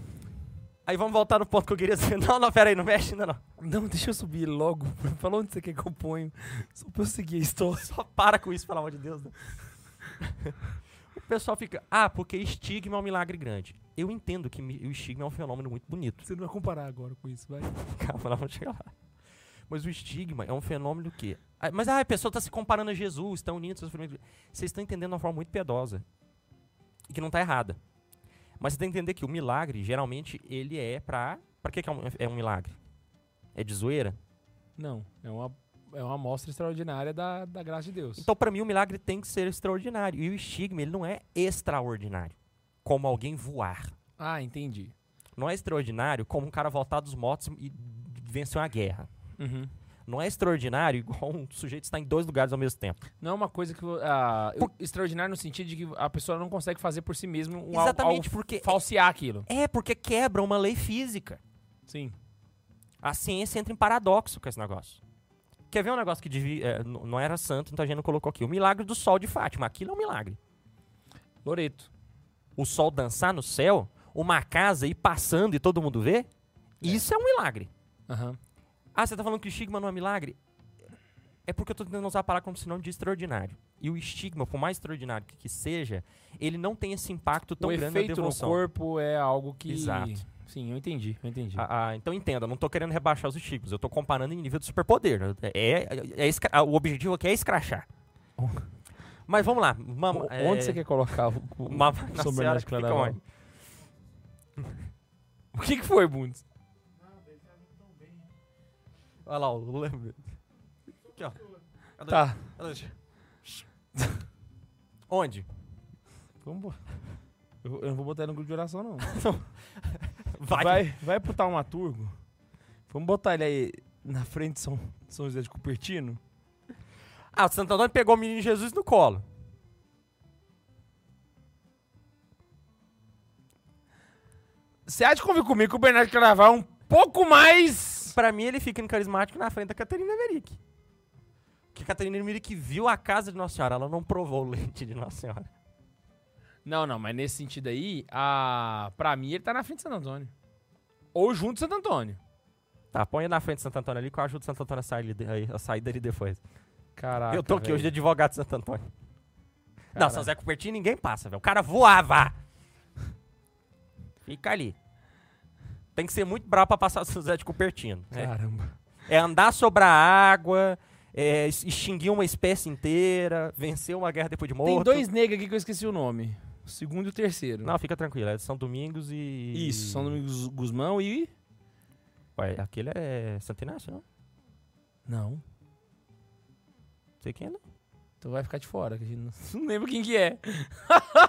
Aí vamos voltar no ponto que eu queria dizer. Não, não, peraí, não mexe ainda não. Não, deixa eu subir logo. Fala onde você quer que eu ponho. Só pra eu seguir a história. Só para com isso, pelo amor de Deus. né? o pessoal fica. Ah, porque estigma é um milagre grande. Eu entendo que mi- o estigma é um fenômeno muito bonito. Você não vai comparar agora com isso, vai. Calma, nós vamos chegar lá. Mas o estigma é um fenômeno que. Ah, Mas ah, a pessoa está se comparando a Jesus, está unindo seus sofrimentos. Vocês estão entendendo de uma forma muito piedosa. E que não está errada. Mas você tem que entender que o milagre, geralmente, ele é pra. Pra que, que é, um, é um milagre? É de zoeira? Não, é uma, é uma amostra extraordinária da, da graça de Deus. Então, pra mim, o milagre tem que ser extraordinário. E o estigma, ele não é extraordinário. Como alguém voar. Ah, entendi. Não é extraordinário como um cara voltar dos mortos e vencer uma guerra. Uhum. Não é extraordinário igual um sujeito estar em dois lugares ao mesmo tempo. Não é uma coisa que. ah, eu- Por- Extraordinário no sentido de que a pessoa não consegue fazer por si mesmo um al- Exatamente, al- porque. falsear aquilo. É, porque quebra uma lei física. Sim. A ciência entra em paradoxo com esse negócio. Quer ver um negócio que devi- é, n- não era santo, então a gente não colocou aqui. O milagre do sol de Fátima. Aquilo é um milagre. Loreto. O sol dançar no céu, uma casa ir passando e todo mundo ver, isso é um milagre. Aham. Ah, você tá falando que o estigma não é milagre? É porque eu tô tentando usar a palavra como sinônimo de extraordinário. E o estigma, por mais extraordinário que, que seja, ele não tem esse impacto tão O grande na Então, efeito no devolução. corpo é algo que. Exato. Sim, eu entendi, eu entendi. Ah, ah, então entenda, eu não tô querendo rebaixar os estigmas, eu tô comparando em nível de superpoder. É, é escra- ah, o objetivo aqui é escrachar. Mas vamos lá. Mama, Oh. O- é, Onde você quer colocar o, o, Mama, o Nossa Senhora, sobrenome de fica Claraval? onde? O que, que foi, Bundes? Olha lá, o Lula. Aqui, ó. Cadê? Tá. Cadê? Onde? Vamos eu, eu não vou botar ele no grupo de oração, não. Vai. Vai, vai pro Taumaturgo. Vamos botar ele aí na frente de São, São José de Cupertino? Ah, o Santo Antônio pegou o menino Jesus no colo. Você há de convir comigo que o Bernardo Caraval é um pouco mais. Pra mim, ele fica no carismático na frente da Catarina Emerick. Que a Catarina Emerick viu a casa de Nossa Senhora, ela não provou o leite de Nossa Senhora. Não, não, mas nesse sentido aí, a... pra mim ele tá na frente de Santo Antônio. Ou junto de Santo Antônio. Tá, põe na frente de Santo Antônio ali que eu ajudo o Santo Antônio a sair, ali de- aí, a sair dali depois. Caraca. eu tô aqui hoje de advogado de Santo Antônio. Não, Caraca. São Zé Cupertino ninguém passa, velho. O cara voava. Fica ali. Tem que ser muito brabo pra passar São Zé de Cupertino. né? Caramba. É, andar sobre a água, é, es- extinguir uma espécie inteira, vencer uma guerra depois de morto. Tem dois negros aqui que eu esqueci o nome. O segundo e o terceiro. Não, fica tranquilo. É São Domingos e... Isso, São Domingos Guzmão e. Ué, aquele é Santo Inácio, não? Não. Não sei quem é, não. Então vai ficar de fora, que a gente não, não lembro quem que é.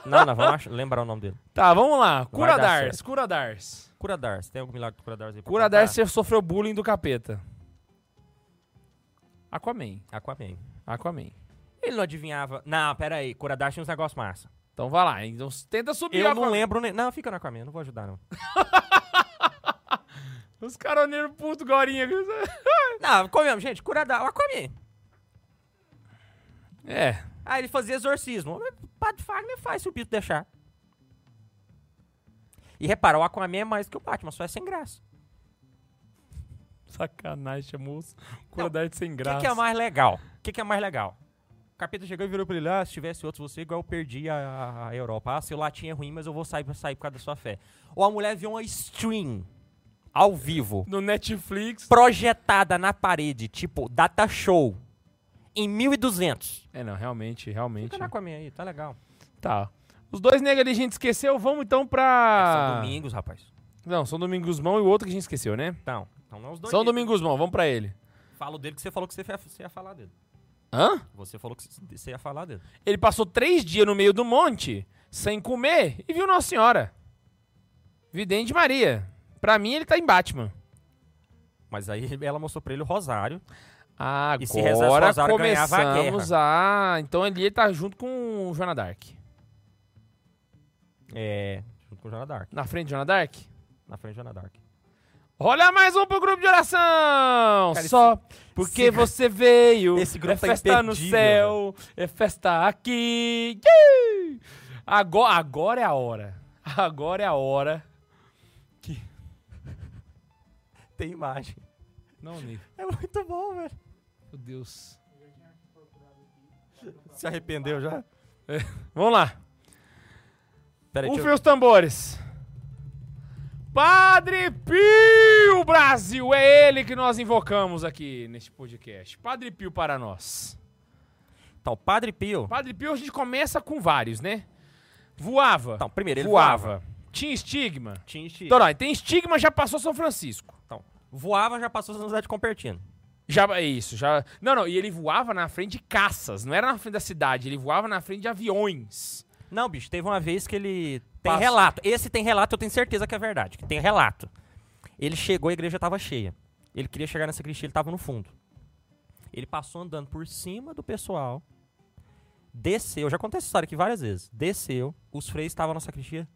Não, não, vamos ach- lembrar o nome dele. Tá, vamos lá. Vai dar Curadars, certo. Tá, Curadars. Curadars. Tem algum milagre do Curadars aí pra Curadars contar? você sofreu bullying do capeta. Aquaman. Aquaman. Aquaman. Ele não adivinhava. Não, pera aí, Curadar tinha uns negócios massa. Então vai lá, então s- tenta subir Eu Aquaman. não lembro nem. Não, fica na Aquaman, não vou ajudar, não. Os caroneiros puto gorinha. viu? Não, comemos, gente, Curadar, o Aquaman. É. Ah, ele fazia exorcismo. Mas O Padre Fagner faz se o bicho deixar. E repara, o Aquaman é mais que o Batman, só é sem graça. Sacanagem, chamou os Curadars de sem O que, graça. que é mais legal? O que, que é mais legal? O capeta chegou e virou pra ele: Ah, se tivesse outros você, igual eu perdi a- a, a Europa. Ah, seu latim é ruim, mas eu vou sair, sair por causa da sua fé. Ou a mulher viu uma stream ao vivo. No Netflix. projetada na parede, tipo data show, em 1200. É, não, realmente, realmente. Fica na com a minha aí, tá legal. Tá. Os dois negros ali a gente esqueceu. Vamos então É, São pra. domingos, rapaz. Não, São Domingos Mão e o outro que a gente esqueceu, né? Então, então não é os dois. São negros. Domingos Mão, vamos pra ele. Falo dele que você falou que você ia, você ia falar dele. Hã? Você falou que você ia falar dele. Ele passou três dias no meio do monte, sem comer, e viu Nossa Senhora. Vidente Maria. Pra mim, ele tá em Batman. Mas aí ela mostrou pra ele o rosário. Agora E se rezasse o Rosário, ganhava a guerra. começamos a... Então ali ele tá junto com o Joana Dark. É. Junto com o Jonah Dark. Na frente de Joana Dark? Na frente do Jonah Dark. Olha mais um pro grupo de oração! Só porque esse- você veio. esse grupo é tá festa no imperdível, céu, é festa aqui. Yay! Agora, agora é a hora. Agora é a hora. Tem imagem. Não, Nico. É muito bom, velho. Meu Deus. Se arrependeu já? Vamos lá. Peraí, Ufem deixa eu... os tambores. Padre Pio Brasil, é ele que nós invocamos aqui neste podcast. Padre Pio para nós. Então, Padre Pio. Padre Pio a gente começa com vários, né? Voava. Então, primeiro ele voava. voava. Tinha estigma. Tinha enchido. Então, não, tem estigma, já passou São Francisco. Então, voava já passou na cidade Compertino. Já, é isso, já. Não, não, e ele voava na frente de caças, não era na frente da cidade, ele voava na frente de aviões. Não, bicho, teve uma vez que ele. Tem Passou. relato. Esse tem relato, eu tenho certeza que é verdade. Que tem relato. Ele chegou, a igreja tava cheia. Ele queria chegar nessa igreja, ele tava no fundo. Ele passou andando por cima do pessoal. Desceu, já contei essa história aqui várias vezes. Desceu, os freios estavam na sacristia.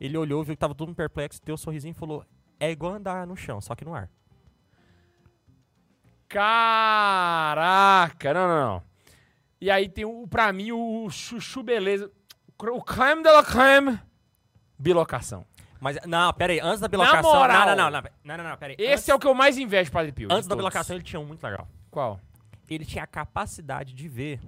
Ele olhou, viu que tava todo mundo perplexo, deu um sorrisinho e falou: É igual andar no chão, só que no ar. Caraca! Não, não, não. E aí tem o, pra mim, o chuchu beleza. O cr- O creme de la creme. Bilocação. Mas, não, pera aí, antes da bilocação. moral. Não, não, não, não, não, não, não, pera aí. Esse antes, é o que eu mais invejo, Padre Pio. de Antes da todos. bilocação, ele tinha um muito legal. Qual? ele tinha a capacidade de ver.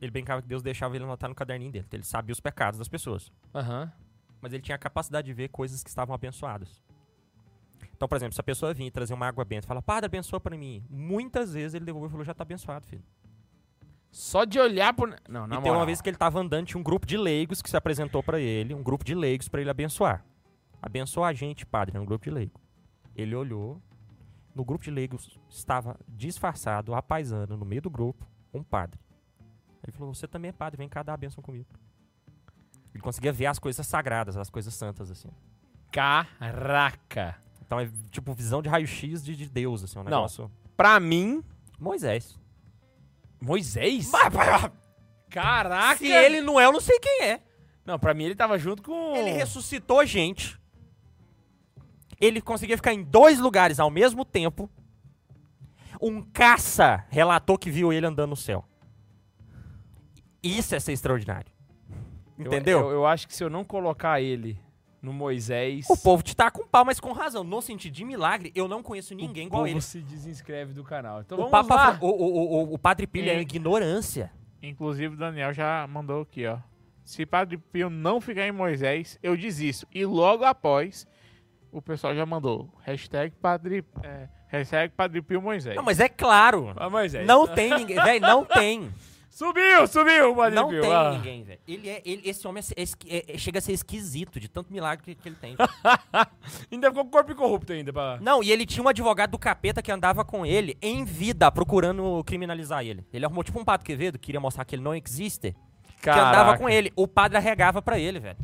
Ele brincava que Deus deixava ele anotar no caderninho dele. Ele sabia os pecados das pessoas. Aham. Mas ele tinha a capacidade de ver coisas que estavam abençoadas. Então, por exemplo, se a pessoa vinha e trazer uma água benta e fala, Padre, abençoa pra mim. Muitas vezes ele devolveu e falou, já tá abençoado, filho. Só de olhar pro. Não, na e tem moral. uma vez que ele tava andando, tinha um grupo de leigos que se apresentou pra ele, um grupo de leigos pra ele abençoar. Abençoa a gente, padre, é um grupo de leigos. Ele olhou, no grupo de leigos estava disfarçado, apaisando, no meio do grupo, um padre. Ele falou: Você também é padre, vem cá dar a benção comigo. Ele conseguia ver as coisas sagradas, as coisas santas, assim. Caraca! Então é tipo visão de raio-x de, de Deus, assim, um Não. negócio. Pra mim, Moisés. Moisés? Caraca! Se ele não é, eu não sei quem é. Não, pra mim ele tava junto com. Ele ressuscitou gente. Ele conseguia ficar em dois lugares ao mesmo tempo. Um caça relatou que viu ele andando no céu. Isso é ser extraordinário. Eu- Entendeu? Eu, eu acho que se eu não colocar ele no Moisés. O povo te tá com pau, mas com razão. No sentido de milagre, eu não conheço ninguém o igual povo ele. se desinscreve do canal. Então O, vamos Papa lá. Fran- o, o, o, o Padre Pilha é, É. uma ignorância. Inclusive, o Daniel já mandou aqui, ó. Se Padre Pio não ficar em Moisés, eu desisto. E logo após, o pessoal já mandou. Hashtag Padre, é, hashtag Padre Pio Moisés. Não, mas é claro. Ah, Moisés. Não tem ninguém, velho, não tem. Subiu, subiu, Padre Não Pio. tem Ah. ninguém, velho. Ele é, ele- esse homem é esqui- é- é- chega a ser esquisito de tanto milagre que, que ele tem. ainda ficou com o corpo corrupto ainda pra... Não, e ele tinha um advogado do capeta que andava com ele em vida, procurando criminalizar ele. Ele arrumou tipo um pato quevedo, queria mostrar que ele não existe, que andava com ele. O padre arregava pra ele, velho.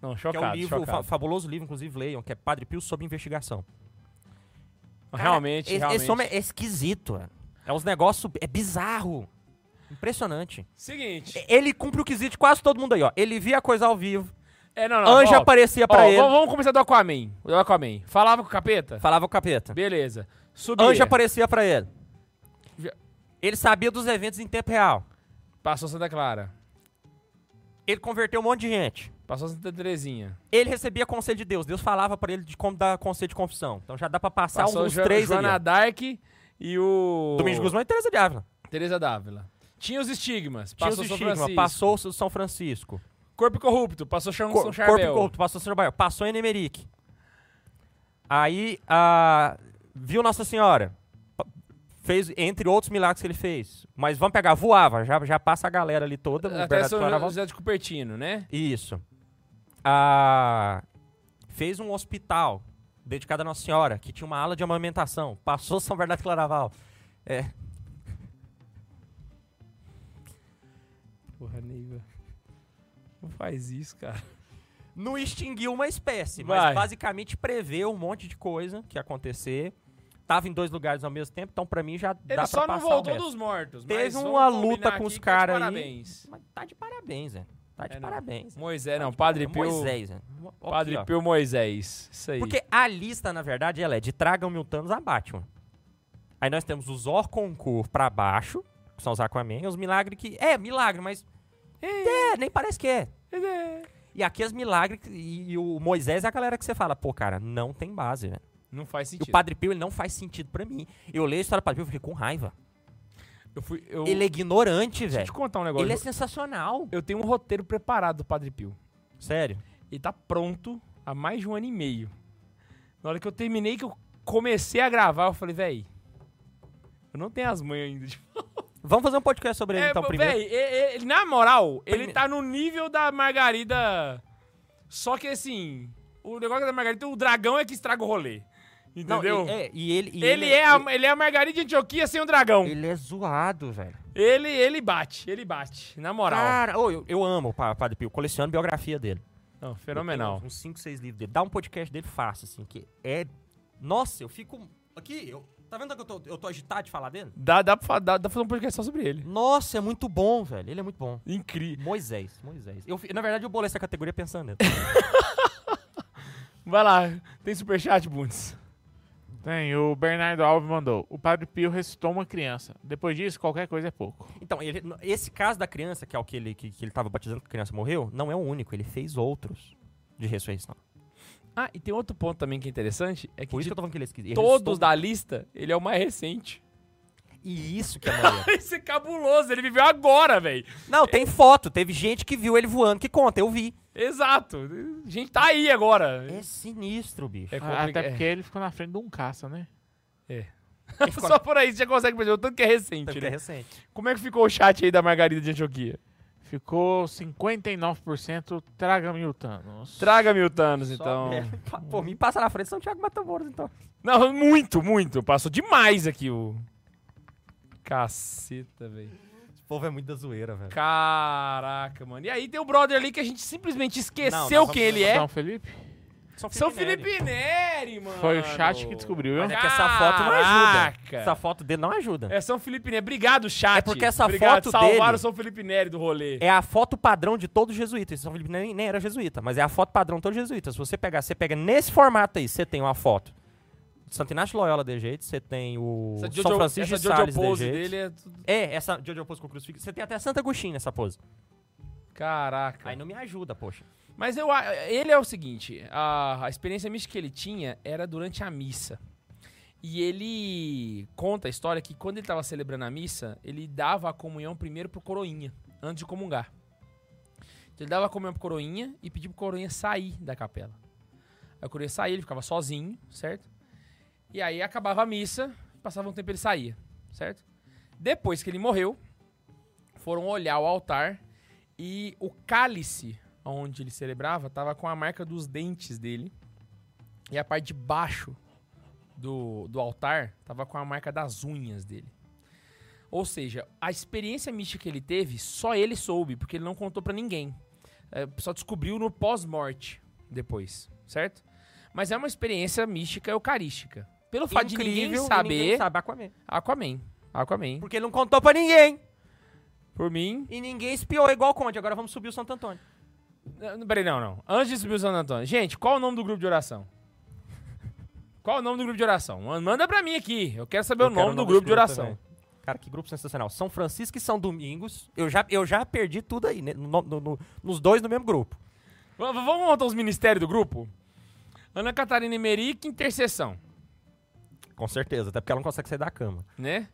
Não, Que é chocado, um livro, o fa- chocado. fabuloso livro, inclusive, leiam, que é Padre Pio sob investigação. Cara, realmente, esse, realmente. Esse homem é esquisito, velho. É uns negócios, é bizarro. Impressionante. Seguinte. Ele cumpre o quesito de quase todo mundo aí, ó. Ele via a coisa ao vivo, É, não, não. anjo volta. aparecia Ó, pra ele, vamos, vamos começar do Aquaman. Do Aquaman. Falava com o capeta? falava o capeta. Beleza. Subia. Anjo aparecia pra ele. Já- Ele sabia dos eventos em tempo real. Passou Santa Clara. Ele converteu um monte de gente. Passou Santa Terezinha. Ele recebia conselho de Deus. Deus falava pra ele de como dar conselho de confissão. Então já dá pra passar Passou uns Jo- três Joana ali. Dark e o... ó. Domingos Guzmão e Teresa de Ávila. Teresa d'Ávila. Tinha os estigmas. Tinha os passou São estigma, Francisco. passou o São Francisco. Corpo corrupto. Passou Chão Cor- São corpo Charbel. e corpo, passou São Baio, passou em Nemeric. Aí, ah, viu Nossa Senhora. Pa- Fez, entre outros milagres que ele fez. Mas vamos pegar, voava, já, já passa a galera ali toda. o Até Bernardo São Claraval. José de Cupertino, né? Isso. Ah, fez um hospital dedicado a Nossa Senhora, que tinha uma ala de amamentação. Passou São Bernardo Claraval. É, Porra, Neiva. Não faz isso, cara. não extinguiu uma espécie, mas Vai. basicamente preveu um monte de coisa que ia acontecer. Tava em dois lugares ao mesmo tempo, então pra mim já dá Ele pra só não passar o voltou resto. dos mortos. Teve mas vamos uma combinar luta com aqui os que tá de cara aí. Parabéns. Mas tá de parabéns, é. Tá de É, não. parabéns. Moisés, Tá não. de Padre parabéns. Pio. Moisés, é. Ó, Padre aqui, ó. Pio Moisés. Isso aí. Porque a lista, na verdade, ela é de tragam-me o Thanos a Batman. Aí nós temos os Orconcur pra baixo, que são os Aquaman, e os milagres que... É, milagre, mas... É, nem parece que é. E aqui as milagres... que- E, e o Moisés é a galera que você fala, pô, cara, não tem base, né? Não faz E o sentido. Padre Pio, ele não faz sentido pra mim. Eu leio a história do Padre Pio, eu fiquei com raiva. Eu fui, eu... Ele é ignorante, Deixa eu te velho. contar um negócio. Ele é sensacional. Eu tenho um roteiro preparado do Padre Pio. Sério. Ele tá pronto há mais de um ano e meio. Na hora que eu terminei, que eu comecei a gravar, eu falei, véi, eu não tenho as manhas ainda. de- Vamos fazer um podcast sobre ele, É, então, pô, primeiro. véi, e- e- na moral, ele Prime- tá no nível da Margarida. Só que assim, o negócio da Margarida, o dragão é que estraga o rolê. Não, Entendeu? e- é, e ele... e ele, é a, Ele, ele é a Margarida de Antioquia sem o dragão. Ele, ele é zoado, velho. ele, bate, ele bate. Na moral. Cara, ô, eu, eu amo o Pa- Padre Pio, coleciono biografia dele. Não, fenomenal. Eu tenho Uns 5, 6 livros dele. Dá um podcast dele fácil, assim, que é... Nossa, eu fico... Aqui, eu... tá vendo que eu tô, eu tô agitado de falar dele? Dá, dá, pra, fa- dá, dá pra fazer um podcast só sobre ele. Nossa, é muito bom, velho. Ele é muito bom. Incrível. Moisés, Moisés. Eu, fi- na verdade, eu bolei essa categoria pensando nele. Vai lá, tem superchat, Bundes. Tem, o Bernardo Alves mandou. O Padre Pio ressuscitou uma criança. Depois disso, qualquer coisa é pouco. Então, ele- esse caso da criança, que é o que ele, que, que ele tava batizando que a criança morreu, não é o único. Ele fez outros de ressurreição. Ah, e tem outro ponto também que é interessante, é que Por isso de que eu tô falando que ele é esquisito. Ele todos ressuscitou- da lista, ele é o mais recente. E isso que é maneiro. Esse é cabuloso, ele viveu agora, velho. Não, tem foto. Teve gente que viu ele voando, que conta. Eu vi. Exato. A gente tá aí agora. É sinistro, bicho. É Ah, Até complicado. porque ele ficou na frente de um caça, né? É, Só por aí você já consegue perceber o tanto que é Até recente, porque é né? recente. Como é que ficou o chat aí da Margarida de Antioquia? Ficou 59% traga-me o Thanos. Traga-me o Thanos, então. Só- é, pa- Pô, me passa na frente São Tiago Matamoros, então. Não, muito, muito. Passou demais aqui o... Caceta, velho. Esse povo é muito da zoeira, velho. Caraca, mano. E aí tem o brother ali que a gente simplesmente Não, nós esqueceu vamos- quem ele é. São um Felipe? São Felipe Neri, mano. Foi o chat que descobriu, viu? Mas é que essa foto não ajuda. Caraca. Essa foto dele não ajuda. É São Felipe Neri. Obrigado, chat. É porque essa Obrigado, foto salvaram dele- o São Felipe Neri do rolê. É a foto padrão de todo jesuíta. Esse São Felipe nem, nem era jesuíta, mas é a foto padrão de todo jesuíta. Se você pegar, você pega nesse formato aí, você tem uma foto. de Santo Inácio de Loyola de jeito, você tem o Essa São Francisco de Sales de pose jeito. dele é tudo... É, essa Jojo Pose com crucifixo. Você tem até Santa Agostinho nessa pose. Caraca. Aí não me ajuda, poxa. Mas eu, a- ele é o seguinte, a, a experiência mística que ele tinha era durante a missa. E ele conta a história que quando ele estava celebrando a missa, ele dava a comunhão primeiro pro coroinha, antes de comungar. Então ele dava a comunhão pro coroinha e pedia pro coroinha sair da capela. Aí o coroinha saía, ele ficava sozinho, certo? E aí acabava a missa, passava um tempo ele saía, certo? Depois que ele morreu, foram olhar o altar e o cálice onde ele celebrava tava com a marca dos dentes dele. E a parte de baixo do, do altar tava com a marca das unhas dele. Ou seja, a experiência mística que ele teve, só ele soube, porque ele não contou pra ninguém. É, só descobriu no pós-morte depois, certo? Mas é uma experiência mística eucarística. Pelo fato Incrível, de ninguém e saber, sabe Aquaman. Aquaman. Aquaman. Porque ele não contou pra ninguém. Por mim, E ninguém espiou é igual o Conde. Agora vamos subir o Santo Antônio. Não, peraí, não, não. Antes de subir o Santo Antônio. Gente, qual o nome do grupo de oração? Qual o nome do grupo de oração? Man- Manda pra mim aqui. Eu quero saber Eu o quero nome do grupo de oração. também. Cara, que grupo sensacional. São Francisco e São Domingos. Eu já, eu já perdi tudo aí, né? No- no- no- nos dois no mesmo grupo. V- v- vamos montar os ministérios do grupo? Ana Catarina Emerick, intercessão, Com certeza, até porque ela não consegue sair da cama. né?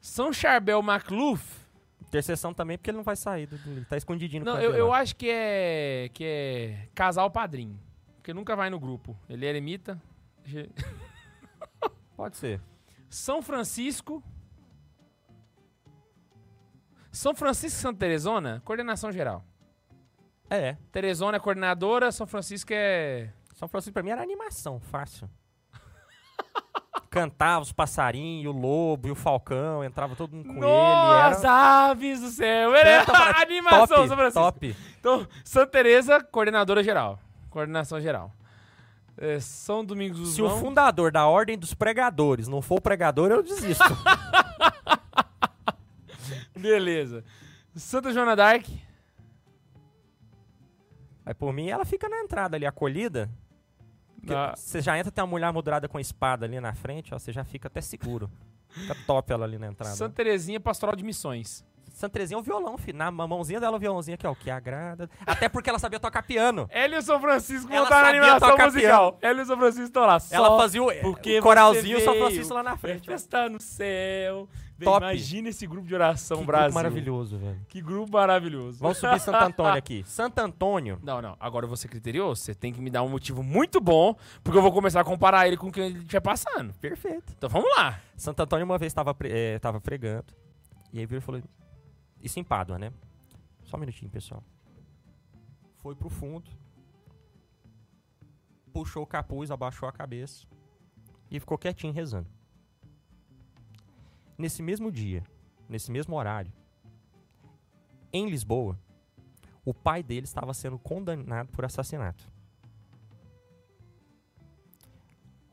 São Charbel Macluf. Intercessão também, porque ele não vai sair. do- do- Ele tá escondidinho no Não, canto eu, dele eu lá. acho que é que é casal padrinho, porque nunca vai no grupo. Ele é eremita. Pode ser. São Francisco São Francisco e Santa Teresona, coordenação geral. É. Teresona é coordenadora, São Francisco é. São Francisco pra mim era animação, fácil. Cantava os passarinhos, o lobo e o falcão, entrava todo mundo com Nossa, aves do céu! Era Tenta pra- animação, ele. São Era Francisco. top, top. Então, Santa Teresa, coordenadora geral. Coordenação geral. É, São Domingos dos Se o Bons. fundador da Ordem dos Pregadores não for o pregador, eu desisto. Beleza. Santa Joana Dark. Aí por mim, ela fica na entrada ali, acolhida. Porque na- Você já entra, tem uma mulher moderada com espada ali na frente, ó, você já fica até seguro. fica top ela ali na entrada. Santa Santa, Terezinha, pastoral de missões. Terezinha é um violão, fi. Na mãozinha dela é um violãozinho que é o que agrada. Até porque ela sabia tocar piano. Hélio e São Francisco Ela montaram a sabia animação tocar musical. Hélio e São Francisco estão lá. ela só fazia o, eh, porque o coralzinho você e São veio. Francisco lá na frente. ó. está no céu. Vem, Top. Imagina esse grupo de oração Que grupo Brasil. maravilhoso, velho. Que grupo maravilhoso. Vamos subir Santo Antônio aqui. Santo Antônio. Não, não. Agora você criterioso, você tem que me dar um motivo muito bom, porque eu vou começar a comparar ele com o que ele estiver passando. Perfeito. Então vamos lá. Santo Antônio uma vez estava pre eh, tava pregando. E aí virou e falou. Isso em Pádua, né? Só um minutinho, pessoal. Foi pro fundo. Puxou o capuz, abaixou a cabeça. E ficou quietinho rezando. Nesse mesmo dia, nesse mesmo horário, em Lisboa, o pai dele estava sendo condenado por assassinato.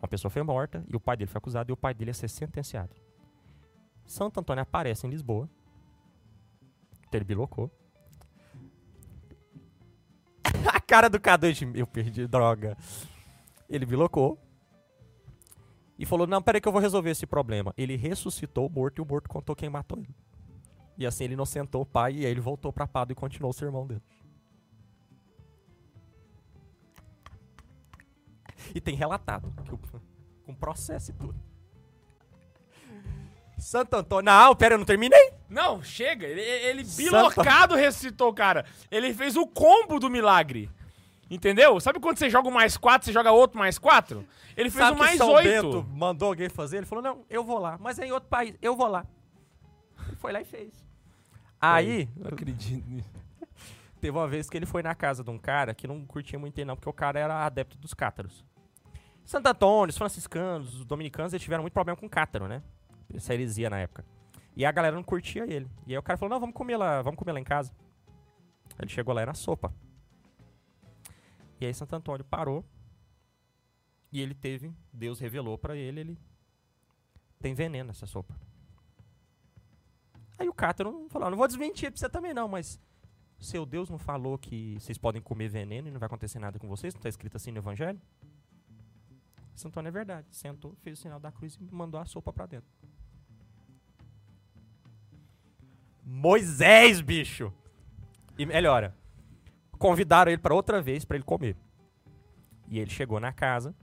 Uma pessoa foi morta e o pai dele foi acusado e o pai dele ia ser sentenciado. Santo Antônio aparece em Lisboa. Terbilocou. A cara do Cadu de eu perdi droga. Ele bilocou. E falou: "Não, peraí que eu vou resolver esse problema". Ele ressuscitou o morto e o morto contou quem matou ele. E assim ele inocentou o pai e aí ele voltou pra Pado e continuou o sermão dele. E tem relatado que o, com processo e tudo. Santo Antônio. Não, pera, eu não terminei. Não, chega. Ele, ele Santa- bilocado ressuscitou o cara. Ele fez o combo do milagre. Entendeu? Sabe quando você joga um mais quatro, você joga outro mais quatro? Ele fez Sabe um que mais São oito. Bento mandou alguém fazer? Ele falou, não, eu vou lá. Mas é em outro país, eu vou lá. Ele foi lá e fez. Aí, acredito nisso. teve uma vez que ele foi na casa de um cara que não curtia muito ele não, porque o cara era adepto dos cátaros. Santo Antônio, os franciscanos, os dominicanos, eles tiveram muito problema com cátaro, né? Essa heresia na época. E a galera não curtia ele. E aí o cara falou, não, vamos comer lá, vamos comer lá em casa. Ele chegou lá, era sopa. E aí Santo Antônio parou. E ele teve, Deus revelou pra ele, ele tem veneno essa sopa. Aí o cátaro falou, "Ah, não vou desmentir pra você também não, mas seu Deus não falou que vocês podem comer veneno e não vai acontecer nada com vocês? Não está escrito assim no Evangelho? Santo Antônio é verdade. Sentou, fez o sinal da cruz e mandou a sopa pra dentro. Moisés, bicho! E melhora. Convidaram ele pra outra vez pra ele comer. E ele chegou na casa,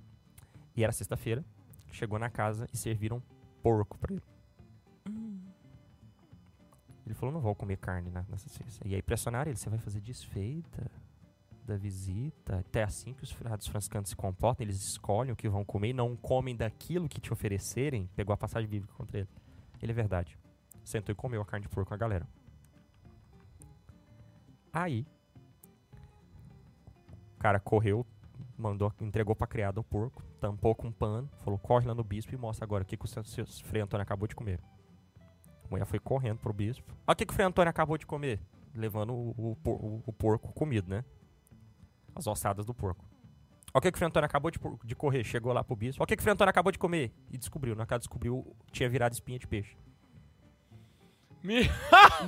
e era sexta-feira, chegou na casa e serviram porco pra ele. Ele falou, não vou comer carne na- nessa sexta. E aí pressionaram ele, você vai fazer desfeita da visita. Até assim que os frades franciscanos se comportam, eles escolhem o que vão comer e não comem daquilo que te oferecerem. Pegou a passagem bíblica contra ele. Ele é verdade. Sentou e comeu a carne de porco com a galera. Aí, o cara correu, mandou, entregou pra criada o porco, tampou com um pano, falou, corre lá no bispo e mostra agora o que, que o seu, seu Frei Antônio acabou de comer. A mulher foi correndo pro bispo. Olha o que, que o Frei Antônio acabou de comer. Levando o, o por- o- o porco comido, né? As ossadas do porco. Olha o que, que o Frei Antônio acabou de, por- de correr. Chegou lá pro bispo. Olha o que, que o Frei Antônio acabou de comer. E descobriu. Na casa descobriu, tinha virado espinha de peixe.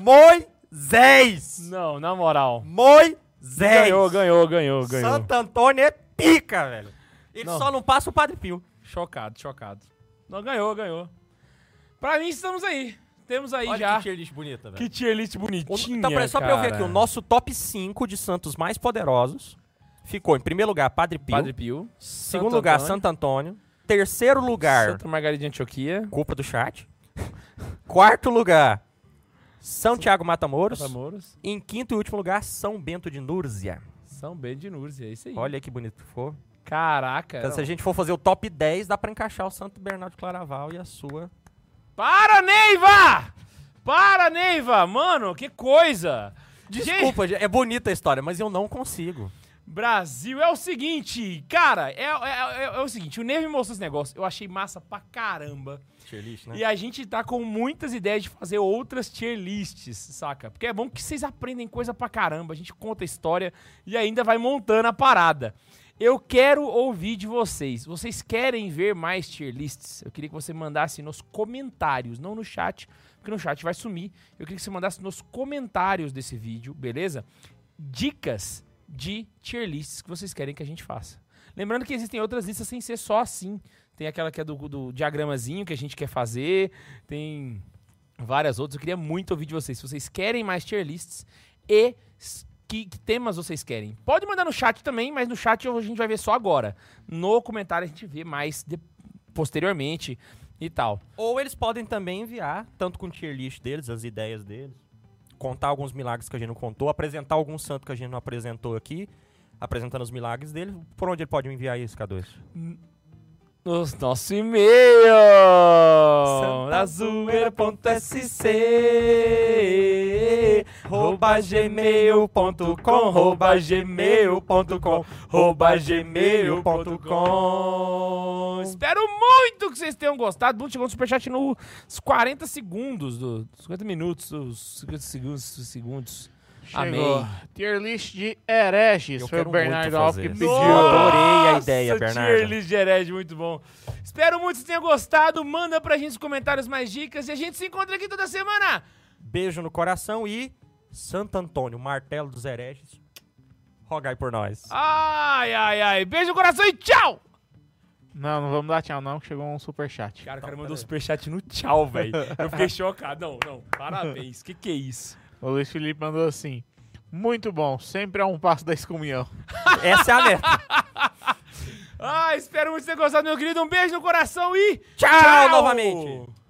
Moisés! Não, na moral. Moisés! Ganhou, ganhou, ganhou, ganhou. Santo Antônio é pica, velho. Ele Não. só não passa o Padre Pio. Chocado, chocado. Não, ganhou, ganhou. Pra mim, estamos aí. Temos aí Olha já. que tier list bonita, velho. Que tier list bonitinha, Então, peraí, só pra eu ver cara. aqui, o nosso top 5 de santos mais poderosos ficou em primeiro lugar Padre Pio, Padre Pio. segundo lugar Santo Antônio, terceiro lugar Santa Margarida de Antioquia. culpa do chat, quarto lugar São Tiago Matamoros, Santa Mouros. e em quinto e último lugar São Bento de Núrzia. São Bento de Núrcia, é isso aí. Olha aí que bonito que ficou. Caraca. Então, se a É, não. gente for fazer o top 10, dá pra encaixar o Santo Bernardo de Claraval e a sua Para, Neiva! Para, Neiva! Mano, que coisa! Gente, Desculpa, é bonita a história, mas eu não consigo. Brasil é o seguinte, cara, é, é- é- é o seguinte, o Neiva me mostrou esse negócio, eu achei massa pra caramba. Tier list, né? E a gente tá com muitas ideias de fazer outras tier lists, saca? Porque é bom que vocês aprendem coisa pra caramba, a gente conta a história e ainda vai montando a parada. Eu quero ouvir de vocês. Vocês querem ver mais tier lists? Eu queria que você mandasse nos comentários, não no chat, porque no chat vai sumir. Eu queria que você mandasse nos comentários desse vídeo, beleza? Dicas de tier lists que vocês querem que a gente faça. Lembrando que existem outras listas sem ser só assim. Tem aquela que é do, do diagramazinho que a gente quer fazer. Tem várias outras. Eu queria muito ouvir de vocês. Se vocês querem mais tier lists e s- que, que temas vocês querem. Pode mandar no chat também, mas no chat a gente vai ver só agora. No comentário a gente vê mais de- posteriormente e tal. Ou eles podem também enviar, tanto com o tier list deles, as ideias deles, contar alguns milagres que a gente não contou, apresentar algum santo que a gente não apresentou aqui, apresentando os milagres dele. Por onde ele pode me enviar isso, K2? No nosso e-mail! Santazoeira.sc rouba gmail.com rouba gmail.com rouba gmail.com Espero muito que vocês tenham gostado. Bruno chegou no superchat nos 40 segundos, do, 50 minutos, os 50 segundos, segundos. Chegou. Amém. Tier list de hereges. Eu Foi o quero muito Bernardo Alves que fazer. pediu. Nossa! Adorei a ideia, Bernardo. Tier list de herege, muito bom. Espero muito que vocês tenham gostado. Manda pra gente nos comentários mais dicas e a gente se encontra aqui toda semana. Beijo no coração e Santo Antônio, martelo dos hereges, rogai por nós. Ai, ai, ai. Beijo no coração e tchau! Não, não vamos dar tchau, não, que chegou um superchat. Tá, Cara, o cara mandou um superchat no tchau, velho. Eu fiquei chocado. Não, não. Parabéns. Que que é isso? O Luiz Felipe mandou assim. Muito bom, sempre a um passo da excomunhão. Essa é a meta. Ah, espero muito que vocês tenham gostado, meu querido. Um beijo no coração e Tchau novamente.